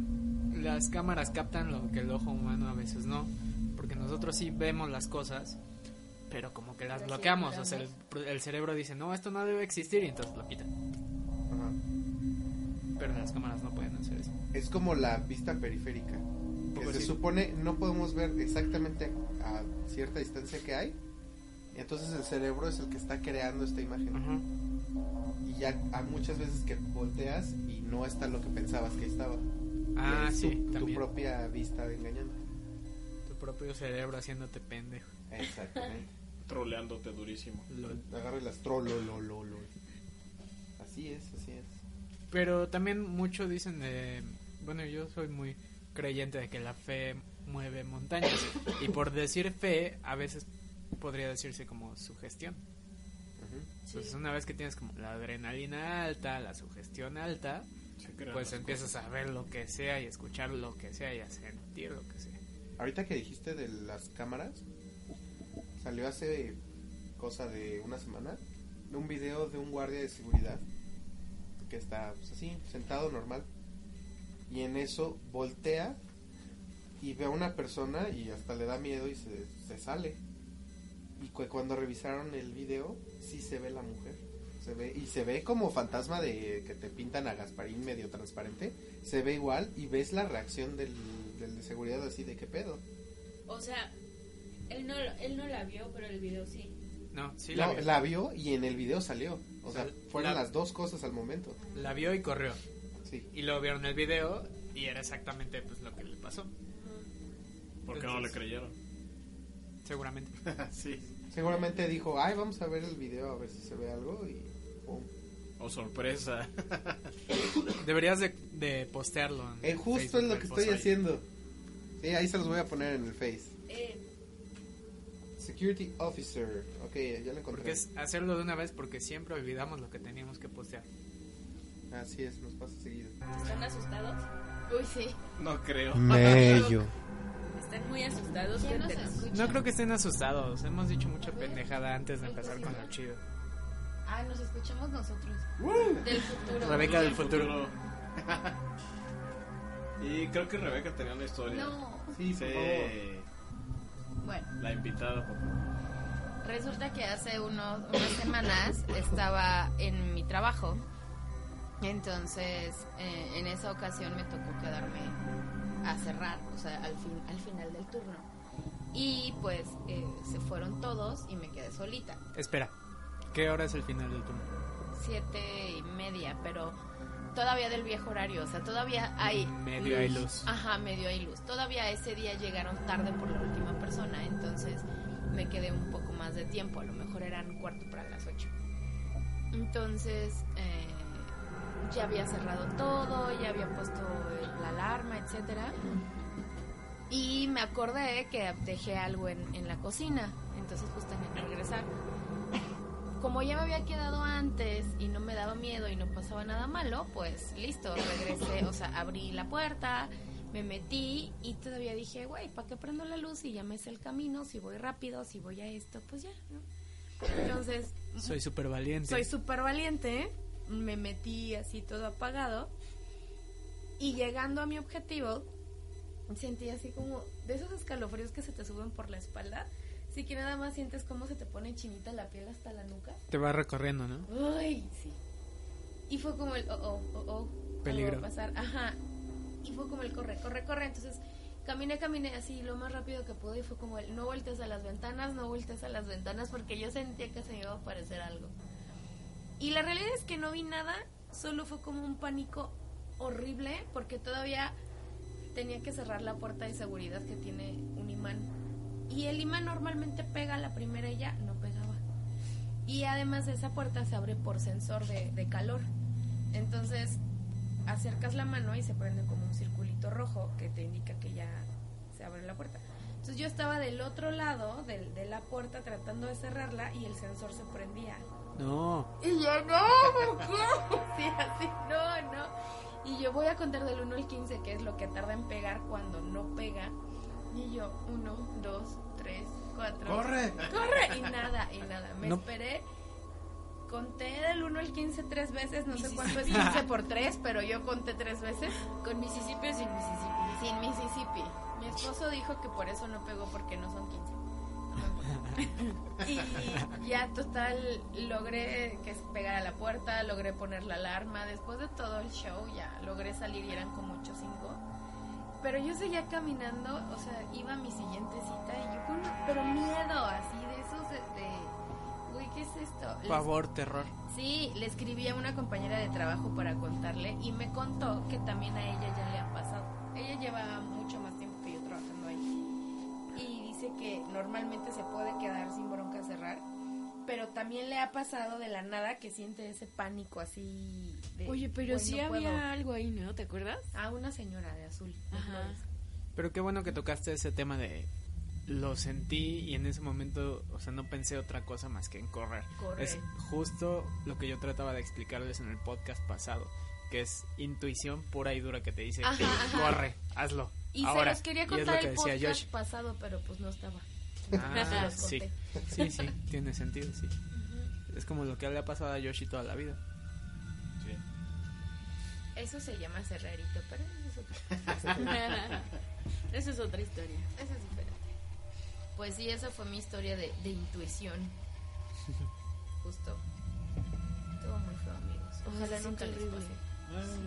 C: las cámaras captan lo que el ojo humano a veces no, porque nosotros sí vemos las cosas, pero como que las
D: Las
C: bloqueamos, o sea, el,
D: ignoramos.
C: el cerebro dice, no, esto no debe existir y entonces lo quita,
A: Ajá.
C: pero las cámaras no pueden hacer eso.
A: Es como la vista periférica. Que
C: poco
A: se
C: así.
A: supone no podemos ver exactamente a cierta distancia que hay. Y entonces el cerebro es el que está creando esta imagen.
C: Ajá.
A: Y ya hay muchas veces que volteas y no está lo que pensabas que estaba.
C: Ah,
A: Es tu-
C: sí,
A: tu,
C: también.
A: propia vista de engañando.
C: Tu propio cerebro haciéndote pendejo.
A: Exactamente.
E: Troleándote durísimo.
A: Agarra las trolo, lo, lo, lo. Así es, así es.
C: Pero también mucho dicen de... Bueno, yo soy muy creyente de que la fe mueve montañas. y por decir fe, a veces podría decirse como sugestión.
A: Ujú.
B: Sí.
C: Entonces una vez que tienes como la adrenalina alta, la sugestión alta,
E: Se crean
C: pues
E: las
C: empiezas a ver lo que sea y escuchar lo que sea y a sentir lo que sea.
A: ahorita que dijiste de las cámaras, salió hace cosa de una semana un video de un guardia de seguridad que está pues, así, sentado normal. Y en eso voltea y ve a una persona y hasta le da miedo y se, se sale. Y cu- cuando revisaron el video, sí se ve la mujer. Se ve, y se ve como fantasma de que te pintan a Gasparín medio transparente. Se ve igual y ves la reacción del, del de seguridad así de qué pedo.
B: O sea, él no, él no la vio, pero el video sí.
C: No, sí
A: No,
C: la
A: la,
C: vio.
A: vio. y en el video salió. O sea,
C: Sal-
A: fueron
C: la-
A: las dos cosas al momento.
C: La vio y corrió.
A: Sí.
C: Y luego vieron el video y era exactamente pues lo que le pasó.
E: Porque no le
C: Entonces-
E: creyeron.
C: Seguramente.
E: Ah, sí.
A: Seguramente dijo, ay, vamos a ver el video a ver si se ve algo y... pum.
C: Mm,
E: O Oh, sorpresa.
C: Deberías de, de postearlo. en
A: Eh, justo
C: Facebook,
A: es lo
C: el
A: que
C: post
A: estoy
C: ahí.
A: haciendo. Sí, ahí se los voy a poner en el Face.
B: Eh,
A: Security Officer. Ok, ya lo encontré.
C: Porque es hacerlo de una vez porque siempre olvidamos lo que teníamos que postear.
A: Así es, nos pasa seguido.
B: ¿Están asustados?
D: Uy, sí.
E: No creo.
A: Mello.
B: ¿Están muy asustados?
D: ¿Quién nos
B: Cuéntenos.
D: escucha?
C: No creo que estén asustados. Hemos dicho mucha pendejada antes de empezar con lo chido.
D: Ah, nos escuchamos nosotros. Del futuro.
C: Uh. Rebeca del futuro.
E: Futuro. y creo que Rebeca tenía una historia.
D: No.
A: Sí,
E: Sí.
A: por favor.
D: Bueno.
E: La invitada, por favor.
D: Resulta que hace unos, unas semanas estaba en mi trabajo. Entonces, eh, en esa ocasión me tocó quedarme a cerrar, o sea, al, fin, al final del turno. Y pues eh, se fueron todos y me quedé solita.
C: Espera, ¿qué hora es el final del turno?
D: Siete y media, pero todavía del viejo horario, o sea, todavía hay...
C: Medio hay luz.
D: Ajá, medio hay luz. Todavía ese día llegaron tarde por la última persona, entonces me quedé un poco más de tiempo, a lo mejor eran cuarto para las ocho. Entonces, eh, ya había cerrado todo, ya había puesto el- la alarma, etcétera. Y me acordé que dejé algo en, en la cocina, entonces justo en el regresar. Como ya me había quedado antes y no me daba miedo y no pasaba nada malo, pues listo, regresé, o sea, abrí la puerta, me metí y todavía dije, güey, ¿para qué prendo la luz? Y ya me sé el camino, si voy rápido, si voy a esto, pues ya, ¿no? Entonces,
C: Soy súper valiente.
D: soy súper valiente, me metí así todo apagado y llegando a mi objetivo sentí así como de esos escalofríos que se te suben por la espalda, así que nada más sientes cómo se te pone chinita la piel hasta la nuca.
C: Te va recorriendo, ¿no?
D: Ay, sí. Y fue como el, oh, oh, oh, oh, algo
C: Peligro.
D: va a pasar, ajá. Y fue como el corre, corre, corre. Entonces caminé, caminé así lo más rápido que pude y fue como el no voltees a las ventanas, no voltees a las ventanas porque yo sentía que se me iba a aparecer algo. Y la realidad es que no vi nada, solo fue como un pánico horrible porque todavía tenía que cerrar la puerta de seguridad que tiene un imán. Y el imán normalmente pega a la primera y ya no pegaba. Y además esa puerta se abre por sensor de, de calor. Entonces acercas la mano y se prende como un circulito rojo que te indica que ya se abre la puerta. Entonces yo estaba del otro lado del- de la puerta tratando de cerrarla y el sensor se prendía.
C: No.
D: Y yo, no, ¿por qué? Sí, así, no, no. Y yo voy a contar del 1 al 15, que es lo que tarda en pegar cuando no pega. Y yo, 1, 2, 3, 4.
E: ¡Corre!
D: ¡Corre! Y nada, y nada. Me
C: No.
D: esperé. Conté del 1 al 15 tres veces. No sé
B: Mississippi.
D: cuánto es 15 por 3, pero yo conté tres veces.
B: ¿Con Mississippi o sin Mississippi?
D: Sin Mississippi. Mi esposo dijo que por eso no pegó porque no son 15. Y ya total logré que se pegara la puerta, logré poner la alarma, después de todo el show ya logré salir y eran como 8 o 5. Pero yo seguía caminando, o sea, iba a mi siguiente cita y yo con pero miedo así de esos de, de, uy, ¿qué es esto? Les-
C: Pavor, terror.
D: Sí, le escribí a una compañera de trabajo para contarle y me contó que también a ella ya le ha pasado. Ella lleva mucho más tiempo que yo trabajando ahí. Y dice que normalmente se puede quedar sin bronca a cerrar, pero también le ha pasado de la nada que siente ese pánico así de...
B: Oye, pero
D: "Güey,
B: sí
D: no
B: había
D: puedo".
B: algo ahí, ¿no? ¿Te acuerdas?
D: A una señora de azul. de
B: Ajá.
D: flores.
C: Pero qué bueno que tocaste ese tema de lo sentí y en ese momento, o sea, no pensé otra cosa más que en correr.
D: Corre.
C: Es justo lo que yo trataba de explicarles en el podcast pasado, que es intuición pura y dura que te dice,
D: Ajá, ajá.
C: corre, hazlo.
D: Y
C: Ahora,
D: se los quería
C: y es lo
D: contar
C: que
D: el
C: decía
D: podcast
C: Josh.
D: pasado, pero pues no estaba.
C: Ah,
D: Los
C: sí.
D: corté.
C: Sí, sí, tiene sentido, sí. Es como lo que le ha pasado a Yoshi toda la vida.
E: Sí.
D: Eso se llama cerrarito, pero eso es otro-
B: Esa es otra historia.
D: eso es diferente. Pues sí, esa fue mi historia de, de intuición. Justo. Estuvo muy feo, amigos. Ojalá
B: es
D: nunca les
B: horrible.
D: pase.
E: Ah,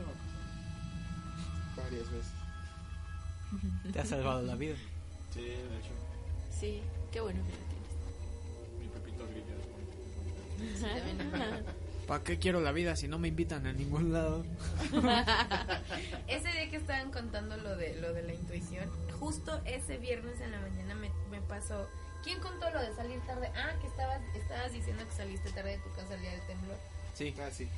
E: no.
A: varias veces.
C: Te ha salvado la vida.
E: Sí, de hecho,
B: Sí, qué bueno que lo
E: mi Pepito Grillo es bonito.
B: tienes.
C: ¿Para qué quiero la vida si no me invitan a ningún lado?
D: Ese día que estaban contando lo de lo de la intuición, justo ese viernes en la mañana me, me pasó. ¿Quién contó lo de salir tarde? Ah, que estabas estabas diciendo que saliste tarde de tu casa el día del temblor.
C: Sí.
A: Ah, sí.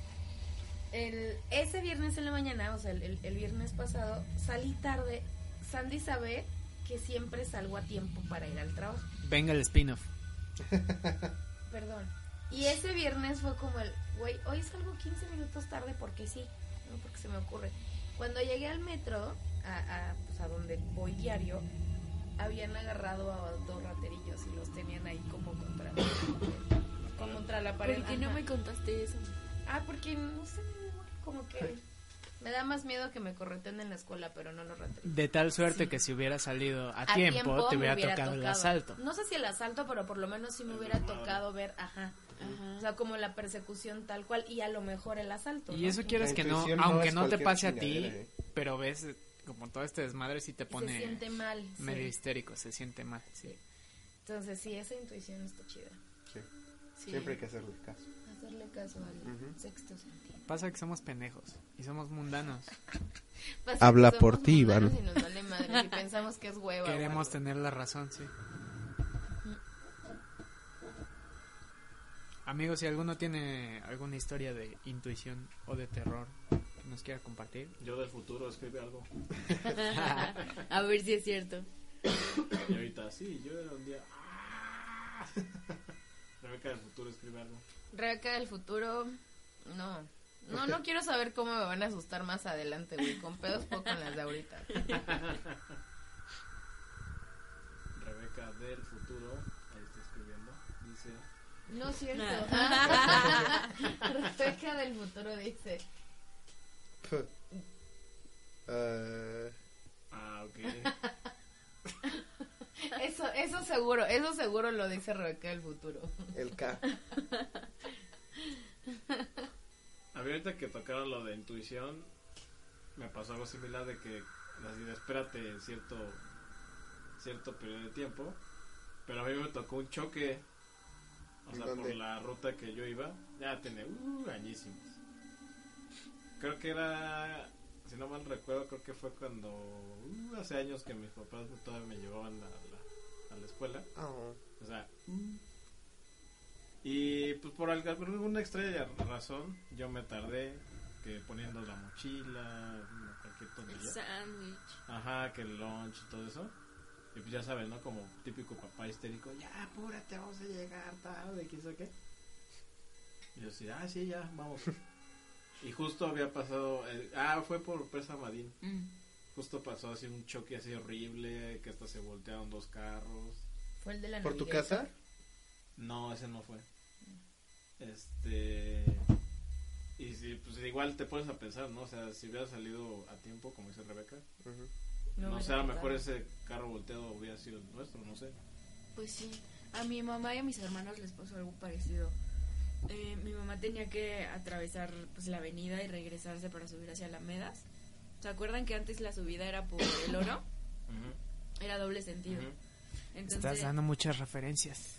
D: El, ese viernes en la mañana, o sea, el, el- el viernes pasado, salí tarde. Sandy sabe que siempre salgo a tiempo para ir al trabajo.
C: Venga el spin-off.
D: Perdón. Y ese viernes fue como el, güey, hoy salgo 15 minutos tarde porque sí, ¿no? porque se me ocurre. Cuando llegué al metro, a, a, pues, a donde voy diario, habían agarrado a dos raterillos y los tenían ahí como contra, como contra la pared.
B: ¿Por qué no
D: Ajá.
B: me contaste eso?
D: Ah, porque no sé, me da igual, como que me da más miedo que me correten en la escuela, pero no los raterillos.
C: De tal suerte que si hubiera salido a, tiempo, te
D: me
C: hubiera, tocado, el asalto.
D: No sé si el asalto, pero por lo menos sí me hubiera tocado ver, ajá. O sea, como la persecución tal cual y a lo mejor el asalto.
C: Y
D: ¿no?
C: eso quieres
A: La
C: que no,
A: intuición no
C: aunque
A: es
C: no te
A: cualquier
C: pase a ti,
A: chingadera, eh.
C: pero ves eh, como todo este desmadre sí te
D: Y se
C: pone
D: siente mal. sí.
C: medio histérico, se siente mal, sí.
D: Entonces, sí, esa intuición está chida.
A: sí.
B: Sí.
A: Siempre hay que hacerle caso.
D: Hacerle caso al
A: Ujú.
D: sexto sentido.
C: Pasa que somos pendejos y somos mundanos.
D: Pasa que
A: Habla
D: somos
A: por ti,
D: mundanos
A: Iván.
D: y nos vale madre, y pensamos que es hueva. o
C: Queremos
D: algo.
C: tener la razón, sí. Amigos, si alguno tiene alguna historia de intuición o de terror que nos quiera compartir,
E: Yo del futuro escribe algo.
B: A ver si es cierto.
E: Y ahorita, sí, yo era un día. ¡ah! Rebeca del futuro escribe algo.
D: Rebeca del futuro, no. No, no quiero saber cómo me van a asustar más adelante, güey. Con pedos puedo con las de ahorita.
E: Rebeca del futuro, ahí está escribiendo. Dice:
D: No es cierto.
B: Ah.
D: Rebeca del futuro dice.
A: Ah,
E: Ah, ok.
D: Eso, eso seguro, eso seguro lo dice Rebeca del futuro.
A: el K.
E: A mí ahorita que tocaron lo de intuición, me pasó algo similar de que así de espérate en cierto, cierto periodo de tiempo. Pero a mí me tocó un choque. O
A: ¿En
E: sea,
A: dónde?
E: por la ruta que yo iba. Ya tenía uh, añísimos. Creo que era, si no mal recuerdo, creo que fue cuando uh, hace años que mis papás todavía me llevaban a la, a la escuela.
A: Oh,
E: O sea. Y pues por alg- alguna extraña razón yo me tardé que poniendo la mochila, una- cualquier
B: El
E: tontería.
B: sándwich.
E: Ajá, que el lunch y todo eso. Y pues ya sabes, ¿no? Como típico papá histérico, ya apúrate, vamos a llegar tarde, quién sabe qué. Y yo así, ah, sí, ya, vamos. y justo había pasado, el- ah, fue por Presa Madín.
B: Mm.
E: Justo pasó así un choque así horrible, que hasta se voltearon dos carros.
D: Fue el de la
A: ¿Por tu
D: navideña.
A: casa?
E: No, ese no fue. Este. Y si, pues igual te pones a pensar, ¿no? O sea, si hubiera salido a tiempo, como dice Rebeca,
A: Ujú.
E: no,
D: me
E: sé, a lo
D: recordaron.
E: mejor ese carro volteado hubiera sido nuestro, no sé.
B: Pues sí, a mi mamá y a mis hermanos les pasó algo parecido. Eh, mi mamá tenía que atravesar pues, la avenida y regresarse para subir hacia Alamedas. ¿Se acuerdan que antes la subida era por el oro? Era doble sentido.
E: Ujú.
C: estás
B: Entonces,
C: dando muchas referencias.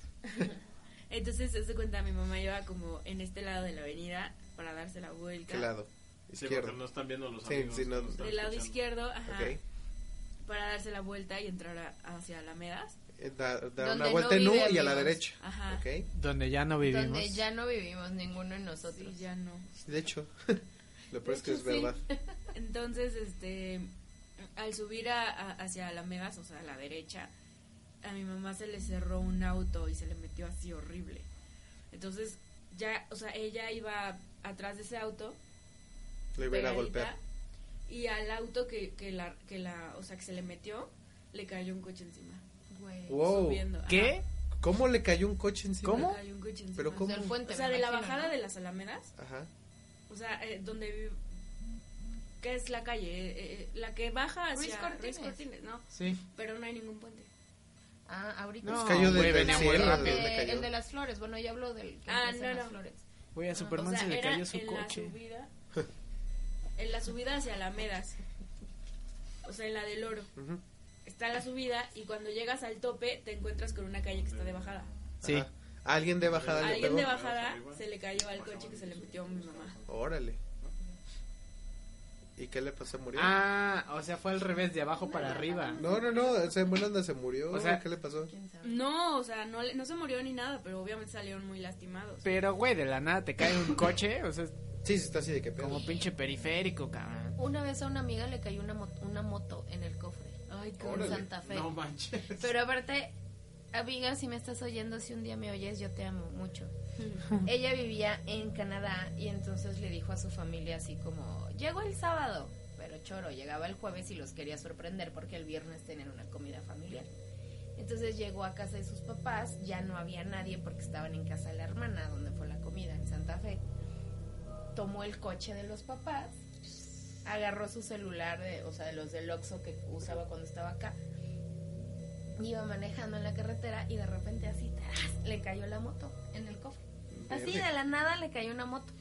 B: entonces se cuenta, mi mamá iba como en este lado de la avenida para darse la vuelta.
A: ¿Qué lado?
E: Sí, porque no
A: Izquierdo.
E: están viendo los
A: Sí,
E: amigos.
A: sí, no.
E: que nos están
B: Del lado
E: escuchando.
B: izquierdo, ajá,
A: Ok.
B: para darse la vuelta y entrar a- hacia Alamedas.
A: Eh, da- dar
D: Donde
A: una
D: no
A: vuelta en U
D: vive,
A: y a la
D: amigos.
A: derecha.
B: Ajá.
A: Ok.
C: Donde ya no vivimos.
D: Donde ya no vivimos ninguno de nosotros.
B: Sí, ya no.
A: De hecho, lo peor es que es
D: hecho, sí.
A: verdad.
B: Entonces, este, al subir a, a- hacia Alamedas, o sea, a la derecha, a mi mamá se le cerró un auto y se le metió así horrible. Entonces, ya, o sea, ella iba atrás de ese auto.
A: Le iba a ir a
B: pegadita,
A: golpear.
B: y al auto que, que la, que la, o sea, que se le metió, le cayó un coche encima.
D: Güey.
A: Wow.
B: Subiendo. Ajá,
C: ¿Qué?
A: ¿Cómo le cayó un coche encima?
C: ¿Cómo?
B: Le cayó un coche encima.
A: ¿Pero cómo?
D: Del puente.
B: O sea, de
D: me
B: la
D: imagino,
B: bajada
D: ¿no?
B: de las alamedas,
A: Ajá.
B: o sea, eh, donde vive, ¿qué es la calle? Eh, eh, la que baja hacia
D: Ruiz Cortines.
B: no,
C: Sí.
B: pero no hay ningún puente.
D: Ah, ahorita.
C: No,
A: Pues cayó
C: güey,
A: desde el
C: venía muy
A: cielo,
D: el,
A: ¿de
C: rápido.
A: dónde
D: de,
A: cayó?
D: el de las flores. Bueno, ya hablo del. que
B: Ah,
D: empieza en
B: no,
D: las
B: no.
D: flores.
C: Güey, a Superman
B: o sea,
C: se le
B: era
C: cayó su
B: en
C: coche.
B: La subida, en la subida hacia Alamedas. O sea, en la del oro.
A: Ujú.
B: Está la subida y cuando llegas al tope te encuentras con una calle que está de bajada.
C: Sí.
A: Ajá. Alguien de bajada le
B: Alguien
A: pegó.
B: de bajada se le cayó al coche que se le metió a mi mamá.
A: Órale. ¿Y qué le pasó? ¿Murió?
C: Ah, o sea, fue al revés, de abajo para arriba.
A: No, no, no. O sea, en buena onda se murió.
C: O sea-
A: ¿Qué le pasó?
D: ¿Quién sabe?
B: No, o sea, no, le- no se murió ni nada, pero obviamente salieron muy lastimados.
C: Pero, güey, de la nada te cae un coche, o sea, es
A: Sí, sí, está así de que pedo.
C: como pinche periférico, cabrón.
D: Una vez a una amiga le cayó una, mo- una moto en el cofre.
B: Ay, qué
D: En
A: Órale.
D: Santa Fe.
E: No manches.
D: Pero aparte, amiga, si me estás oyendo, si un día me oyes, yo te amo mucho. Ella vivía en Canadá y entonces le dijo a su familia así como, llego el sábado, pero choro, llegaba el jueves y los quería sorprender porque el viernes tenían una comida familiar. Entonces llegó a casa de sus papás, ya no había nadie porque estaban en casa de la hermana, donde fue la comida, en Santa Fe. Tomó el coche de los papás, agarró su celular, de, o sea, de los del Oxxo que usaba cuando estaba acá, iba manejando en la carretera y de repente así ¡taras! le cayó la moto en el cofre. Así de la nada le cayó una moto.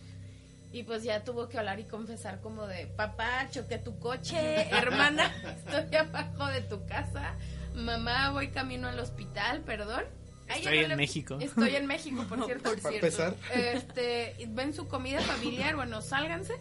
D: Y pues ya tuvo que hablar y confesar como de, papá, choqué tu coche, hermana, estoy abajo de tu casa, mamá, voy camino al hospital, perdón. A ella
C: Estoy
D: no
C: en México.
D: Estoy en México, por cierto.
A: Para empezar.
D: Este, ven su comida familiar, bueno, sálganse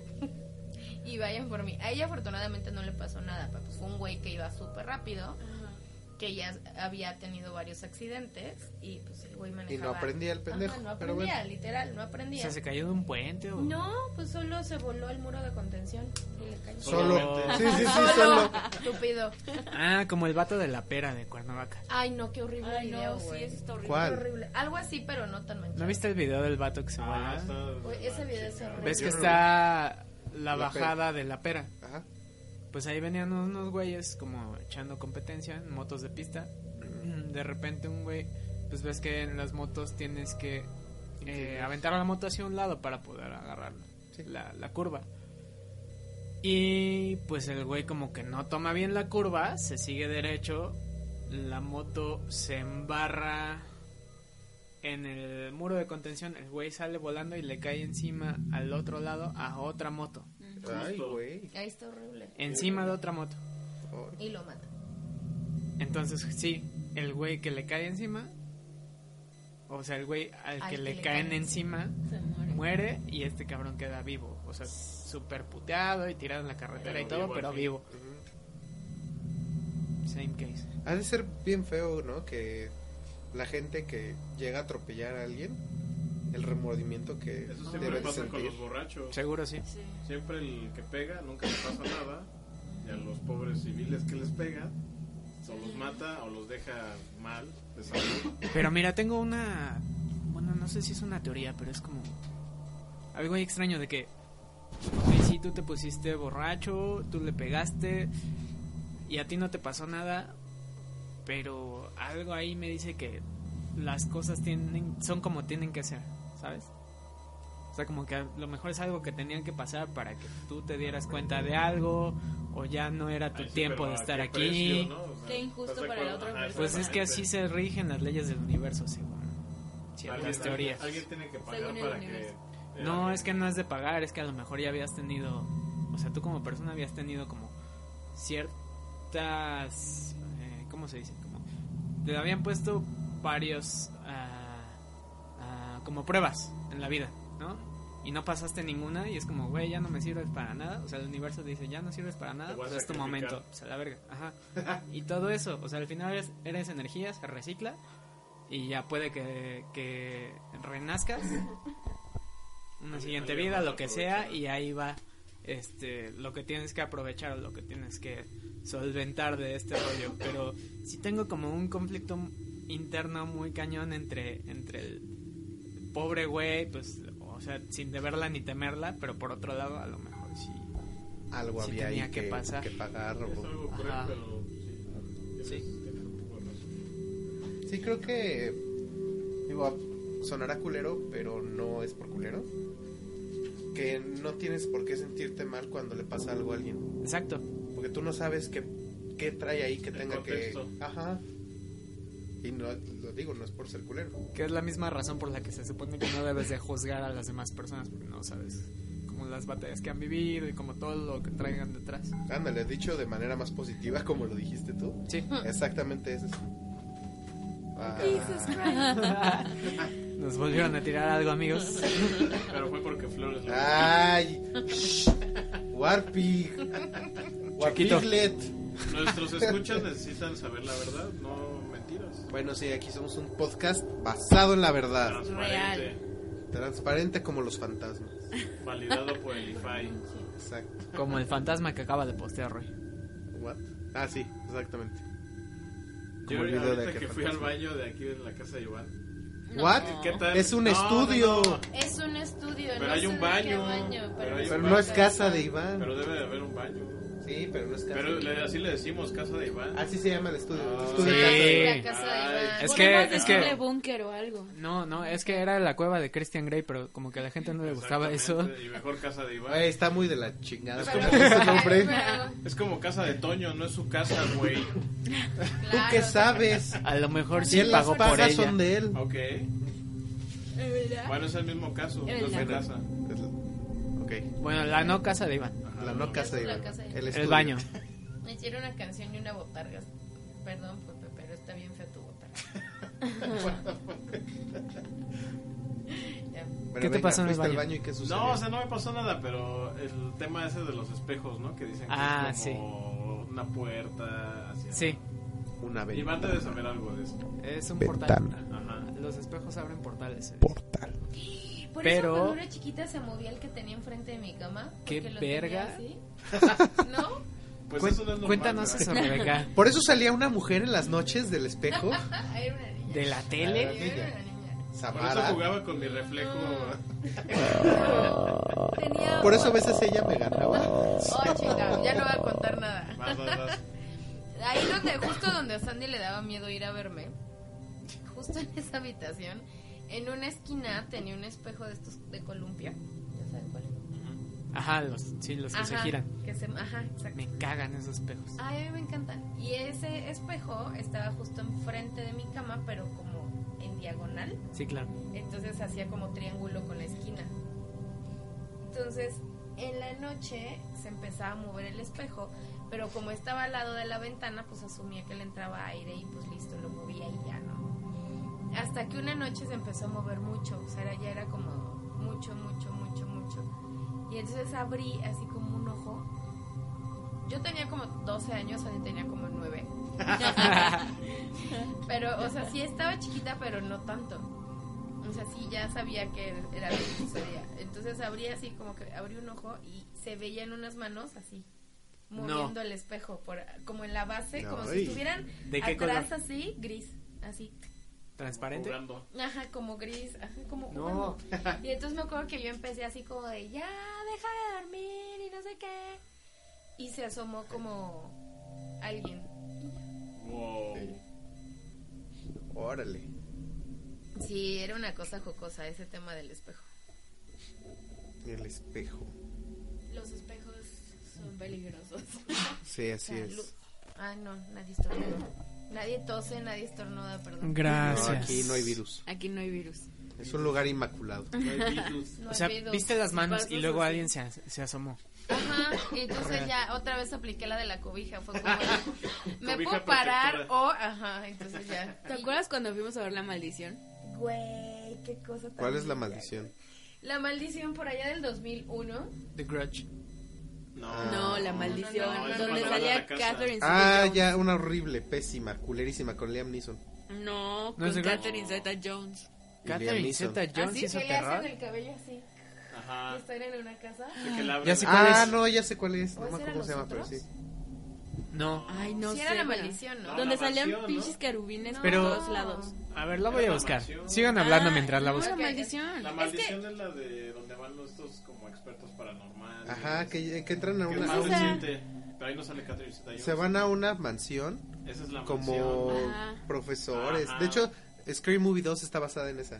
D: y vayan por mí. A ella afortunadamente no le pasó nada, pero pues fue un güey que iba súper rápido
B: Ajá.
D: que ya había tenido varios accidentes y pues el güey manejaba.
A: Y no aprendía el pendejo.
D: Ajá, no
A: pero
D: aprendía,
A: bueno.
D: literal, no
C: O
D: aprendía.
C: sea, se cayó de un puente o...
D: No, pues solo se voló el muro de contención y le cayó.
A: Solo.
C: Obviamente.
A: Sí, sí, sí, solo.
D: Estúpido.
C: Ah, como el vato de la pera de Cuernavaca.
D: Ay, no, qué horrible
B: Ay,
D: video,
B: no, sí,
D: güey.
B: eso está horrible.
A: ¿Cuál?
D: horrible. Algo así, pero no tan manchado.
C: ¿No viste el video del vato que se
E: Ah,
C: voló?
E: está-
D: Güey, ese video es horrible.
C: ¿Ves
A: Yo
C: que
A: no lo
C: está la
A: La
C: bajada de la pera?
A: Ajá.
C: Pues ahí venían unos güeyes como echando competencia en motos de pista. Mm, De repente un güey, pues ves que en las motos tienes que eh, aventar la moto hacia un lado para poder agarrar
A: Sí.
C: la, la curva. Y pues el güey como que no toma bien la curva, se sigue derecho, la moto se embarra en el muro de contención, el güey sale volando y le cae encima al otro lado a otra moto,
A: Ay, güey.
D: Ahí está horrible.
C: encima de otra moto.
A: Oh,
D: Y lo mata.
C: Entonces, sí, el güey que le cae encima, o sea, el güey al, que, le, caen encima,
B: Se muere.
C: muere y este cabrón queda vivo. O sea, súper puteado y tirado en la carretera y
E: Pero
C: todo,
E: vivo al
C: pero
E: fin.
C: vivo.
A: ujú.
C: Same case.
A: Ha de ser bien feo, ¿no? Que la gente que llega a atropellar a alguien, el remordimiento que
E: Eso siempre
A: debe de
E: pasa con
A: sentir.
E: los borrachos.
C: Seguro sí.
B: Sí.
E: Siempre el que pega nunca le pasa nada. Y a los pobres civiles que les pega, o los mata o los deja mal de salud.
C: Pero mira, tengo una. Bueno, no sé si es una teoría, pero es como. Algo ahí extraño de que. Ok, sí, tú te pusiste borracho, tú le pegaste. Y a ti no te pasó nada. Pero algo ahí me dice que las cosas tienen, son como tienen que ser, ¿sabes? O sea, como que a lo mejor es algo que tenían que pasar para que tú te dieras cuenta de algo. O ya no era tu
E: Ay, sí,
C: tiempo
E: pero
C: de
E: ¿a
C: estar
E: qué
C: aquí.
E: precio, no? O sea,
B: Qué injusto
E: ¿estás de
B: para la
E: acuerdo?
B: otra persona.
C: Pues es que así
E: exactamente.
C: se rigen las leyes del universo, según ciertas
E: Alguien,
C: teorías.
E: alguien tiene que pagar
B: Según el
E: para que. eh,
B: universo.
C: No, es que no es de pagar, es que a lo mejor ya habías tenido, o sea, tú como persona habías tenido como ciertas, eh, ¿cómo se dice? Como, te habían puesto varios, ah, ah, como pruebas en la vida, ¿no? Y no pasaste ninguna y es como, güey, ya no me sirves para nada. O sea, el universo dice, ya no sirves para nada,
E: Te voy a
C: pues es tu
E: sacrificar.
C: momento. Pues a la verga, ajá. Y todo eso, o sea, al final eres, eres energía, se recicla y ya puede que, que renazcas una
E: Al-
C: siguiente
E: alguien
C: vida,
E: más
C: lo que sea,
E: aprovechará.
C: y ahí va este lo que tienes que aprovechar o lo que tienes que solventar de este rollo. Pero sí tengo como un conflicto interno muy cañón entre, entre el pobre güey, pues, o sea, sin deberla ni temerla, pero por otro lado, a lo mejor sí.
A: algo
C: Sí
A: había
C: tenía
A: ahí
C: que
A: que,
C: pasar.
A: que pagar. o-
E: Es algo cruel,
C: Ajá.
E: pero sí. debes
C: Sí.
E: tener un poco de razón.
A: Sí, creo que. Digo, sonará culero, pero no es por culero. Que no tienes por qué sentirte mal cuando le pasa algo a alguien.
C: Exacto.
A: Porque tú no sabes qué, qué trae ahí que
E: El
A: tenga que.
E: contexto.
A: Ajá. Y no, lo digo, no es por ser culero.
C: Que es la misma razón por la que se supone que no debes de juzgar a las demás personas, porque no sabes como las batallas que han vivido y como todo lo que traigan detrás.
A: Ándale, dicho de manera más positiva, como lo dijiste tú.
C: Sí,
E: Mm.
A: Exactamente eso. Ah,
C: nos volvieron a tirar algo, amigos.
E: Pero fue porque Flores lo
A: Ah. ¡Ay! shh, Warpig.
C: Chiquito.
A: Warpiglet.
E: Nuestros escuchas necesitan saber la verdad, no mentiras.
A: Bueno, sí, aquí somos un podcast basado en la verdad.
E: Transparente,
A: Transparente como los fantasmas.
E: validado por el IFAI.
A: Exacto.
C: Como el fantasma que acaba de postear Roy.
A: What? Ah, sí, exactamente.
E: Yo
A: el video de
E: ahorita
A: aquel
E: que fui al
A: fantasma.
E: baño de aquí en la casa de Iván.
A: What?
E: ¿Qué tal?
A: Es un
E: No, no,
A: estudio.
E: no.
D: Es un estudio,
E: Pero
D: no
E: hay
D: sé
E: un
D: de
E: baño,
D: qué baño,
E: pero hay
A: Pero
E: un
A: no es casa de Iván.
E: Pero debe de haber un baño. ¿no?
A: Sí, pero no es casa.
E: Pero le- así le decimos casa de Iván.
A: Así se llama el estudio.
E: Ah.
A: Estudio
C: Sí.
A: casa de-
D: La casa de
E: Ay.
D: Iván.
C: Es que- es que-
B: decirle búnker o algo.
C: No, no, es que era la cueva de Christian Grey, pero como que a la gente no le gustaba eso.
E: Exactamente, Y mejor casa de Iván.
A: Güey, está muy de la chingada.
E: Es
A: como
E: como-
A: dice el nombre.
D: Claro,
E: Es como casa de Toño, no es su casa, güey.
A: ¿Tú qué sabes?
C: A lo mejor
A: Si
C: sí
A: él las
C: pagó por
A: paga
C: ella.
A: son de él.
E: Ah, Ok.
B: ¿Verdad?
E: Bueno, es el mismo caso, no es su
B: verdad.
E: casa.
A: Ok,
C: Bueno, la no casa de Iván.
E: Ajá.
A: la no casa de
D: la
A: Iván.
D: casa de-
C: El
A: estudio.
C: baño.
D: Me hicieron una canción y una botarga. Perdón, Pepe, pero está bien fea tu botarga. Ya.
A: Bueno,
C: ¿Qué te
A: venga,
C: pasó en el
A: fuiste al
C: baño?
A: baño y qué sucedió?
E: No, o sea, no me pasó nada, pero el tema ese de los espejos, ¿no? Que dicen que
C: Ah,
E: es como una puerta hacia...
C: Sí,
A: Una vez.
E: Iván debe saber algo de eso.
C: es un portal.
E: Ajá.
C: Los espejos abren portales. eh.
E: Pues
D: Por
C: Pero-
D: eso cuando era chiquita se movía el que tenía enfrente de mi cama.
C: ¿Qué
D: porque lo
C: verga?
D: tenía así. ¿No?
E: Pues
C: Cuen-
E: eso no es normal,
C: cuéntanos
E: ¿verdad?
C: eso, Rebeca.
A: Por eso salía una mujer en las noches del espejo.
D: Ah, Era una niña.
C: ¿De la
A: Ah,
C: tele?
D: Era una niña.
E: Por eso
A: Samara.
E: jugaba con mi reflejo.
B: Tenía
A: Por eso a veces ella me ganaba.
D: Oh, chinga, ya no voy a contar nada.
E: Vas, vas, vas.
D: Ahí donde, justo donde a Sandy le daba miedo ir a verme, justo en esa habitación, en una esquina tenía un espejo de estos de columpio. ¿Ya saben cuál?
C: Ajá, los, sí, los que se giran.
D: que se- ajá, Ah. exacto.
C: Me cagan esos espejos.
D: Ay, a mí me encantan. Y ese espejo estaba justo enfrente de mi cama, pero como en diagonal.
C: Sí, claro.
D: Entonces hacía como triángulo con la esquina. Entonces, en la noche se empezaba a mover el espejo, pero como estaba al lado de la ventana, pues asumía que le entraba aire y pues listo, lo movía y ya no. Hasta que una noche se empezó a mover mucho, o sea, era- ya era como mucho, mucho, mucho, mucho. Y entonces abrí así como un ojo. Yo tenía como 12 años, Ani tenía como 9. pero, o sea, sí estaba chiquita, pero no tanto. O sea, sí, ya sabía que era lo que sucedía. Entonces abrí así, como que abrí un ojo y se veían unas manos así, moviendo el espejo, por, como en la base, como
A: Ay.
D: si estuvieran
C: ¿De qué
D: atrás así, gris, así.
C: ¿Transparente?
E: Jugando.
D: Ajá, como gris, ajá, como
C: No.
D: jugando. Y entonces me acuerdo que yo empecé así como de, ya, deja de dormir y no sé qué. Y se asomó como alguien.
E: Wow.
A: Órale.
D: Sí, era una cosa jocosa ese tema del espejo.
A: El espejo.
B: Los espejos son peligrosos.
A: Sí, así
D: Salud.
A: es.
D: Ah, no, nadie estornuda. Nadie tose, nadie estornuda, perdón.
A: No,
C: Gracias.
A: aquí no hay virus.
B: Aquí no hay virus.
A: Es un lugar inmaculado.
E: No hay virus.
D: No
C: O sea,
D: hay pedos.
C: viste las manos y
D: Pasos
C: luego
D: así.
C: alguien se, as- se asomó.
D: Ajá, y entonces ya otra vez apliqué la de la cobija. Fue como, me
E: Cobija
D: puedo parar
E: protectora.
D: o, ajá, entonces ya.
B: ¿Te acuerdas cuando fuimos a ver la maldición?
D: Güey, qué cosa tan
A: ¿Cuál es la
D: linda.
A: maldición?
D: La maldición por allá del 2001.
C: The Grudge.
E: No.
B: No, la maldición.
D: no, no, es
B: donde
D: cuando van a
B: salía
E: la casa.
B: Catherine
A: Ah,
B: Zeta-Jones.
A: ya, una horrible, pésima, culerísima con Liam Neeson.
B: No,
C: ¿No es
B: con
C: de Grudge?
B: Catherine Zeta-Jones.
A: Y Liam
C: Catherine
A: Neeson.
C: Zeta-Jones
D: así
C: hizo
D: que le hacen
C: terror.
D: el cabello así. Y
E: Ajá.
D: están en una casa.
E: De que la
C: Ya sé
E: abren.
C: cuál
A: Ah,
C: es.
A: no, ya sé cuál es.
D: ¿O
A: No me
D: ese
A: acuerdo cómo se
D: eran
A: llama, pero
D: los
A: sí.
D: otros?
C: No.
B: Ay, no
D: Sí,
B: sé.
D: era la
B: güey.
D: maldición, ¿no?
E: No,
B: Donde
E: la
B: salían
E: mansión, ¿no?
B: pinches querubines
C: Pero-
B: por todos lados.
C: A ver, la voy a
E: Era
C: buscar.
E: maldición.
C: Sigan hablando
B: Ah,
C: mientras la
B: no,
C: busco.
B: la maldición.
E: Ah, La
B: Es
E: maldición es, la de donde van los- estos como expertos paranormales.
A: Ajá, que, que entran a
E: Que es más
A: una...
B: o sea-
E: reciente, pero ahí no sale Catherine Zeta-Jones.
A: Se van a una mansión
E: Esa es la
A: como
E: mansión.
B: Ajá.
A: profesores.
E: Ajá.
A: De hecho, Scream Movie 2 está basada en esa.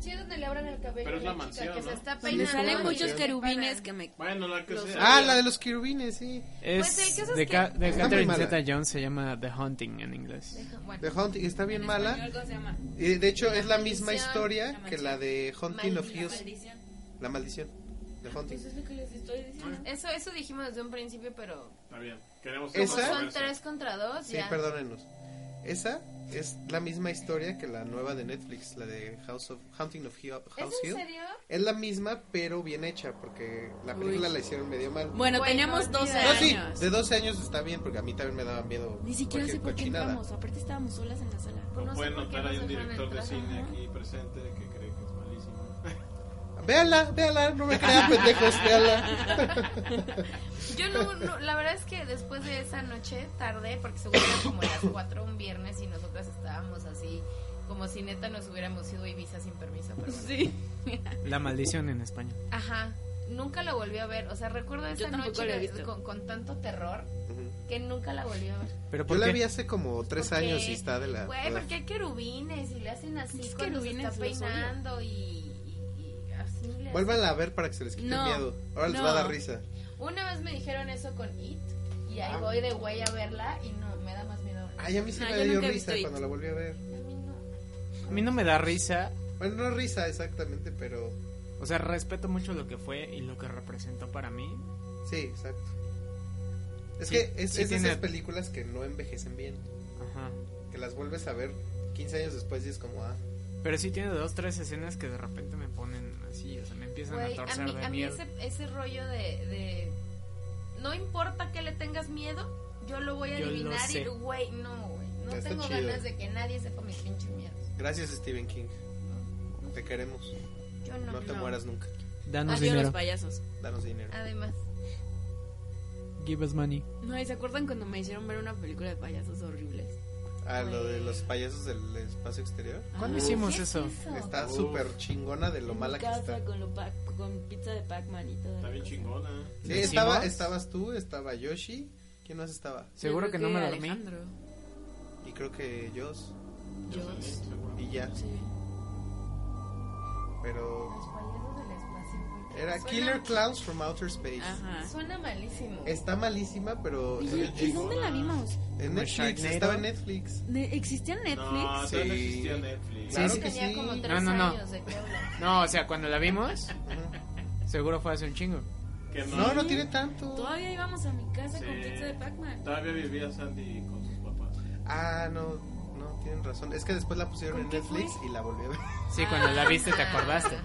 D: Sí, es donde le abran el cabello.
E: Pero es
D: a
E: la
D: chica
E: mansión,
D: Que se
E: ¿no?
D: está
B: Donde
D: peinando.
B: salen
D: y
B: muchos
D: se
B: querubines
D: paran.
B: que me...
E: Bueno, la que
B: Los
E: sea.
A: Ah, la de los querubines, sí.
C: Es
D: Pues el caso es
C: de,
D: que-
C: Ca- de
A: Está muy
C: Catherine
A: mala.
C: Zeta-Jones se llama The Haunting en inglés.
D: Deja- Bueno,
A: The Haunting está bien
B: en
A: mala.
B: español, ¿cómo se llama?
A: Y de hecho,
D: La
A: es la misma
D: maldición,
A: historia
B: la
A: que la de Haunting of
D: Maldición,
B: La
A: Hills.
B: maldición.
A: La maldición. The Haunting.
B: Pues es lo que les estoy diciendo.
D: eso, eso dijimos desde un principio, pero
E: Está bien. Queremos
D: como
A: ¿Esa?
D: son tres contra dos,
A: Sí,
D: ya.
A: perdónenos. Esa es la misma historia que la nueva de Netflix, la de House of Haunting of Hill-
D: ¿Es
A: House
D: en
A: Hill.
D: serio?
A: Es la misma, pero bien hecha, porque la película la hicieron medio mal.
B: Bueno,
D: Bueno,
B: teníamos 12
D: olvídalo.
A: no, sí,
B: años.
A: de 12 años está bien, porque a mí también me daba miedo.
B: Ni siquiera sé
A: cualquier
B: por qué
A: cochinada.
B: entramos. Aparte estábamos solas en la sala.
D: Pues
E: Como
D: no sé
E: pueden
D: por qué
E: notar, hay
D: nos
E: un
D: dejaron
E: director de
D: entrar.
E: cine aquí presente que cree que es malísimo.
A: Véala, véala, no me crean pendejos, véala.
D: Yo no, no, la verdad es que después de esa noche tardé, porque seguro eran como las 4 un viernes y nosotras estábamos así, como si neta nos hubiéramos ido a Ibiza sin permiso. Pero bueno.
B: Sí.
C: La maldición en español.
D: Ajá, nunca la volví a ver. O sea, recuerdo esa
B: tampoco
D: noche
B: la he
D: de-
B: visto.
D: con, con tanto terror
A: Ujú.
D: que nunca la volví a ver.
C: Pero
A: Yo
C: ¿por
A: la
C: qué?
A: vi hace como 3
D: Porque-
A: años y está de la.
D: Güey, porque hay querubines y le hacen así
B: Pinches
D: cuando se está
B: querubines, los odio.
D: peinando y, y- y así le hacen.
A: Vuélvanla a ver para que se les quite
B: No,
A: el miedo. Ahora les
B: no.
A: va a dar risa.
D: Una vez me dijeron eso con It y ahí
A: Ah.
D: voy de güey a verla y no, me da más miedo. aún.
A: Ay, a mí sí
B: No,
A: me
B: yo
A: dio
B: nunca he
A: risa
B: visto It.
A: cuando la volví a ver.
D: A mí no.
C: A mí no me da risa.
A: Bueno, no risa exactamente, pero.
C: O sea, respeto mucho lo que fue y lo que representó para mí.
A: Sí, exacto. Es
C: Sí,
A: que es,
C: sí
A: es de
C: tiene-
A: esas películas que no envejecen bien.
C: Ajá.
A: Que las vuelves a ver 15 años después y es como, ah.
C: Pero sí tiene dos, tres escenas que de repente me ponen así, o sea, me empiezan
D: Güey,
C: a
D: a
C: torcer
D: mí,
C: de
D: a mí
C: miedo.
D: ese, ese rollo de, de- No importa que le tengas miedo, yo lo voy a
C: Yo lo
D: adivinar y,
C: sé.
D: güey, no, güey. No
A: Está
D: tengo
A: chido.
D: ganas de que nadie sepa mis pinches miedos.
A: Gracias, Stephen King. Te queremos.
D: Yo no.
A: No, te mueras nunca.
C: Danos
B: Adiós los
C: dinero.
B: payasos.
A: Danos dinero.
D: Además,
C: Give us money.
B: No, ¿y se acuerdan cuando me hicieron ver una película de payasos horribles?
A: Ah, lo de los payasos del espacio exterior.
C: ¿Cuándo
A: Uf,
C: hicimos
D: ¿qué es
C: eso?
A: Está
E: Uf.
A: súper chingona de lo
B: En
A: mala
B: mi
A: que
B: casa,
A: está.
B: Con, lo pa- con pizza de Pac-Man y todo.
E: Está bien chingona.
A: Sí, estaba,
C: ¿Hicimos?
A: estabas tú, estaba Yoshi. ¿Quién más estaba?
C: Seguro que no me dormí.
B: Alejandro.
A: Y creo que Joss.
E: Yo
B: Yo.
E: salí, seguro.
A: Y ya.
B: Sí.
A: Pero.
D: los payasos del espacio, güey.
A: Era
D: Suena-
A: Killer Clowns from Outer Space.
B: Ajá.
D: Suena malísimo.
A: Está malísima, pero.
B: Oye, ¿y dónde la vimos?
A: En
C: Como
A: Netflix,
C: Sharknado.
A: estaba en Netflix.
B: ¿Ne- ¿Existía en
E: No,
B: Netflix?
E: todavía no
A: Sí.
E: existía Netflix.
A: Claro
D: Yo
A: que
D: tenía
A: sí.
D: como tres
C: no, no.
D: años de que hablan.
C: No, o sea, cuando la vimos,
A: Ujú.
C: seguro fue hace un chingo.
E: Que
A: No, no tiene tanto.
B: Todavía íbamos a mi casa con
E: Sí.
B: pizza de Pac-Man.
E: Todavía vivía Sandy con sus papás.
A: Ah, no, no, tienen razón. Es que después la pusieron
B: ¿Con
A: en
B: qué
A: Netflix y la volví a ver.
C: Sí, cuando la viste te acordaste.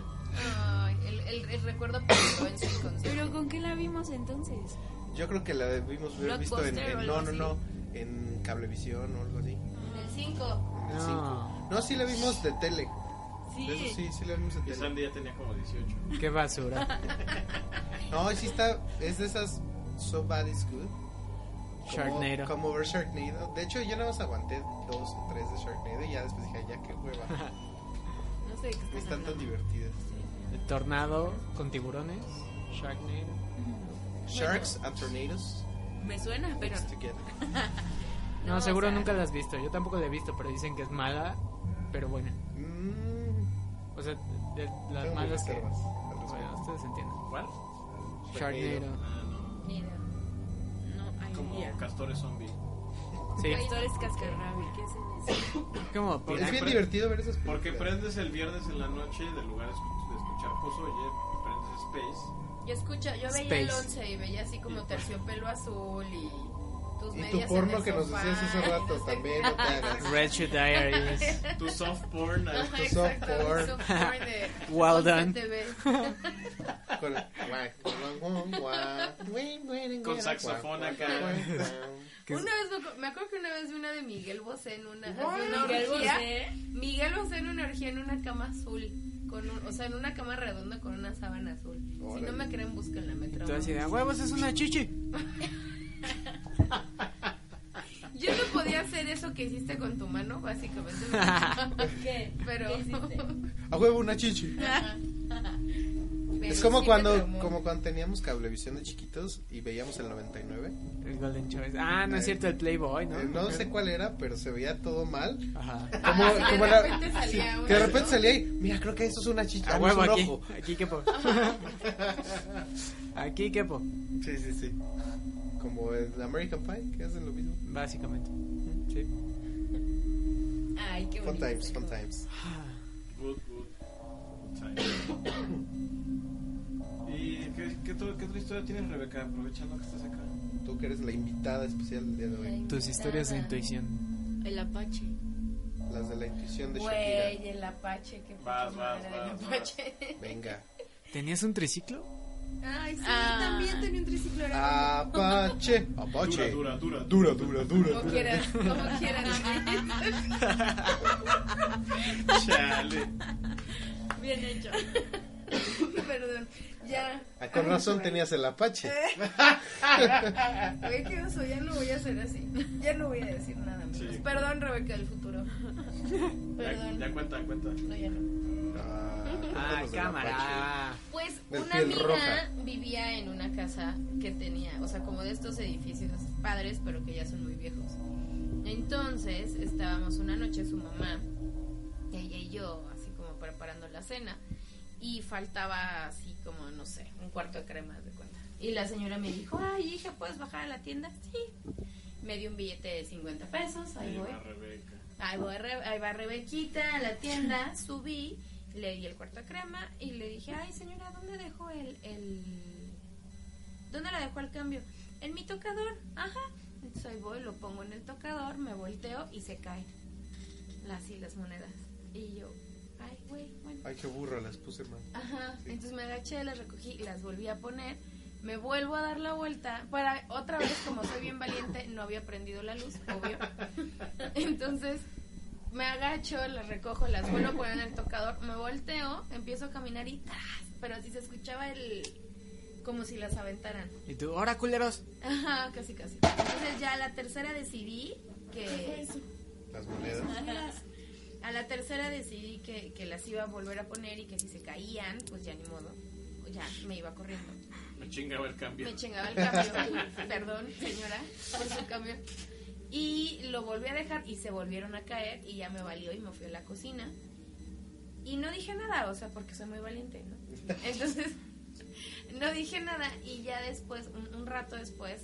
D: Ay, el, el- el recuerdo perduró en su inconsciente.
B: Pero ¿con qué la vimos entonces?
A: Yo creo que la debimos haber visto en,
D: Blockbuster o
A: en-
D: algo
A: no, no,
D: así.
A: no, en Cablevisión o algo así. en
D: El 5.
A: el
C: No,
A: cinco. No, sí la vimos de tele.
B: Sí.
A: De eso sí, sí la vimos de
E: Y
A: tele.
E: Sandy ya tenía como 18.
C: qué basura.
A: No, sí está, es de esas So Bad It's Good.
C: Sharknado.
A: Como ver Sharknado. De hecho, yo nada más aguanté dos o tres de Sharknado y ya después dije, ya qué hueva.
B: No sé de qué
A: No
B: están
A: están tan
B: hablando.
A: divertidas.
C: El tornado con tiburones. Sharknado.
A: Sharks and Tornadoes
B: Me suena, pero
A: mixed together.
C: No,
D: No,
C: seguro
D: o sea-
C: nunca la has visto. Yo tampoco la he visto, pero dicen que es mala, pero buena.
A: Mm,
C: O sea, de- de las
A: tengo mis
C: malas que...
A: reservas al
C: Bueno,
A: respecto.
C: ustedes entienden.
E: ¿Cuál?
C: Sharknado.
E: Ah, no.
D: Ni idea.
B: no hay
E: Como
B: idea.
E: castores zombies.
C: Sí.
B: Actores cascarrabia, ¿qué hacen eso?
C: ¿Cómo
E: Porque
A: Es
C: opinan?
A: bien
E: pre-
A: divertido ver esas
E: Porque
A: películas.
E: prendes el viernes en la noche de lugar escu- de escuchar Pozoye, prendes Space.
D: Yo escucha, yo veía el
C: Space.
D: 11 y veía así como terciopelo azul y tus
A: Y
D: medias
A: tu
D: en
A: porno
D: el
A: que nos
D: sofá,
A: decías hace
D: y
A: rato
D: no sé
A: también,
D: qué.
A: no te hagas.
C: Ratchet Diaries.
E: Tu soft porn.
D: Ajá,
A: tu soft
D: exacto, tu
A: porn.
D: soft porn de
C: Well done.
D: TV.
A: Con, guay, guay, guay, guay, guay,
E: Con
A: guay,
E: saxofón
A: guay,
E: acá.
A: guay, guay.
C: Que es-
D: Una vez me, acu- me acuerdo que una vez vi una de Miguel Bosé en una, en una
B: Miguel
D: orgía.
B: Bosé.
D: Miguel Bosé en una orgía en una cama azul, con un- o sea, en una cama redonda con una sábana azul. Si no
A: Órale.
D: me creen, búsquenla, me
C: Tú así
D: traumó.
C: de "A huevos, es una chichi. ¿eh?
D: de eso que hiciste con tu mano, básicamente. me-
B: ¿Qué?
D: Pero.
B: ¿Qué hiciste?
A: A huevo una chichi.
D: pero
A: Es
D: sí
A: como
D: me
A: cuando,
D: traumó.
A: como cuando teníamos cablevisión de chiquitos y veíamos el 99.
C: El Golden Choice. Ah, no es cierto, el Playboy, ¿no?
A: Eh, No sé cuál era, pero se veía todo mal.
C: Ajá.
A: Como,
D: Ah, sí,
A: como
D: de
A: la-
D: repente salía
A: sí,
D: una,
A: que de
D: ¿no?
A: repente salía ahí, mira, creo que eso es una chicha,
C: A
A: no es
C: huevo
A: un
C: aquí.
A: ojo.
C: Aquí quepo. Aquí quepo,
A: Sí, sí, sí. Como el American Pie, que hacen lo mismo.
C: básicamente. Sí.
B: Ay, qué
A: Fun
B: bonito.
A: times, fun times.
E: Good, good. Time. ¿Y qué, qué, to- qué otra historia tienes, Rebeca? Aprovechando que estás acá.
A: Tú que eres la invitada especial del día de hoy.
C: Tus historias de intuición.
B: El apache.
A: Las de la intuición de Shakira.
D: Güey, el Apache, qué
E: Vas,
D: puta
E: vas,
D: madre
E: vas,
D: del
E: vas.
D: Apache.
A: Venga.
C: ¿Tenías un triciclo?
G: Ay, sí,
B: Ah.
G: yo también tenía un triciclo.
A: Ah.
G: Era
A: Apache. Apache.
E: Dura, dura, dura.
A: Dura, dura, dura.
D: Como quieras, como quieras.
E: Chale.
B: Bien hecho.
G: Perdón.
D: Ya,
A: Ah, Con razón tenías el Apache. Ah,
G: Oye, qué oso, ya no voy a hacer así. Ya no voy a decir nada más.
E: Sí.
G: Perdón, Rebeca del futuro.
E: Ya,
G: Perdón.
E: ya cuenta, cuenta.
D: no, ya no.
A: Ah,
C: Ah,
A: cuéntanos del Apache.
C: cámara.
D: Pues
A: Del
D: una
A: piel
D: amiga
A: roja.
D: vivía en una casa que tenía, o sea, como de estos edificios padres, pero que ya son muy viejos. Entonces estábamos una noche su mamá, ella y yo, así como preparando la cena, y faltaba así como, no sé, un cuarto de crema haz de cuenta. Y la señora me dijo, ay hija, ¿puedes bajar a la tienda? Sí. Me dio un billete de 50 pesos, ahí
E: Ahí
D: voy.
E: va Rebeca.
D: Ahí, voy, Re- ahí va Rebequita a la tienda, subí, le di el cuarto de crema y le dije, ay señora, ¿dónde dejó el, el... ¿Dónde la dejó el cambio? En mi tocador, ajá. Entonces ahí voy, lo pongo en el tocador, me volteo y se caen las y las monedas. Y yo, ay, güey, bueno.
A: Ay, qué burra las puse, man.
D: Ajá,
A: Sí.
D: entonces me agaché, las recogí, las volví a poner, me vuelvo a dar la vuelta, para otra vez, como soy bien valiente, no había prendido la luz, obvio. Entonces me agacho, las recojo, las vuelvo a poner en el tocador, me volteo, empiezo a caminar y ¡tras! Pero así se escuchaba el... como si las aventaran.
C: ¿Y tú? ¡Hora, culeros!
D: Ajá, casi, casi. Entonces ya a la tercera decidí que...
A: Las monedas.
D: A la tercera decidí que, que las iba a volver a poner y que si se caían, pues ya ni modo. Ya me iba corriendo.
E: Me chingaba el cambio.
D: Me chingaba el cambio. Perdón, señora, por su cambio. Y lo volví a dejar y se volvieron a caer y ya me valió y me fui a la cocina. Y no dije nada, o sea, porque soy muy valiente, ¿no? Entonces, no dije nada y ya después, un, un rato después,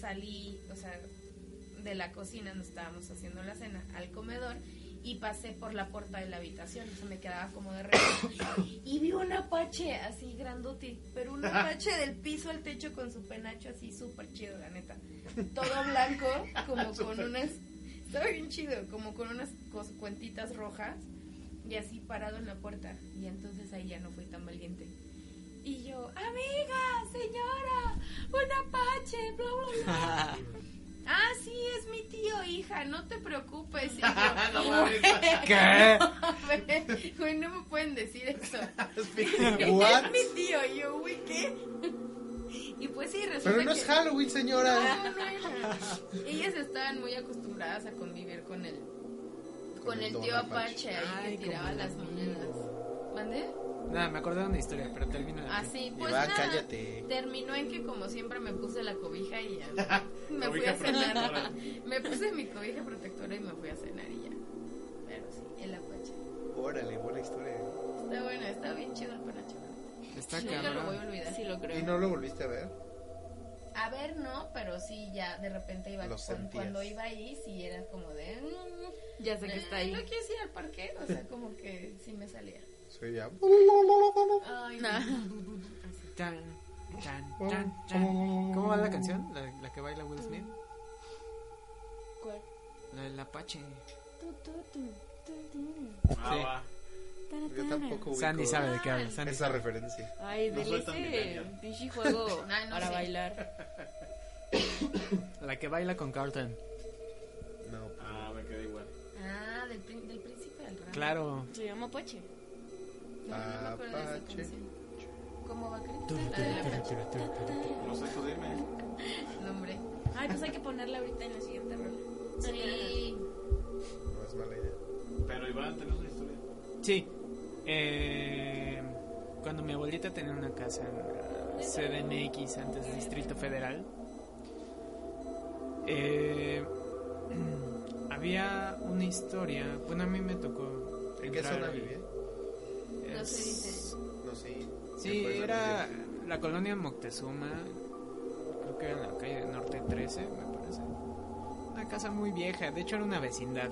D: salí, o sea, de la cocina, nos estábamos haciendo la cena, al comedor y pasé por la puerta de la habitación, o sea, me quedaba como de rehén y vi un apache así grandote, pero un apache del piso al techo con su penacho así súper chido, la neta. Todo blanco, como con unas... Estaba bien chido, como con unas cos- cuentitas rojas y así parado en la puerta. Y entonces ahí ya no fui tan valiente. Y yo, amiga, señora, un apache, bla, bla, bla. Ah, sí, es mi tío, hija, no te preocupes. Y yo,
C: ¿Qué?
D: güey, güey, no me pueden decir eso.
A: What?
D: Este, Es mi tío, y yo, güey, ¿qué? Y pues sí, resulta
A: Pero no es
D: que- Ah,
A: Halloween, señora.
D: No, no era. Ellas estaban muy acostumbradas a convivir con el, con
A: Con el
D: el
A: don
D: tío
A: Apache.
D: Apache, ahí
C: Ay,
D: que tiraba
C: como
D: las
C: el
D: monedas. ¿Mande?
C: Nada, me acordé de una historia, pero termina la tuya.
D: Así, pues
A: Ah, va,
D: nada,
A: cállate.
D: terminó en que como siempre me puse la cobija y ya me fui
E: Cobija
D: a cenar.
E: protectora.
D: me puse mi cobija protectora y me fui a cenar y ya. Pero sí, el Apache.
A: Órale, buena historia.
D: Está bueno, está bien chido el panacho.
C: Está
D: Nunca lo voy a
C: cabrón.
D: olvidar.
B: Sí lo
A: ¿Y
B: creo.
A: no lo volviste a ver?
D: A ver, no, pero sí, ya de repente iba
A: Lo
D: cuan-
A: sentías.
D: cuando iba ahí, sí era como de. mm,
B: Ya sé que está ahí.
D: No quieres ir al parque, o sea, como que sí me salía.
A: Soy ya.
D: Ay,
C: Tan, tan, tan, tan. ¿Cómo va
D: Mm.
C: la canción? ¿La, la que baila Will Smith?
B: ¿Cuál?
C: La del Apache.
E: Ah,
C: Sí.
E: va.
A: Yo tampoco ubico
C: Sandy sabe de qué habla. Sandy
A: esa
C: sabe.
A: referencia.
B: Ay,
E: No
B: del
E: sueltan mi
B: ese
E: cañón.
B: pinche juego
D: Ay, no
B: para
D: sé.
B: bailar.
C: La que baila con Carlton.
A: No, pues,
E: Ah, me quedé igual.
D: Ah, del, prin- del príncipe del rap.
C: Claro.
B: Se llama Poche.
D: No, no me acuerdo de esa
A: Apache.
D: canción. ¿Cómo va a creer? La del Apache.
E: No sé, tú dime.
D: Nombre.
B: Ay, pues hay que ponerla ahorita en la siguiente rola.
D: Sí.
A: No es mala idea.
E: Pero Iván, tenés una historia.
C: Sí. Eh, cuando mi abuelita tenía una casa en CDMX, antes de Distrito Federal, eh, había una historia. Bueno, a mí me tocó.
A: ¿En qué
C: entrar
A: zona
C: ahí.
A: vivía?
D: No se dice.
A: No sé.
C: Sí,
A: Después de
C: era
A: los diez.
C: la colonia Moctezuma, creo que era en la calle Norte 13, me parece. Una casa muy vieja, de hecho era una vecindad,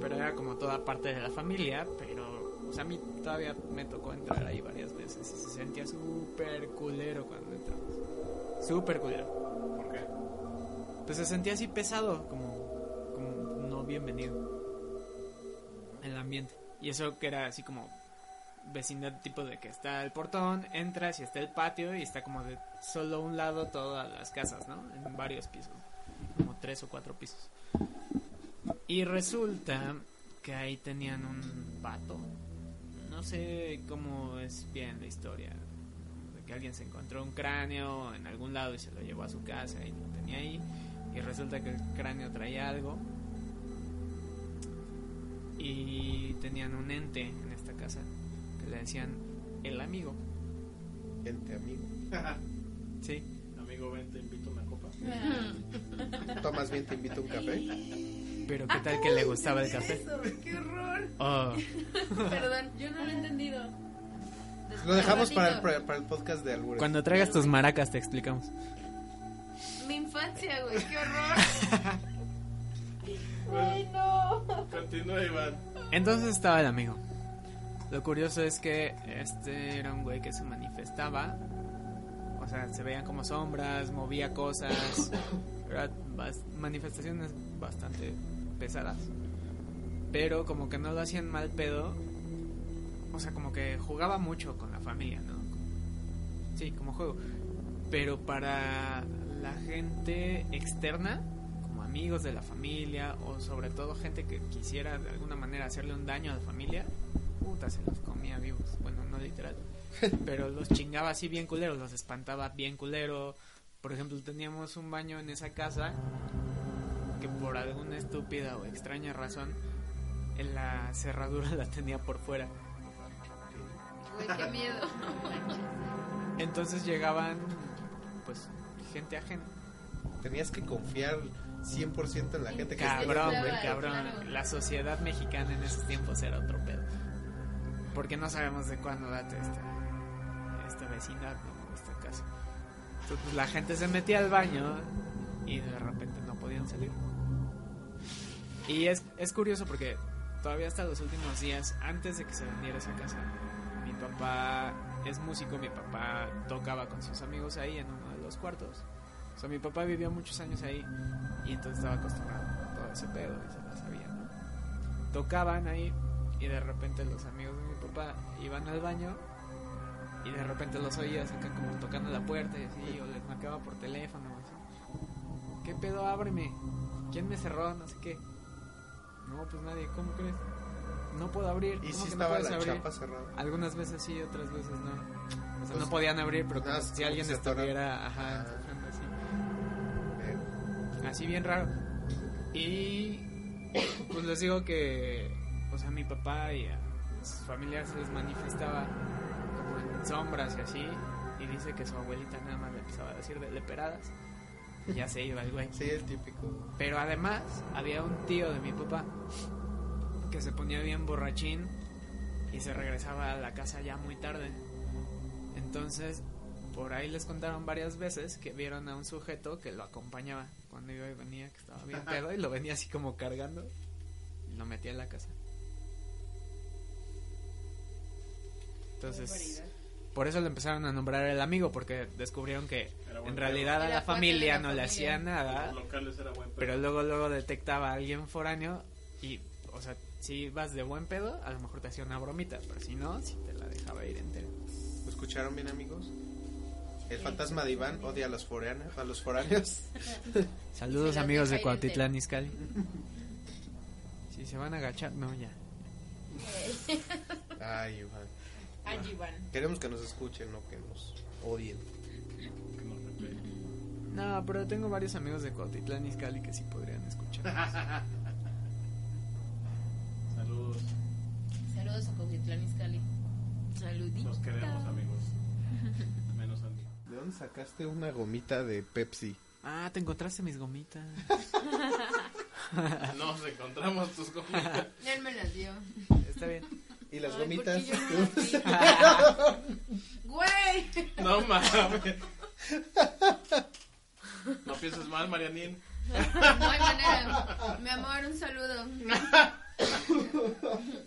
C: pero era como toda parte de la familia, pero o sea, a mí todavía me tocó entrar ahí varias veces y se sentía súper culero cuando entramos. Súper culero.
E: ¿Por qué?
C: Pues se sentía así pesado, como, como no bienvenido el ambiente. Y eso que era así como vecindad tipo de que está el portón, entras y está el patio y está como de solo un lado todas las casas, ¿no? En varios pisos, como tres o cuatro pisos. Y resulta que ahí tenían un pato. No sé cómo es bien la historia. De que alguien se encontró un cráneo en algún lado y se lo llevó a su casa y lo tenía ahí. Y resulta que el cráneo traía algo. Y tenían un ente en esta casa que le decían el amigo.
A: Gente, amigo.
C: Sí.
E: Amigo, ven, te invito a una copa.
A: Tomas bien, te invito a un café.
C: Pero qué tal que le gustaba el café.
G: Eso, qué horror.
C: Oh,
D: Perdón.
B: Yo no lo he entendido.
A: Lo dejamos para el,
D: Ratito.
A: pro- para el podcast de Albures.
C: cuando traigas tus maracas te explicamos.
D: Mi infancia, güey, qué horror.
E: Bueno,
D: no.
E: continúa, Iván.
C: Entonces estaba el amigo. Lo curioso es que este era un güey que se manifestaba. O sea, se veían como sombras, movía cosas. Eran bas- manifestaciones bastante pesadas. Pero como que no lo hacían mal pedo. O sea, como que jugaba mucho con la familia, ¿no? Como- Sí, como juego. Pero para la gente externa, como amigos de la familia o sobre todo gente que quisiera de alguna manera hacerle un daño a la familia, puta, se los comía vivos. Bueno, no literal, pero los chingaba así bien culeros, los espantaba bien culero. Por ejemplo, teníamos un baño en esa casa que por alguna estúpida o extraña razón en la cerradura la tenía por fuera.
D: Güey, qué miedo.
C: Entonces llegaban pues gente ajena.
A: Tenías que confiar 100% en la gente que
D: Cabrón.
A: estaba-
C: Cabrón,
D: Claro,
C: güey, cabrón.
D: claro.
C: La sociedad mexicana en esos tiempos era otro pedo. Porque no sabemos de cuándo data esta, esta vecindad, ¿no? esta casa. Entonces pues, la gente se metía al baño y de repente no podían salir. Y es, es curioso porque todavía hasta los últimos días, antes de que se vendiera esa casa, mi papá es músico, mi papá tocaba con sus amigos ahí en uno de los cuartos. O sea, mi papá vivió muchos años ahí y entonces estaba acostumbrado a todo ese pedo y se la sabía, ¿no? Tocaban ahí y de repente los amigos de mi papá iban al baño y de repente los oías acá como tocando la puerta y así, o les marcaba por teléfono. o así. ¿Qué pedo? Ábreme. ¿Quién me cerró? No sé qué. No, pues nadie, ¿cómo crees? No puedo abrir.
A: Y si
C: ¿cómo que no
A: estaba
C: puedes
A: la
C: abrir?
A: chapa cerrada.
C: Algunas veces sí, otras veces no. O sea,
A: Pues,
C: no podían abrir, pero
A: nada,
C: como
A: como
C: si
A: que
C: alguien
A: se atoraron.
C: estuviera ajá,
A: Ah.
C: empujando así.
A: Eh,
C: Así bien raro. Y pues les digo que pues a mi papá y a sus familiares se les manifestaba como en sombras y así. Y dice que su abuelita nada más le empezaba a decir de leperadas. Y ya se iba el güey.
A: Sí, el típico.
C: Pero además había un tío de mi papá que se ponía bien borrachín y se regresaba a la casa ya muy tarde. Entonces, por ahí les contaron varias veces que vieron a un sujeto que lo acompañaba cuando iba y venía, que estaba bien pedo y lo venía así como cargando y lo metía en la casa. Entonces, por eso le empezaron a nombrar el amigo porque descubrieron que
E: Era buen
C: en
E: pedo.
C: realidad a
D: Era
C: la
D: cuate de
C: familia
D: la
C: no le
D: familia.
C: hacía nada.
E: Los locales era buen
C: Pero
E: pedo.
C: luego, luego detectaba a alguien foráneo y, o sea, si vas de buen pedo, a lo mejor te hacía una bromita, pero si no, si te la dejaba ir entera.
A: ¿Lo escucharon bien, amigos? El fantasma de Iván odia a los, foreanos, a los foráneos.
C: Saludos
D: Se las
C: amigos de
D: deja ir
C: Cuautitlán Izcalli. Si se van a agachar, no, ya.
A: Ay, Iván.
B: Allí van.
A: Queremos que nos escuchen, no que nos odien.
E: Que nos repele.
C: No, pero tengo varios amigos de Cotitlán Izcalli que sí podrían escuchar.
E: Saludos,
D: Saludos a Coquitlán Iscali.
E: los
B: Saluditos.
E: queremos amigos. Menos Andy.
A: ¿De dónde sacaste una gomita de Pepsi?
C: Ah, te encontraste mis gomitas.
E: Nos encontramos tus comidas.
B: Él me las dio.
C: Está bien.
A: Y las
B: Ay,
A: gomitas.
B: ¿por qué yo no las vi?
D: ¡Güey!
E: No mames. No pienses mal, Marianín.
D: No hay manera. Mi amor, un saludo.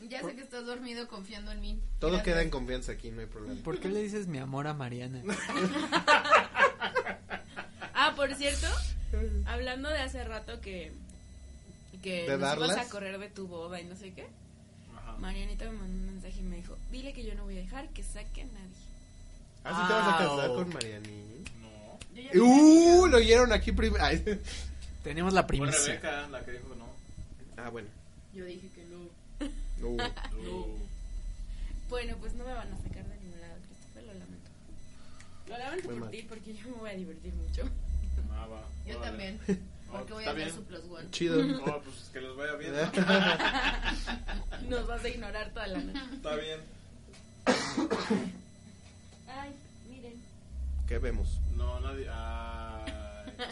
D: Ya sé que estás dormido confiando en mí.
A: Todo
D: Gracias.
A: queda en confianza aquí, no hay problema.
C: ¿Por qué le dices mi amor a Mariana?
B: Ah, por cierto, hablando de hace rato que que
A: ¿De
B: nos ibas
A: darlas?
B: a correr de tu boda y no sé qué.
E: Ajá.
B: Marianita me mandó un mensaje y me dijo, "Dile que yo no voy a dejar que saque a nadie."
A: Ah, sí te vas a casar
C: Au.
A: con Mariani.
E: No.
D: Yo ya
A: Uh, lo oyeron aquí primero.
C: Tenemos la
E: Fue
C: primicia.
E: Rebeca la que dijo no.
A: Ah, bueno.
D: Yo dije que no.
A: Uh,
E: No.
B: Bueno, pues no me van a sacar de ningún lado, Christopher, lo lamento. Lo lamento
A: Muy
B: por
A: mal.
B: ti porque yo me voy a divertir mucho.
E: Ah, va.
D: Yo
E: Órale.
D: también. Porque voy
E: está
D: a ver
E: bien.
D: su plus one.
A: chido.
E: No, pues que les vaya bien. ¿no?
B: Nos vas a ignorar toda la noche.
E: Está bien.
B: Ay, miren.
A: ¿Qué vemos?
E: No, nadie. Ay.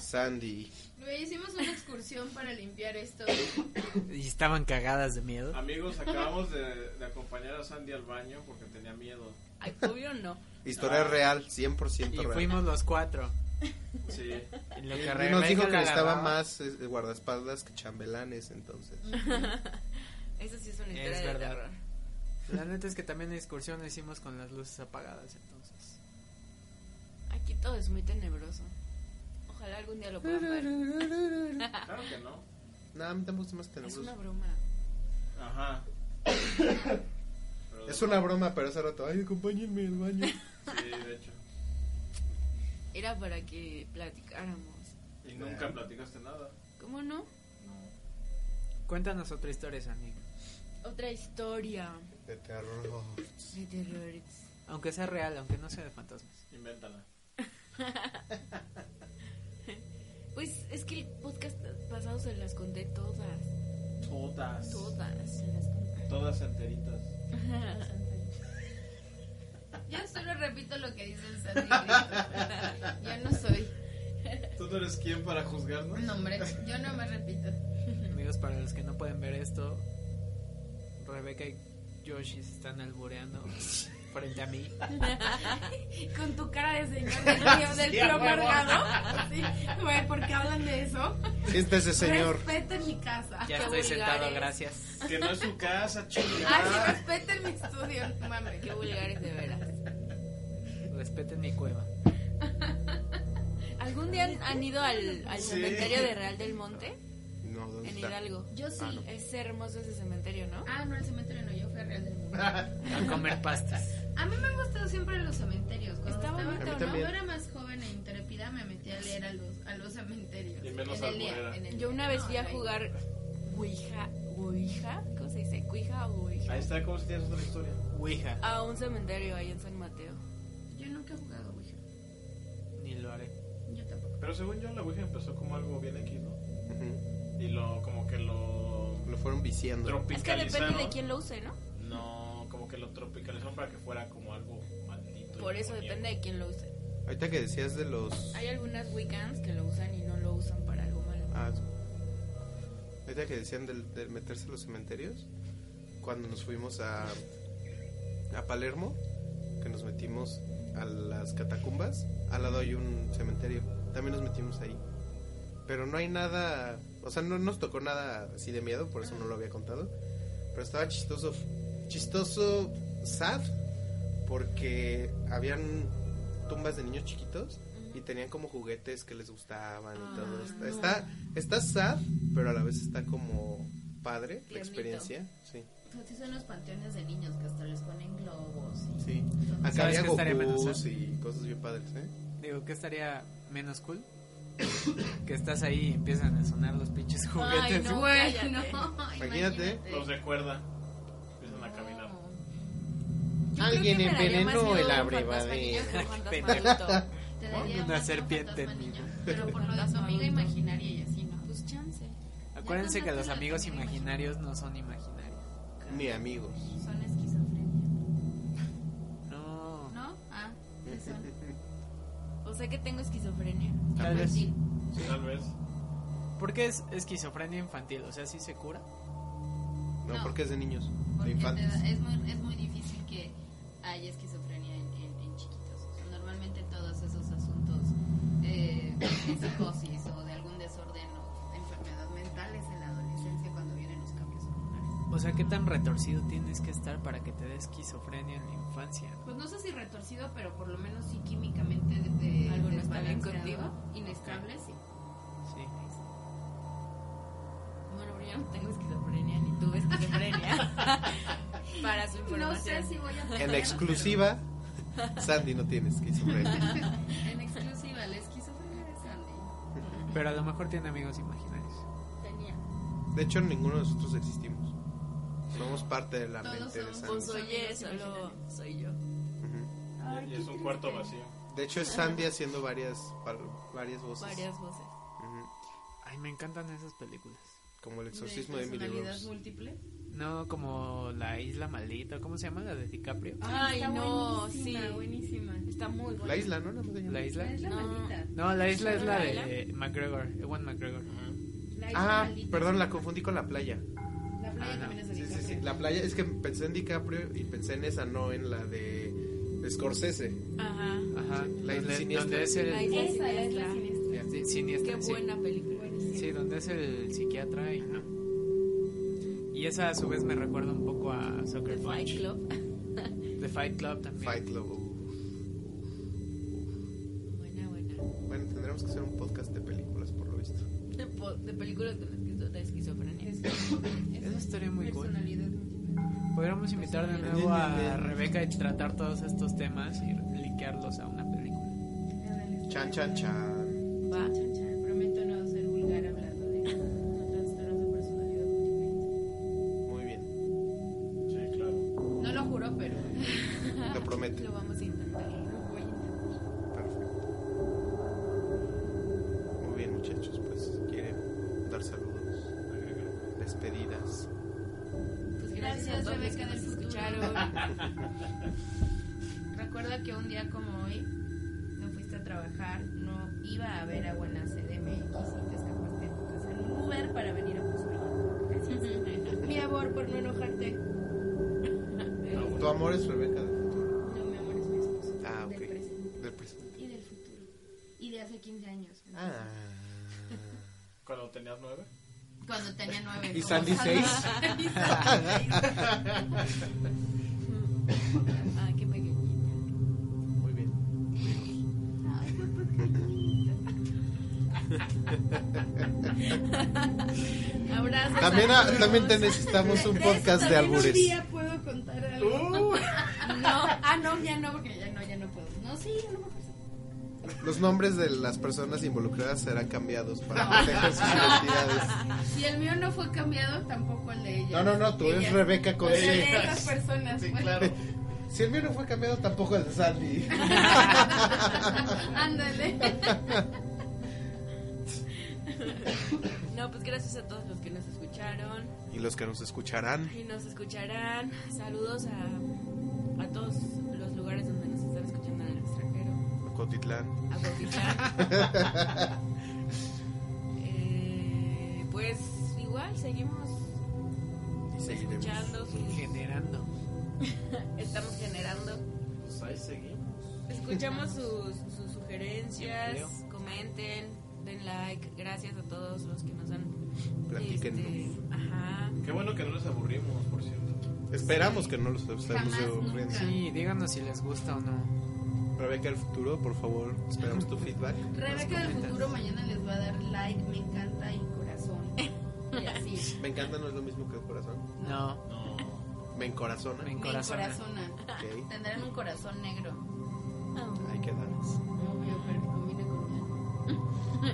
A: Sandy.
D: Güey, hicimos una excursión para limpiar esto.
C: Y estaban cagadas de miedo.
A: Ah,
E: Amigos, acabamos de, de acompañar a Sandy al baño porque tenía miedo.
B: Ay, obvio no.
A: Historia
E: Ah.
A: real, 100%
C: Y
A: real.
C: fuimos los cuatro.
E: Sí.
C: Y
A: Y
C: lo que
A: y Eh, nos
C: Rebeca
A: dijo
C: la
A: que estaba
C: agarraba,
A: más eh, guardaespaldas que chambelanes, entonces.
B: Eso sí es una
C: Es
B: historia de
C: verdad.
B: terror.
C: La neta es que también la excursión la hicimos con las luces apagadas, entonces.
B: Aquí todo es muy tenebroso. Ojalá algún día lo puedan ver.
E: Claro que no.
A: No, a mí tampoco se me hace
B: Es
A: tenebroso.
B: una broma.
E: Ajá. Pero de-
A: Es una broma, pero hace rato, ay, acompáñenme al baño.
E: Sí, de hecho.
B: Era para que platicáramos.
E: Y nunca platicaste nada.
B: ¿Cómo no?
C: Cuéntanos otra historia, Sandy.
B: Otra historia
A: De terror.
B: de terrores.
C: Aunque sea real, aunque no sea de fantasmas.
E: Invéntala.
B: Pues es que el podcast pasado se las conté todas.
E: Todas.
B: Todas. Se las conté.
E: Todas enteritas.
D: Yo solo repito lo que dice el Sandy. Yo no soy.
E: ¿Tú no eres quién para juzgarnos?
D: Un hombre. Yo no me repito.
B: Mm.
C: Amigos, para los que no pueden ver esto, Rebeca y Yoshi se están alboreando frente a mí.
B: Ah, Con tu cara de señor del tío del
E: Sí,
B: tío
E: a huevo.
B: amargado. Sí, güey, ¿por qué hablan de eso?
A: Este es el señor.
D: Respeten mi casa.
C: Ya
B: qué
C: estoy sentado,
B: vulgares.
C: gracias.
E: Que no es su casa, chingada.
D: Ay, sí, respeten mi estudio. no Mames.
B: Ah. Qué vulgares de veras.
C: Respeten mi cueva.
B: ¿Algún día han, han ido al, al
E: Sí.
B: cementerio de Real del Monte?
A: No, ¿dónde
B: En
A: está?
B: Hidalgo.
D: Yo sí.
A: Ah, no.
B: Es hermoso ese cementerio, ¿no?
D: Ah, no, el cementerio no, yo fui a Real del Mundo.
C: A comer pastas.
D: A mí me han gustado siempre los cementerios. Cuando
B: Está
D: estaba,
B: bonito,
A: A mí
D: cuando
A: también.
D: era más joven e intrépida, me metí a leer a los, a los cementerios.
E: Y menos
D: en el día,
E: alburera.
D: en el
B: Yo una vez
D: no,
B: fui a
D: güey.
B: jugar Ouija, Ouija, ¿cómo se dice? Ouija o Ouija.
E: Ahí está, como si tienes otra historia.
C: Ouija.
B: A un cementerio ahí en San Mateo.
D: Yo nunca he jugado Ouija.
C: Ni lo haré.
D: Yo tampoco.
E: Pero según yo, la Ouija empezó como algo bien X, ¿no?
A: Ujú.
E: Y lo, como que lo
A: Lo fueron viciando.
B: Es que
E: tropicalizaron.
B: depende de quién lo use, ¿no?
E: No, como que lo tropicalizaron para que fuera como algo maldito.
B: Por eso depende de quién lo use.
A: Ahorita que decías de los...
B: Hay algunas Wiccans que lo usan y no lo usan para algo malo.
A: Ah, sí. ahorita que decían del, del meterse a los cementerios, cuando nos fuimos a, a Palermo, que nos metimos a las catacumbas, al lado hay un cementerio, también nos metimos ahí. Pero no hay nada, o sea, no nos tocó nada así de miedo, por eso no lo había contado. Pero estaba chistoso, chistoso, sad, porque habían tumbas de niños chiquitos y tenían como juguetes que les gustaban y todo. Está, está, está sad, pero a la vez está como padre la
B: Tiernito.
A: experiencia. Sí,
D: Así Pues son los panteones de niños que hasta les ponen globos. Y...
A: sí.
D: Entonces,
A: Acá había
C: qué estaría menos
A: Goku
C: sad?
A: y cosas bien padres, ¿eh?
C: Digo, ¿qué estaría menos cool? que estás ahí y empiezan a sonar los pinches juguetes.
B: no,
D: Güey,
B: cállate.
D: no,
A: Imagínate.
E: Los recuerda. Empiezan a
B: Ah.
E: caminar.
D: No.
B: Yo creo que me daría más miedo un fantasma niño que un
C: Ay,
B: fantasma adulto.
D: Te daría
C: Una
D: más
C: serpiente
D: fantasma,
C: en mi
D: niña,
C: boca.
D: Pero por lo de tu amiga imaginaria y así, ¿no?
B: Pues chance.
C: Acuérdense que los
D: contaste la
C: amigos
D: teoría
C: imaginarios no son imaginarios.
A: Ni amigos.
D: Son esquizofrenia.
C: No.
D: ¿No? Ah, ¿qué son?
B: O sea que tengo esquizofrenia.
C: Tal vez.
D: Sí.
E: Tal vez.
C: ¿Por qué es esquizofrenia infantil? O sea, ¿sí se cura?
A: No,
D: No.
A: porque es de niños, de
D: Porque te
A: infantes.
D: da- es, muy, es muy difícil que haya esquizofrenia en, en- en chiquitos. O sea, normalmente todos esos asuntos eh, de psicosis o de algún desorden o de enfermedad mental es en la adolescencia cuando vienen los cambios hormonales.
C: O sea, ¿qué tan retorcido tienes que estar para que te dé esquizofrenia en la infancia?
D: Pues no sé si retorcido, pero por lo menos sí químicamente de, de-
B: Algo no está bien
D: desbalanceado,
B: contigo.
D: Inestable, sí.
C: Sí.
B: Bueno, pero yo no tengo esquizofrenia ni tuve esquizofrenia. Para su
D: No sé
B: información.
D: si voy a...
A: En exclusiva, Sandy no tiene esquizofrenia.
D: En exclusiva, la esquizofrenia de Sandy.
C: Pero a lo mejor tiene amigos imaginarios.
D: Tenía.
A: De hecho, ninguno de nosotros existimos. Somos parte de la
D: Todos
A: mente de
D: somos
A: Sandy.
B: Pues oye, solo soy yo.
A: Ujú.
E: Y- y es un cuarto vacío.
A: De hecho, es Sandy haciendo varias, pal- varias voces.
B: Varias voces.
A: Ujú.
C: Ay, me encantan esas películas.
A: Como el exorcismo de Emily
D: personalidad
A: Rose.
D: múltiple.
C: No, como La Isla Maldita, ¿cómo se llama? La de DiCaprio.
B: Ay, no, sí.
D: Buenísima.
B: Está muy buena.
A: La isla, ¿no? Nada más se llama.
C: ¿La Isla?
D: Es la
B: No.
D: maldita.
C: No, La Isla es
B: ¿No
C: la
B: la
C: de McGregor, Ewan McGregor.
D: La isla
A: Ah,
D: maldita.
A: perdón, la confundí con la playa.
D: La playa
C: Ah, no.
D: también es de
A: Sí, sí,
D: DiCaprio.
A: sí. La playa, es que pensé en DiCaprio y pensé en esa, no en la de Scorsese.
B: Ajá.
C: Ajá,
A: La Isla
C: donde,
A: Siniestra.
C: donde es
B: La
C: el...
B: isla
D: Esa es
B: siniestra.
D: la siniestra.
A: Ya.
C: Sí, siniestra,
B: Qué
C: sí.
B: buena película.
C: Sí, donde es el psiquiatra y Y esa a su vez me recuerda un poco a
B: The
C: Soccer
B: Fight
C: Punch.
B: Club.
C: The Fight Club también.
A: Fight Club.
B: Buena, buena.
A: Bueno, tendremos que hacer un podcast de películas, por lo visto.
B: De, po- de películas con esquizo- de esquizofrenia.
C: Eso estaría muy cool.
D: Personalidad múltiple.
C: Podríamos invitar de nuevo a Rebeca y tratar todos estos temas y linkearlos a una película.
A: Chan, chan, chan.
B: Va.
D: Chan, chan, Prometo no ser vulgar hablando de no trastornos de personalidad múltiple.
A: Muy bien,
E: Sí, claro.
D: No lo juro, pero
A: lo prometo.
B: Lo vamos a intentar.
D: lo voy a intentar.
A: Perfecto. Muy bien, muchachos, pues si quieren dar saludos,
E: Agregar.
A: despedidas.
B: Pues gracias a todos los que nos
D: Rebeca del futuro.
B: escucharon.
D: Recuerda que un día como hoy no fuiste a trabajar, no iba a haber agua en la CDMX y te escapaste de tu casa en un Uber para venir a Pozuelo. Así es. Mi amor, por no enojarte. No,
A: Tu amor es Rebeca del futuro.
D: mi amor, es mi esposo.
A: Ah,
D: Del presente.
A: ok. Del presente.
D: y del futuro. Y de hace 15 años.
A: Ah.
E: Cuando tenías nueve.
D: Cuando tenía 9.
A: ¿Y Sandy seis?
B: Ah, qué pequeñita.
A: Muy bien.
D: Abrazos.
A: También,
D: a
A: ah,
D: todos.
A: también te necesitamos un podcast de
D: Un
A: albures.
D: día puedo contar algo. No, ah, no, ya no, porque ya no, ya no puedo. No, sí, ya no me acuerdo.
A: Los nombres de las personas involucradas serán cambiados para proteger sus identidades.
D: Si el mío no fue cambiado, tampoco el de
A: No,
D: ella.
A: no, no, tú
D: Ella.
A: eres Rebeca con
D: Pero el de
A: C.
D: esas personas. pues.
E: Sí,
D: bueno.
E: claro.
A: Si el mío no fue cambiado, tampoco el de Sandy.
D: Ándale.
B: No, pues gracias a todos los que nos escucharon
A: Y los que nos escucharán.
B: y nos escucharán. Saludos a, a todos los lugares donde nos están escuchando en el extranjero.
A: Cotitlán.
B: A Cuautitlán. Eh, Pues igual seguimos
A: Y seguiremos.
B: escuchando,
C: Generando.
B: estamos generando.
E: Pues ahí seguimos.
B: Escuchamos sus, sus
C: Empleo.
B: sugerencias, comenten, den like. Gracias a todos los que nos han.
A: Platíquenos.
B: este, ajá.
E: Qué bueno que no nos aburrimos, por cierto.
A: Esperamos que no los estemos
D: Jamás,
A: aburriendo.
D: nunca.
C: Sí, díganos si les gusta o no.
A: Rebeca del futuro, por favor, esperamos tu feedback.
D: Rebeca del futuro mañana les va a dar like, me encanta y corazón. Y así.
A: Me encanta, no es lo mismo que el corazón.
C: No,
E: No.
A: Me encorazona.
C: me
D: Mi
C: encorazona.
A: Ok,
D: Tendrán un corazón negro.
A: hay que darles.
D: Obvio, pero que combine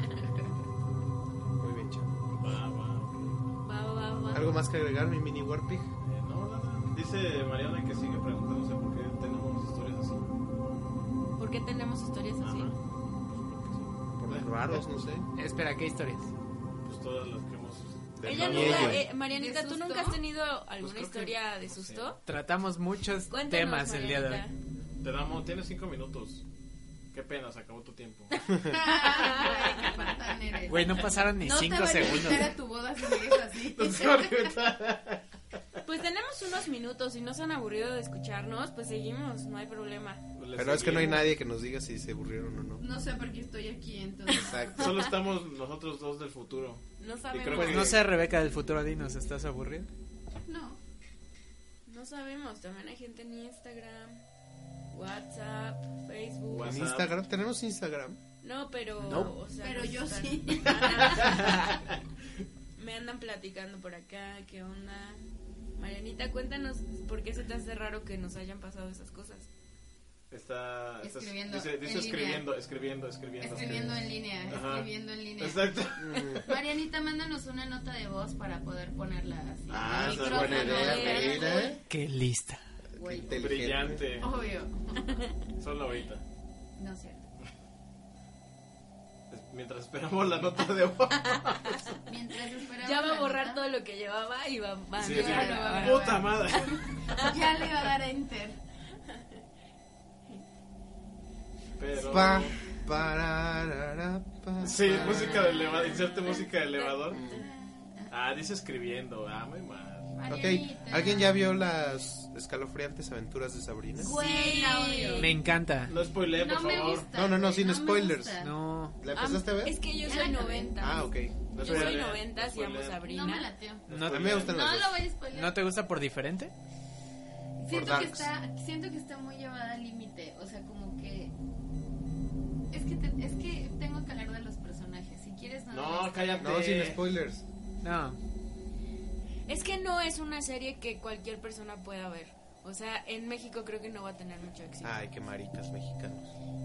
D: con
A: Muy bien, chao.
E: Va, va, ok.
B: Va, va, va.
A: ¿Algo más que agregar, mi mini Warpig?
E: Eh, no, nada. Dice Mariana que sigue preguntándose por qué tenemos historias así.
B: ¿Por qué tenemos historias así?
E: Ajá.
A: raros, no sé.
C: Espera, ¿qué historias?
E: Pues todas las que hemos.
A: Del
B: Ella
A: novio.
B: nunca, eh, Marianita,
G: ¿De
B: ¿tú
G: susto?
B: nunca has tenido alguna
E: creo que-
B: historia de
E: no sé.
B: susto?
C: Tratamos muchos
B: Cuéntanos,
C: temas el día de
B: Marianita.
C: hoy.
E: Te damos, tienes cinco minutos. Qué pena, se acabó tu tiempo.
D: Ay, qué patán eres.
C: Güey, no pasaron ni
D: no te
C: cinco
D: van a
C: segundos.
D: invitar a tu boda si sigues así.
E: No se va a reventar.
B: Pues tenemos unos minutos y no se han aburrido de escucharnos, pues seguimos, no hay problema.
E: Le
A: Pero es que no hay
E: seguimos.
A: nadie que nos diga si se aburrieron o no.
D: No sé por qué estoy aquí entonces.
A: Exacto.
E: Solo estamos nosotros dos del futuro.
B: No
E: creo
B: sabemos.
C: Pues no sé, Rebeca del futuro, dinos, ¿estás aburrida?
D: No.
B: No sabemos, también hay gente en Instagram, WhatsApp, Facebook.
E: Wha-
A: En
E: WhatsApp.
A: Instagram, tenemos Instagram.
B: No, pero.
C: No.
B: o sea,
D: Pero
B: nos
D: yo
B: están- Ah.
D: sí.
B: Me andan platicando por acá, ¿qué onda? Marianita, cuéntanos por qué se te hace raro que nos hayan pasado esas cosas.
E: Está. estás-
D: Escribiendo
E: Dice,
D: en
E: dice
D: línea.
E: escribiendo, escribiendo, escribiendo,
D: Escribiendo en línea,
E: Ajá.
D: escribiendo en línea.
E: Exacto.
A: Mm.
D: Marianita, mándanos una nota de voz para poder ponerla así.
E: Ah,
D: en el
E: esa es buena
D: micrófono,
E: idea,
D: ¿eh?
A: mira.
C: Qué lista.
A: Qué
D: Güey,
A: inteligente.
E: Brillante.
D: Obvio.
E: Solo ahorita.
D: No es cierto.
E: Es- Mientras esperamos la nota de voz.
D: Mientras esperamos.
B: Ya va a
D: la
B: borrar
D: nota,
B: todo lo que llevaba y va,
D: Ah,
B: va a
E: Sí,
B: empezar
E: sí.
B: a
A: Ah,
B: borrar.
D: Puta.
E: madre.
D: Ya le va a dar a enter.
E: Pero.
A: Pa, pararara, pa,
E: Sí,
A: pa.
E: música de elevador. Inserte música de elevador.
D: Mm.
E: Ah, dice escribiendo. Ah, muy mal.
A: Ok,
D: Marianita.
A: ¿alguien ya vio las escalofriantes aventuras de Sabrina?
D: Güey, la odio.
C: Me encanta.
E: No spoileé, por
D: No me
E: favor.
D: gusta.
A: No, no, no,
D: güey,
A: sin
D: me
A: spoilers.
D: gusta.
C: No.
A: ¿La
B: Ah,
A: empezaste a ver?
B: Es que yo
D: Ya
B: soy
D: la acabé.
B: 90.
A: Ah, ok. Pues
E: No
B: Yo soy
E: spoileé,
B: 90 y
E: spoileé.
B: amo
D: No me
B: Sabrina.
D: lateo.
A: A
C: No,
A: mí me gustan
D: No
A: las
D: lo
A: dos.
D: voy a spoiler.
C: ¿No te gusta por diferente?
A: Por
D: siento que
A: darks.
D: está siento que está muy llevada al límite o sea como que es que te- es que tengo que hablar de los personajes si quieres no,
E: No, cállate.
A: No, sin spoilers.
C: No.
B: Es que no es una serie que cualquier persona pueda ver. O sea, en México creo que no va a tener mucho éxito.
A: Ay, qué maricas mexicanos.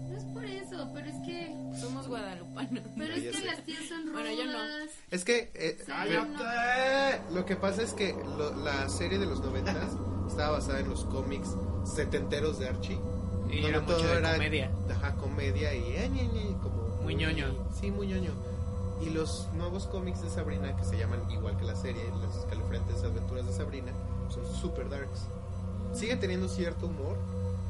D: no es por eso pero es que
B: Somos guadalupanos.
D: pero
A: ya
D: es que
A: sé.
D: las tías son rudas
B: Bueno, yo no.
A: Es que... eh,
E: ¡Cállate!
A: Lo que pasa es que lo- la serie de los noventas estaba basada en los cómics setenteros de Archie.
C: Y
A: donde
C: era mucho de comedia.
A: Ajá, comedia y eh, ñe, ñe, como...
C: Muy ñoño.
A: Sí, muy ñoño. Y los nuevos cómics de Sabrina, que se llaman igual que la serie, las escalofriantes aventuras de Sabrina, son super darks. Siguen teniendo cierto humor,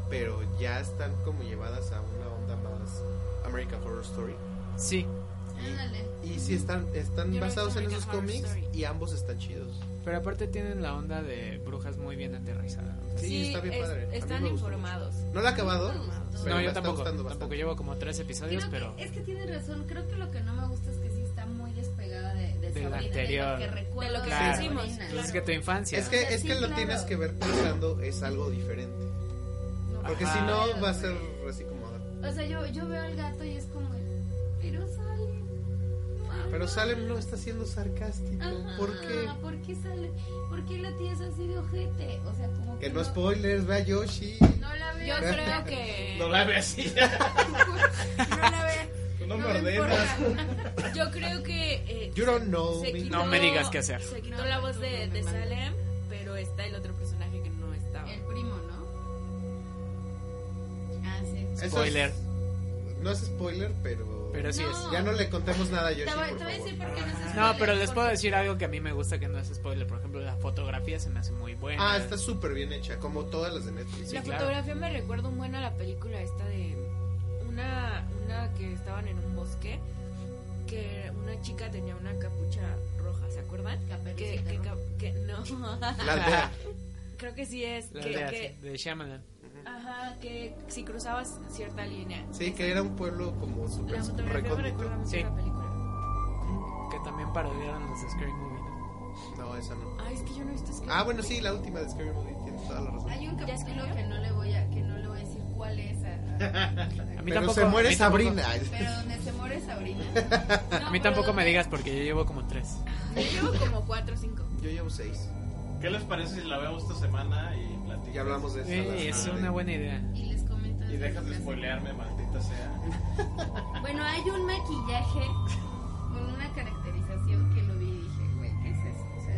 A: pero ya están como llevadas a una onda más American Horror Story.
C: Sí,
D: ándale
A: Y sí están, están
B: Yo no he
A: basados
B: visto
A: en
B: American
A: esos
B: Horror
A: cómics
B: Story.
A: y ambos están chidos.
C: pero aparte tienen la onda de brujas muy bien aterrizada.
A: Sí,
B: Sí,
A: está bien
B: es-
A: padre. A mí
B: están
A: me gustó
B: informados.
A: No la he acabado.
D: No,
A: pero
C: No,
A: me
C: yo
A: está
C: tampoco.
A: gustando
C: Tampoco
A: bastante.
C: llevo como tres episodios,
D: Creo
C: pero
D: que- es que tienes razón creo que lo que no me gusta es que sí está muy despegada de, de
C: Del
D: Sabrina,
C: anterior.
D: de lo que recuerdo
B: De lo que
C: Claro.
D: Sabrina.
B: hicimos, claro.
C: pues, es que tu infancia.
A: Es que,
D: O sea,
A: es que
D: sí,
A: lo
D: claro.
A: tienes que ver pensando es algo diferente.
D: No,
A: Porque
C: Ajá.
A: si no, va a ser
D: güey.
A: así como.
D: o sea yo, yo veo al gato y es como pero sale
A: Pero Salem no está siendo sarcástico.
D: Ajá,
A: ¿Por qué?
D: ¿Por qué sale? ¿Por qué la tía es así de ojete? O sea, como que,
A: Que no spoilers, vea Yoshi.
D: no la
B: Yo
A: ¿Eh?
D: veo.
B: creo que.
E: No la ve así.
D: No la veo.
E: No, me
D: me
E: ordenas.
B: Yo creo que. eh,
A: You don't know
B: se
A: me.
B: quitó-
C: No me digas qué hacer.
B: Se quitó
D: No,
B: la
D: no,
B: voz
D: no,
B: de,
D: no,
B: de
D: no, no.
B: Salem, pero está el otro personaje que no estaba.
D: El primo, ¿no? Ah, sí.
A: Eso es-
C: Spoiler.
A: no es spoiler, pero.
C: Pero sí es.
D: No.
A: Ya no le contemos nada a Yoshi.
D: Te voy,
A: por
D: te voy a
A: favor.
D: decir por qué Ah, no es
C: No,
D: spoiler,
C: pero les puedo
D: porque-
C: decir algo que a mí me gusta que no es spoiler. Por ejemplo, la fotografía se me hace muy buena.
A: Ah, está súper bien hecha, como todas las de Netflix.
C: Sí,
B: la
C: claro.
B: fotografía me recuerda un buen a la película esta de una, una que estaban en un bosque, que una chica tenía una capucha roja, ¿se acuerdan? Que,
D: Caperucita
B: que,
D: Roja.
B: cap- que- no,
A: La aldea.
B: creo que sí es,
C: La
B: que,
C: aldea,
B: que-
C: de Shyamalan.
B: ajá, que si cruzabas cierta línea.
A: Sí, que era un pueblo como súper
B: La fotografía me recuerda
A: recóndito.
B: mucho
C: Sí.
B: a la película.
C: Que también parodiaron los Scary Movie. ¿no?
A: No, esa no.
B: Ay, es que yo no he visto Scary
A: Ah, bueno,
B: Movie.
A: sí, la última de Scary Movie. Tienes toda la razón.
D: Hay un
B: ¿Ya
D: capítulo
B: escribió?
D: que no le voy a, que no le voy a decir cuál es, a-
C: A mí
A: Pero
C: tampoco,
A: se
C: a
A: muere
C: mí tampoco-
A: Sabrina.
D: pero donde se muere Sabrina.
C: A mí tampoco me digas porque yo llevo como tres.
B: Yo llevo como 4 o 5.
A: Yo llevo seis.
E: ¿Qué les parece si la vemos esta semana y platicamos?
A: Y hablamos de esa.
C: Sí,
A: la
C: es
A: semana
C: una
A: de-
C: buena idea.
D: Y les comento.
E: Y
D: después
E: dejas de
D: que me
E: spoilearme, maldita sea.
D: Bueno, hay un maquillaje con una caracterización que lo vi y dije, güey, ¿qué es eso? O sea,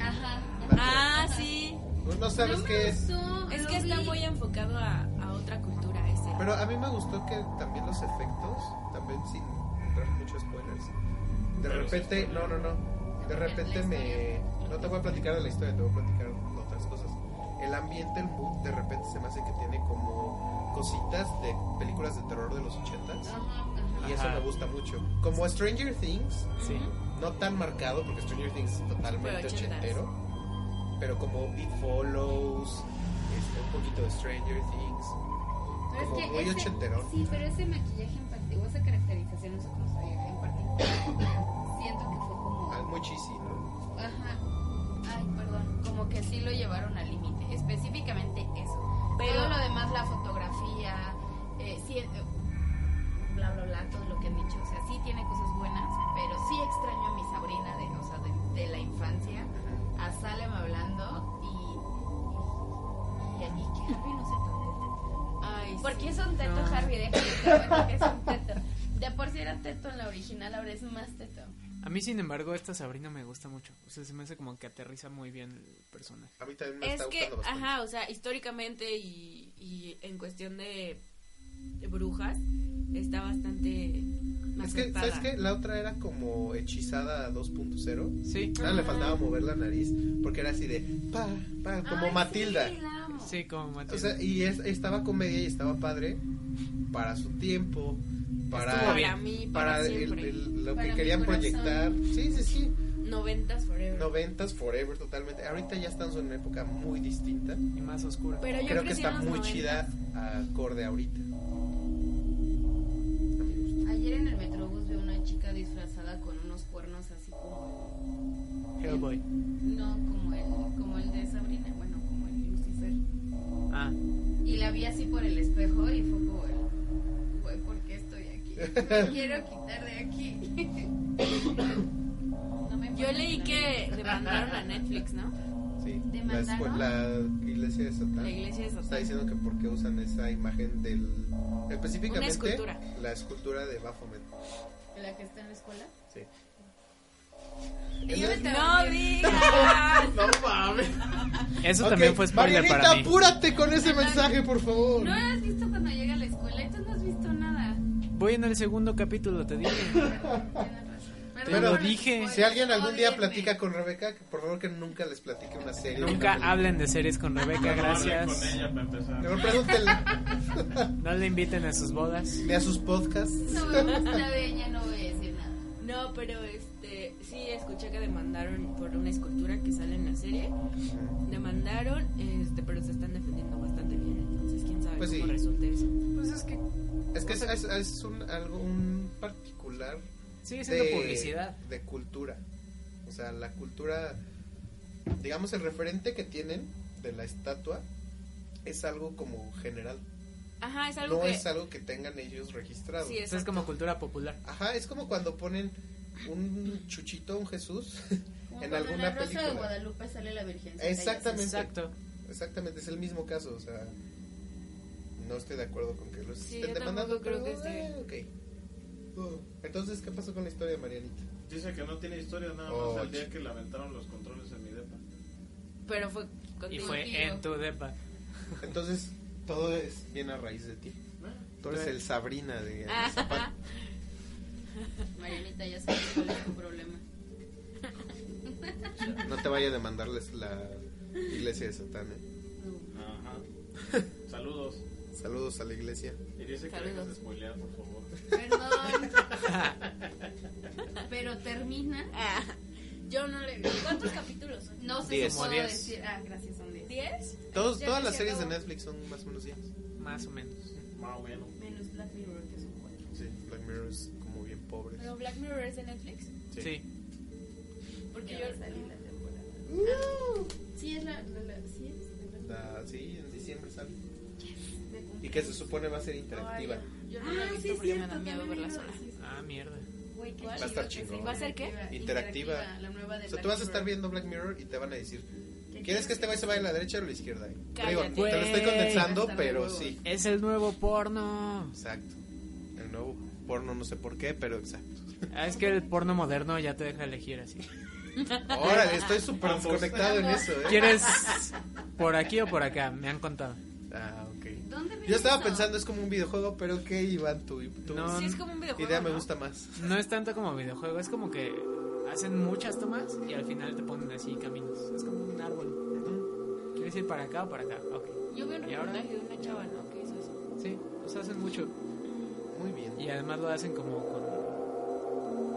A: ¿Nativa?
D: ajá.
B: Ah, sí.
A: Pues, No sabes
D: no me
A: qué es.
D: gustó,
B: Es
D: lo
B: que está
D: vi.
B: muy enfocado a, a otra cultura ese.
A: Pero a mí me gustó que también los efectos, también sin entrar en muchos spoilers, de
E: Pero
A: repente,
E: sin
A: no, no, no, de repente me... No te voy a platicar de la historia, te voy a platicar otras cosas. El ambiente, el mood, de repente se me hace que tiene como cositas de películas de terror de los ochentas. Y eso
C: Ajá.
A: me gusta mucho. Como Stranger Things,
C: Sí.
A: no tan marcado, porque Stranger Things es totalmente
B: Pero ochentas.
A: ochentero, pero como It Follows, este, un poquito de Stranger Things.
H: Pero
A: Como muy
H: ese-
A: ochenterón.
H: Sí, pero ese maquillaje en particular, esa caracterización, no sé cómo se diga, en particular, siento que fue como...
A: Ah, muy cheesy, ¿no?
H: Ajá. Ay, perdón.
D: Como que sí lo llevaron al límite, específicamente eso.
B: Pero-
D: todo lo demás, la fotografía, eh, sí, eh, bla, bla, bla, todo lo que han dicho. O sea, sí tiene cosas buenas, pero sí extraño a mi sabrina de, o sea, de, de la infancia, a Salem hablando y, y, y, y que Harvey no sea tan teto.
B: Ay,
D: ¿Por qué es un teto
C: No.
D: Harvey? Déjame que es un teto. De por sí era teto en la original, ahora es más teto.
C: A mí, sin embargo, esta Sabrina me gusta mucho. O sea, se me hace como que aterriza muy bien el personaje.
A: A mí también me
B: Es
A: está
B: que,
A: gustando bastante.
B: ajá, o sea, históricamente y, y en cuestión de, de brujas, está bastante más
A: Es que, ¿sabes
B: acertada.
A: qué? La otra era como hechizada 2.0.
C: Sí,
A: Nada,
B: Ah.
A: le faltaba mover la nariz, porque era así de pa, pa, como
D: Ay,
A: Matilda.
D: Sí, la amo.
C: sí, como Matilda.
A: O sea, y es- estaba comedia y estaba padre para su tiempo,
B: Estuvo
A: para,
B: para mí, para,
A: para el-
B: siempre.
A: el- lo
D: Para
A: que
D: mi
A: querían
D: corazón.
A: proyectar. Sí, sí, sí.
B: Noventas forever.
A: Noventas, forever, totalmente. Ahorita ya estamos en una época muy distinta.
C: Y más oscura.
B: Pero yo
A: Creo que
B: crecí
A: está
B: en los
A: muy
B: 90s.
A: chida acorde ahorita.
D: Ayer en el Metrobús vi una chica disfrazada con unos cuernos así como...
C: Hellboy.
D: No, como el, como el de Sabrina, bueno, como el Lucifer.
C: Ah,
D: Y la vi así por el espejo y fue como... el, Güey, ¿por qué estoy aquí? Me quiero quitar de aquí. No me
B: Yo
D: puedo
B: leí
D: quitar.
B: que demandaron a Netflix, ¿no?
A: Sí,
D: ¿Te
A: la, escu-
D: mandaron?
A: la iglesia de Satán
B: La iglesia de Satán.
A: está diciendo que porque usan esa imagen del específicamente
B: Una escultura.
A: la escultura de Baphomet.
D: ¿La que está en la escuela?
A: Sí.
D: Ella me
A: Entonces-
B: ¡No digas!
A: No mames.
C: eso
A: Ok,
C: también fue spoiler
A: Marianita,
C: para mí.
A: apúrate con ese mensaje, por favor.
D: ¿No has visto cuando llega a la escuela y tú no has visto nada?
C: Voy en el segundo capítulo, te dije.
D: Tienes razón. Perdón
A: Pero
D: por el
C: dije.
D: spoiler.
A: Si alguien algún día
D: Ódienme.
A: platica con Rebeca, que por favor que nunca les platique una serie.
C: Nunca
A: una película.
C: hablen de series con Rebeca,
E: No hablen Con
C: gracias.
E: ella para empezar.
A: Mejor pregúntenle
C: No le inviten a sus bodas.
A: ni a sus podcasts.
D: No me gusta de ella, no voy a decir nada.
B: No, pero este, sí escuché que demandaron por una escultura que sale en la serie. Demandaron, este, pero se están defendiendo bastante bien, entonces quién sabe
A: Pues
B: cómo
A: sí.
B: resulte eso.
C: Pues es que
A: Es que es, es- es un, algo un particular
C: sigue siendo publicidad.
A: de cultura. O sea, la cultura, digamos, el referente que tienen de la estatua es algo como general.
B: Ajá, es algo
A: No
B: que
A: es algo que tengan ellos registrado.
B: sí
C: Eso es como cultura popular.
A: Ajá, es como cuando ponen un chuchito, un Jesús,
D: Como
A: en
D: cuando la
A: alguna
D: Rosa de
A: película.
D: Guadalupe sale la Virgen.
A: Exactamente.
C: Exacto.
A: Exactamente, es el mismo caso, o sea, no estoy de acuerdo con que los
B: Sí,
A: estén
B: yo
A: demandando.
B: tampoco creo
A: pero,
B: que
A: eh, ok. Uh, Entonces, ¿qué pasó con la historia de Marianita?
E: Dice que no tiene historia nada más
A: Oh,
E: al día
A: ch-
E: que le aventaron los controles en mi depa.
B: pero fue
C: Y
B: contigo.
C: fue en tu depa.
A: Entonces, todo es bien a raíz de ti. Tú eres el Sabrina de
B: Ah.
A: Zapato.
D: Marianita, ya sabes cuál es tu problema.
A: No te vaya a demandarles la iglesia de Satán. ¿eh?
E: Ajá. Saludos.
A: Saludos a la iglesia.
E: Y dice que
B: Saludos.
E: dejes de spoilear, por favor.
D: Perdón. Pero termina.
B: Ah, yo no le vi. ¿Cuántos capítulos son?
D: No sé
A: Diez.
D: si puedo
C: Como diez.
D: decir. Ah, gracias, son 10.
B: ¿Diez?
A: Todos-
B: Ya
A: todas
B: que
A: las
B: se
A: series de
B: acabó.
A: Netflix son más o menos 10.
C: Más o menos.
E: Más o menos.
D: Menos Black Mirror, que son 4.
A: Sí, Black Mirror es como bien pobre.
B: ¿Pero Black Mirror es de Netflix?
A: Sí.
C: Sí.
B: Porque
D: Porque yo
B: yo...
D: salí la temporada. Sí, es la. la, la- sí, es. la-
A: Ah, sí, en diciembre sale.
D: me cumplí.
A: Y que se supone va a ser interactiva.
D: Ay, yo no la he
B: Ah,
D: visto
B: sí, es
D: porque me
B: cierto,
D: da
B: que a mí
D: miedo
B: me
D: verla
B: vino-
D: sola.
C: Ah, mierda.
D: Güey, qué
A: Va a
D: chido
A: estar
D: que sea
A: chingón.
B: ¿Va a ser qué?
A: Interactiva.
D: La nueva de
A: O sea,
D: Black
A: tú vas a estar
D: Mirror.
A: viendo Black Mirror y te van a decir,
D: ¿Qué
A: ¿quieres que este güey se vaya a la derecha o a la izquierda? Digo,
B: Cállate.
A: te lo estoy
C: Güey.
A: condensando,
D: Hasta
A: pero
D: luego.
A: sí.
C: Es el nuevo porno.
A: Exacto. El nuevo porno, no sé por qué, pero exacto.
C: Ah, es que el porno moderno ya te deja elegir así.
A: Órale, estoy súper desconectado en eso, ¿eh?
C: ¿Quieres por aquí o por acá? Me han contado.
A: Ah, ok.
D: ¿Dónde
A: Yo estaba
B: eso.
A: pensando, es como un videojuego, pero ¿qué, Iván? Tu, tu
C: No,
B: Sí, es como un videojuego.
A: idea me
B: ¿no?
A: gusta más.
C: No es tanto como videojuego, es como que hacen muchas tomas y al final te ponen así caminos. Es como un árbol. ¿Quieres ir para acá o para acá? Ok.
B: Yo vi un
C: ¿Y ahora?
B: reportaje de una chava, ¿no? Que hizo eso.
C: Sí, o sea, hacen mucho.
A: Muy bien.
C: Y además lo hacen como con.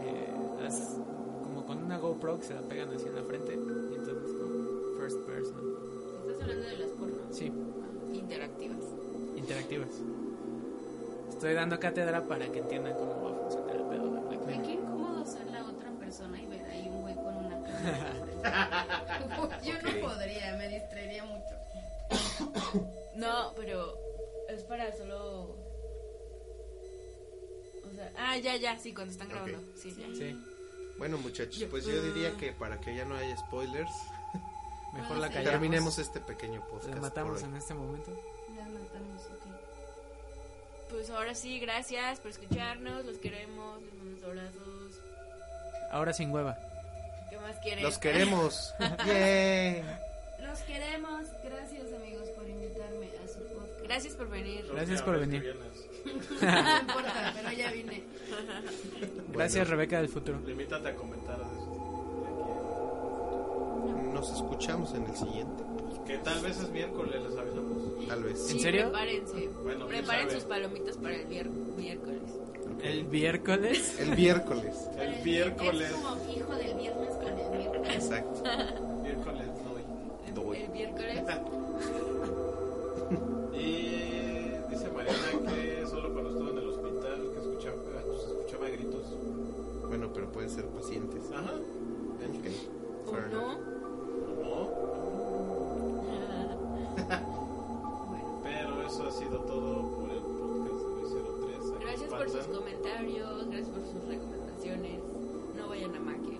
C: eh, las- como con una GoPro que se la pegan así en la frente. Y entonces, como first person.
D: Estás hablando de las pornos
C: Sí,
B: Interactivas.
C: interactivas. Estoy dando cátedra para que entiendan cómo va a funcionar el pedo de Black
D: Ay,
C: Mirror.
D: qué incómodo ser la otra persona y ver ahí un güey con una cámara. en la frente.
G: Yo no podría, me distraería mucho.
B: No, pero es para solo. O sea, ah, ya, ya, sí, cuando están
A: Ok.
B: grabando. Sí, ya.
C: Sí,
A: Bueno, muchachos, pues yo
B: uh,
A: diría que para que ya no haya spoilers,
C: mejor la
B: Sí.
C: callamos.
A: terminemos este pequeño podcast.
C: La
A: por
C: matamos
A: hoy.
C: en este momento.
D: Las matamos, ok.
B: Pues ahora sí, gracias por escucharnos. Los queremos. Les mandamos abrazos.
C: Ahora sin hueva.
B: ¿Qué más quieren?
A: Los queremos. Bien.
D: Los queremos. Gracias, amigos, por invitarme a su podcast.
B: Gracias por venir.
C: Gracias por venir.
D: No importa, pero ya vine.
C: Gracias, Rebeca del futuro.
E: Limítate a comentar de
A: Nos escuchamos en el siguiente,
E: eso. Que tal vez es miércoles, les avisamos.
A: tal vez.
B: Sí,
C: serio?
B: Prepárense.
E: Ah, Bueno, quién
B: Preparen
E: sabe.
B: sus palomitas para el vier- miércoles.
C: El miércoles.
A: El miércoles.
E: El miércoles.
D: Es como hijo del viernes con el miércoles.
A: Exacto.
E: Miércoles doy.
A: Doy.
B: El miércoles.
E: Y dice Mariana que solo cuando estuvo en el hospital que escuchaba, se escuchaba gritos.
A: Bueno, pero pueden ser pacientes.
E: Ajá.
A: Ok.
B: ¿O
A: Fair enough.
B: no?
E: No,
B: Ah,
E: pero eso ha sido todo por el podcast de 03.
B: Gracias por sus comentarios. Gracias por sus recomendaciones. No vayan a Maque.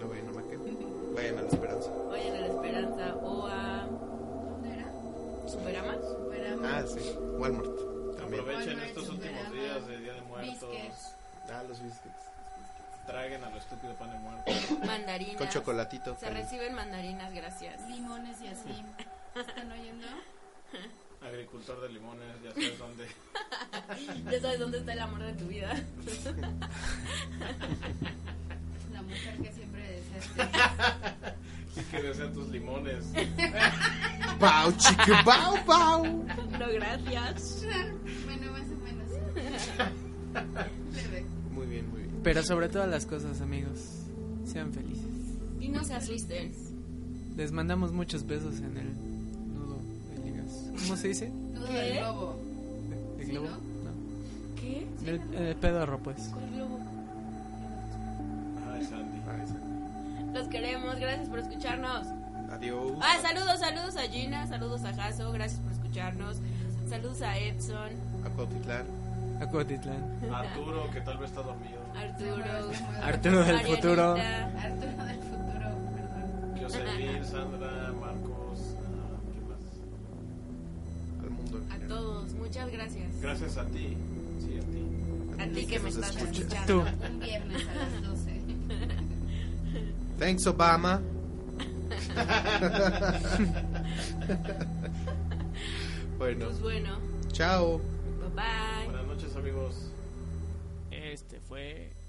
A: No vayan a Maquet. Vayan a la esperanza.
B: Vayan a La Esperanza o a. ¿Dónde era? Superama.
A: Ah, sí. Walmart. También.
E: Aprovechen
G: Walmart,
E: estos últimos
G: Superama,
E: días de Día de Muertos.
G: biscuits.
A: Ah, los biscuits.
E: Traguen a lo estúpido pan de muerto.
B: Mandarinas.
A: Con chocolatito.
B: Se reciben mandarinas, gracias.
G: Limones y así. ¿Están oyendo?
E: Agricultor de limones, ya sabes dónde.
B: Ya sabes dónde está el amor de tu vida.
D: La mujer que siempre deseaste.
E: que desean tus limones.
A: ¡Pau, chiqui! ¡Pau, pau!
B: No, gracias.
D: bueno, más o menos. Leve.
A: Muy bien, muy bien.
C: Pero sobre todas las cosas, amigos, sean felices.
B: Y no se asusten.
C: Les mandamos muchos besos en el nudo de ligas. ¿Cómo se dice?
D: Nudo
B: ¿Qué?
D: del globo.
C: ¿El
D: Sí,
C: globo?
D: ¿no?
C: No.
B: ¿Qué?
C: En el, en el pedorro, pues.
B: ¿Cuál globo?
E: Ay, Sandy.
A: Ah, exacto.
B: Los queremos, gracias por escucharnos.
A: Adiós.
B: Ah, saludos, saludos a Gina, saludos a Jaso, gracias por escucharnos. Saludos a Edson,
A: A Cuautitlán.
C: Acuatitlán.
E: Arturo, que tal vez está dormido.
B: Arturo,
C: Arturo del
B: Marianita.
C: futuro.
D: Arturo del futuro, perdón.
E: Jocelyn, Sandra, Marcos, ah, ¿qué más?
A: Al mundo. en
B: A
A: general.
B: todos, muchas gracias.
E: Gracias a ti. Sí, a ti.
B: A ti que me
A: nos
B: estás
A: escuchas.
C: Tú.
B: escuchando.
D: Un viernes a las 12.
A: Thanks, Obama. bueno,
B: Pues bueno,
A: chao.
B: bye bye.
E: Buenas noches, amigos.
C: Este fue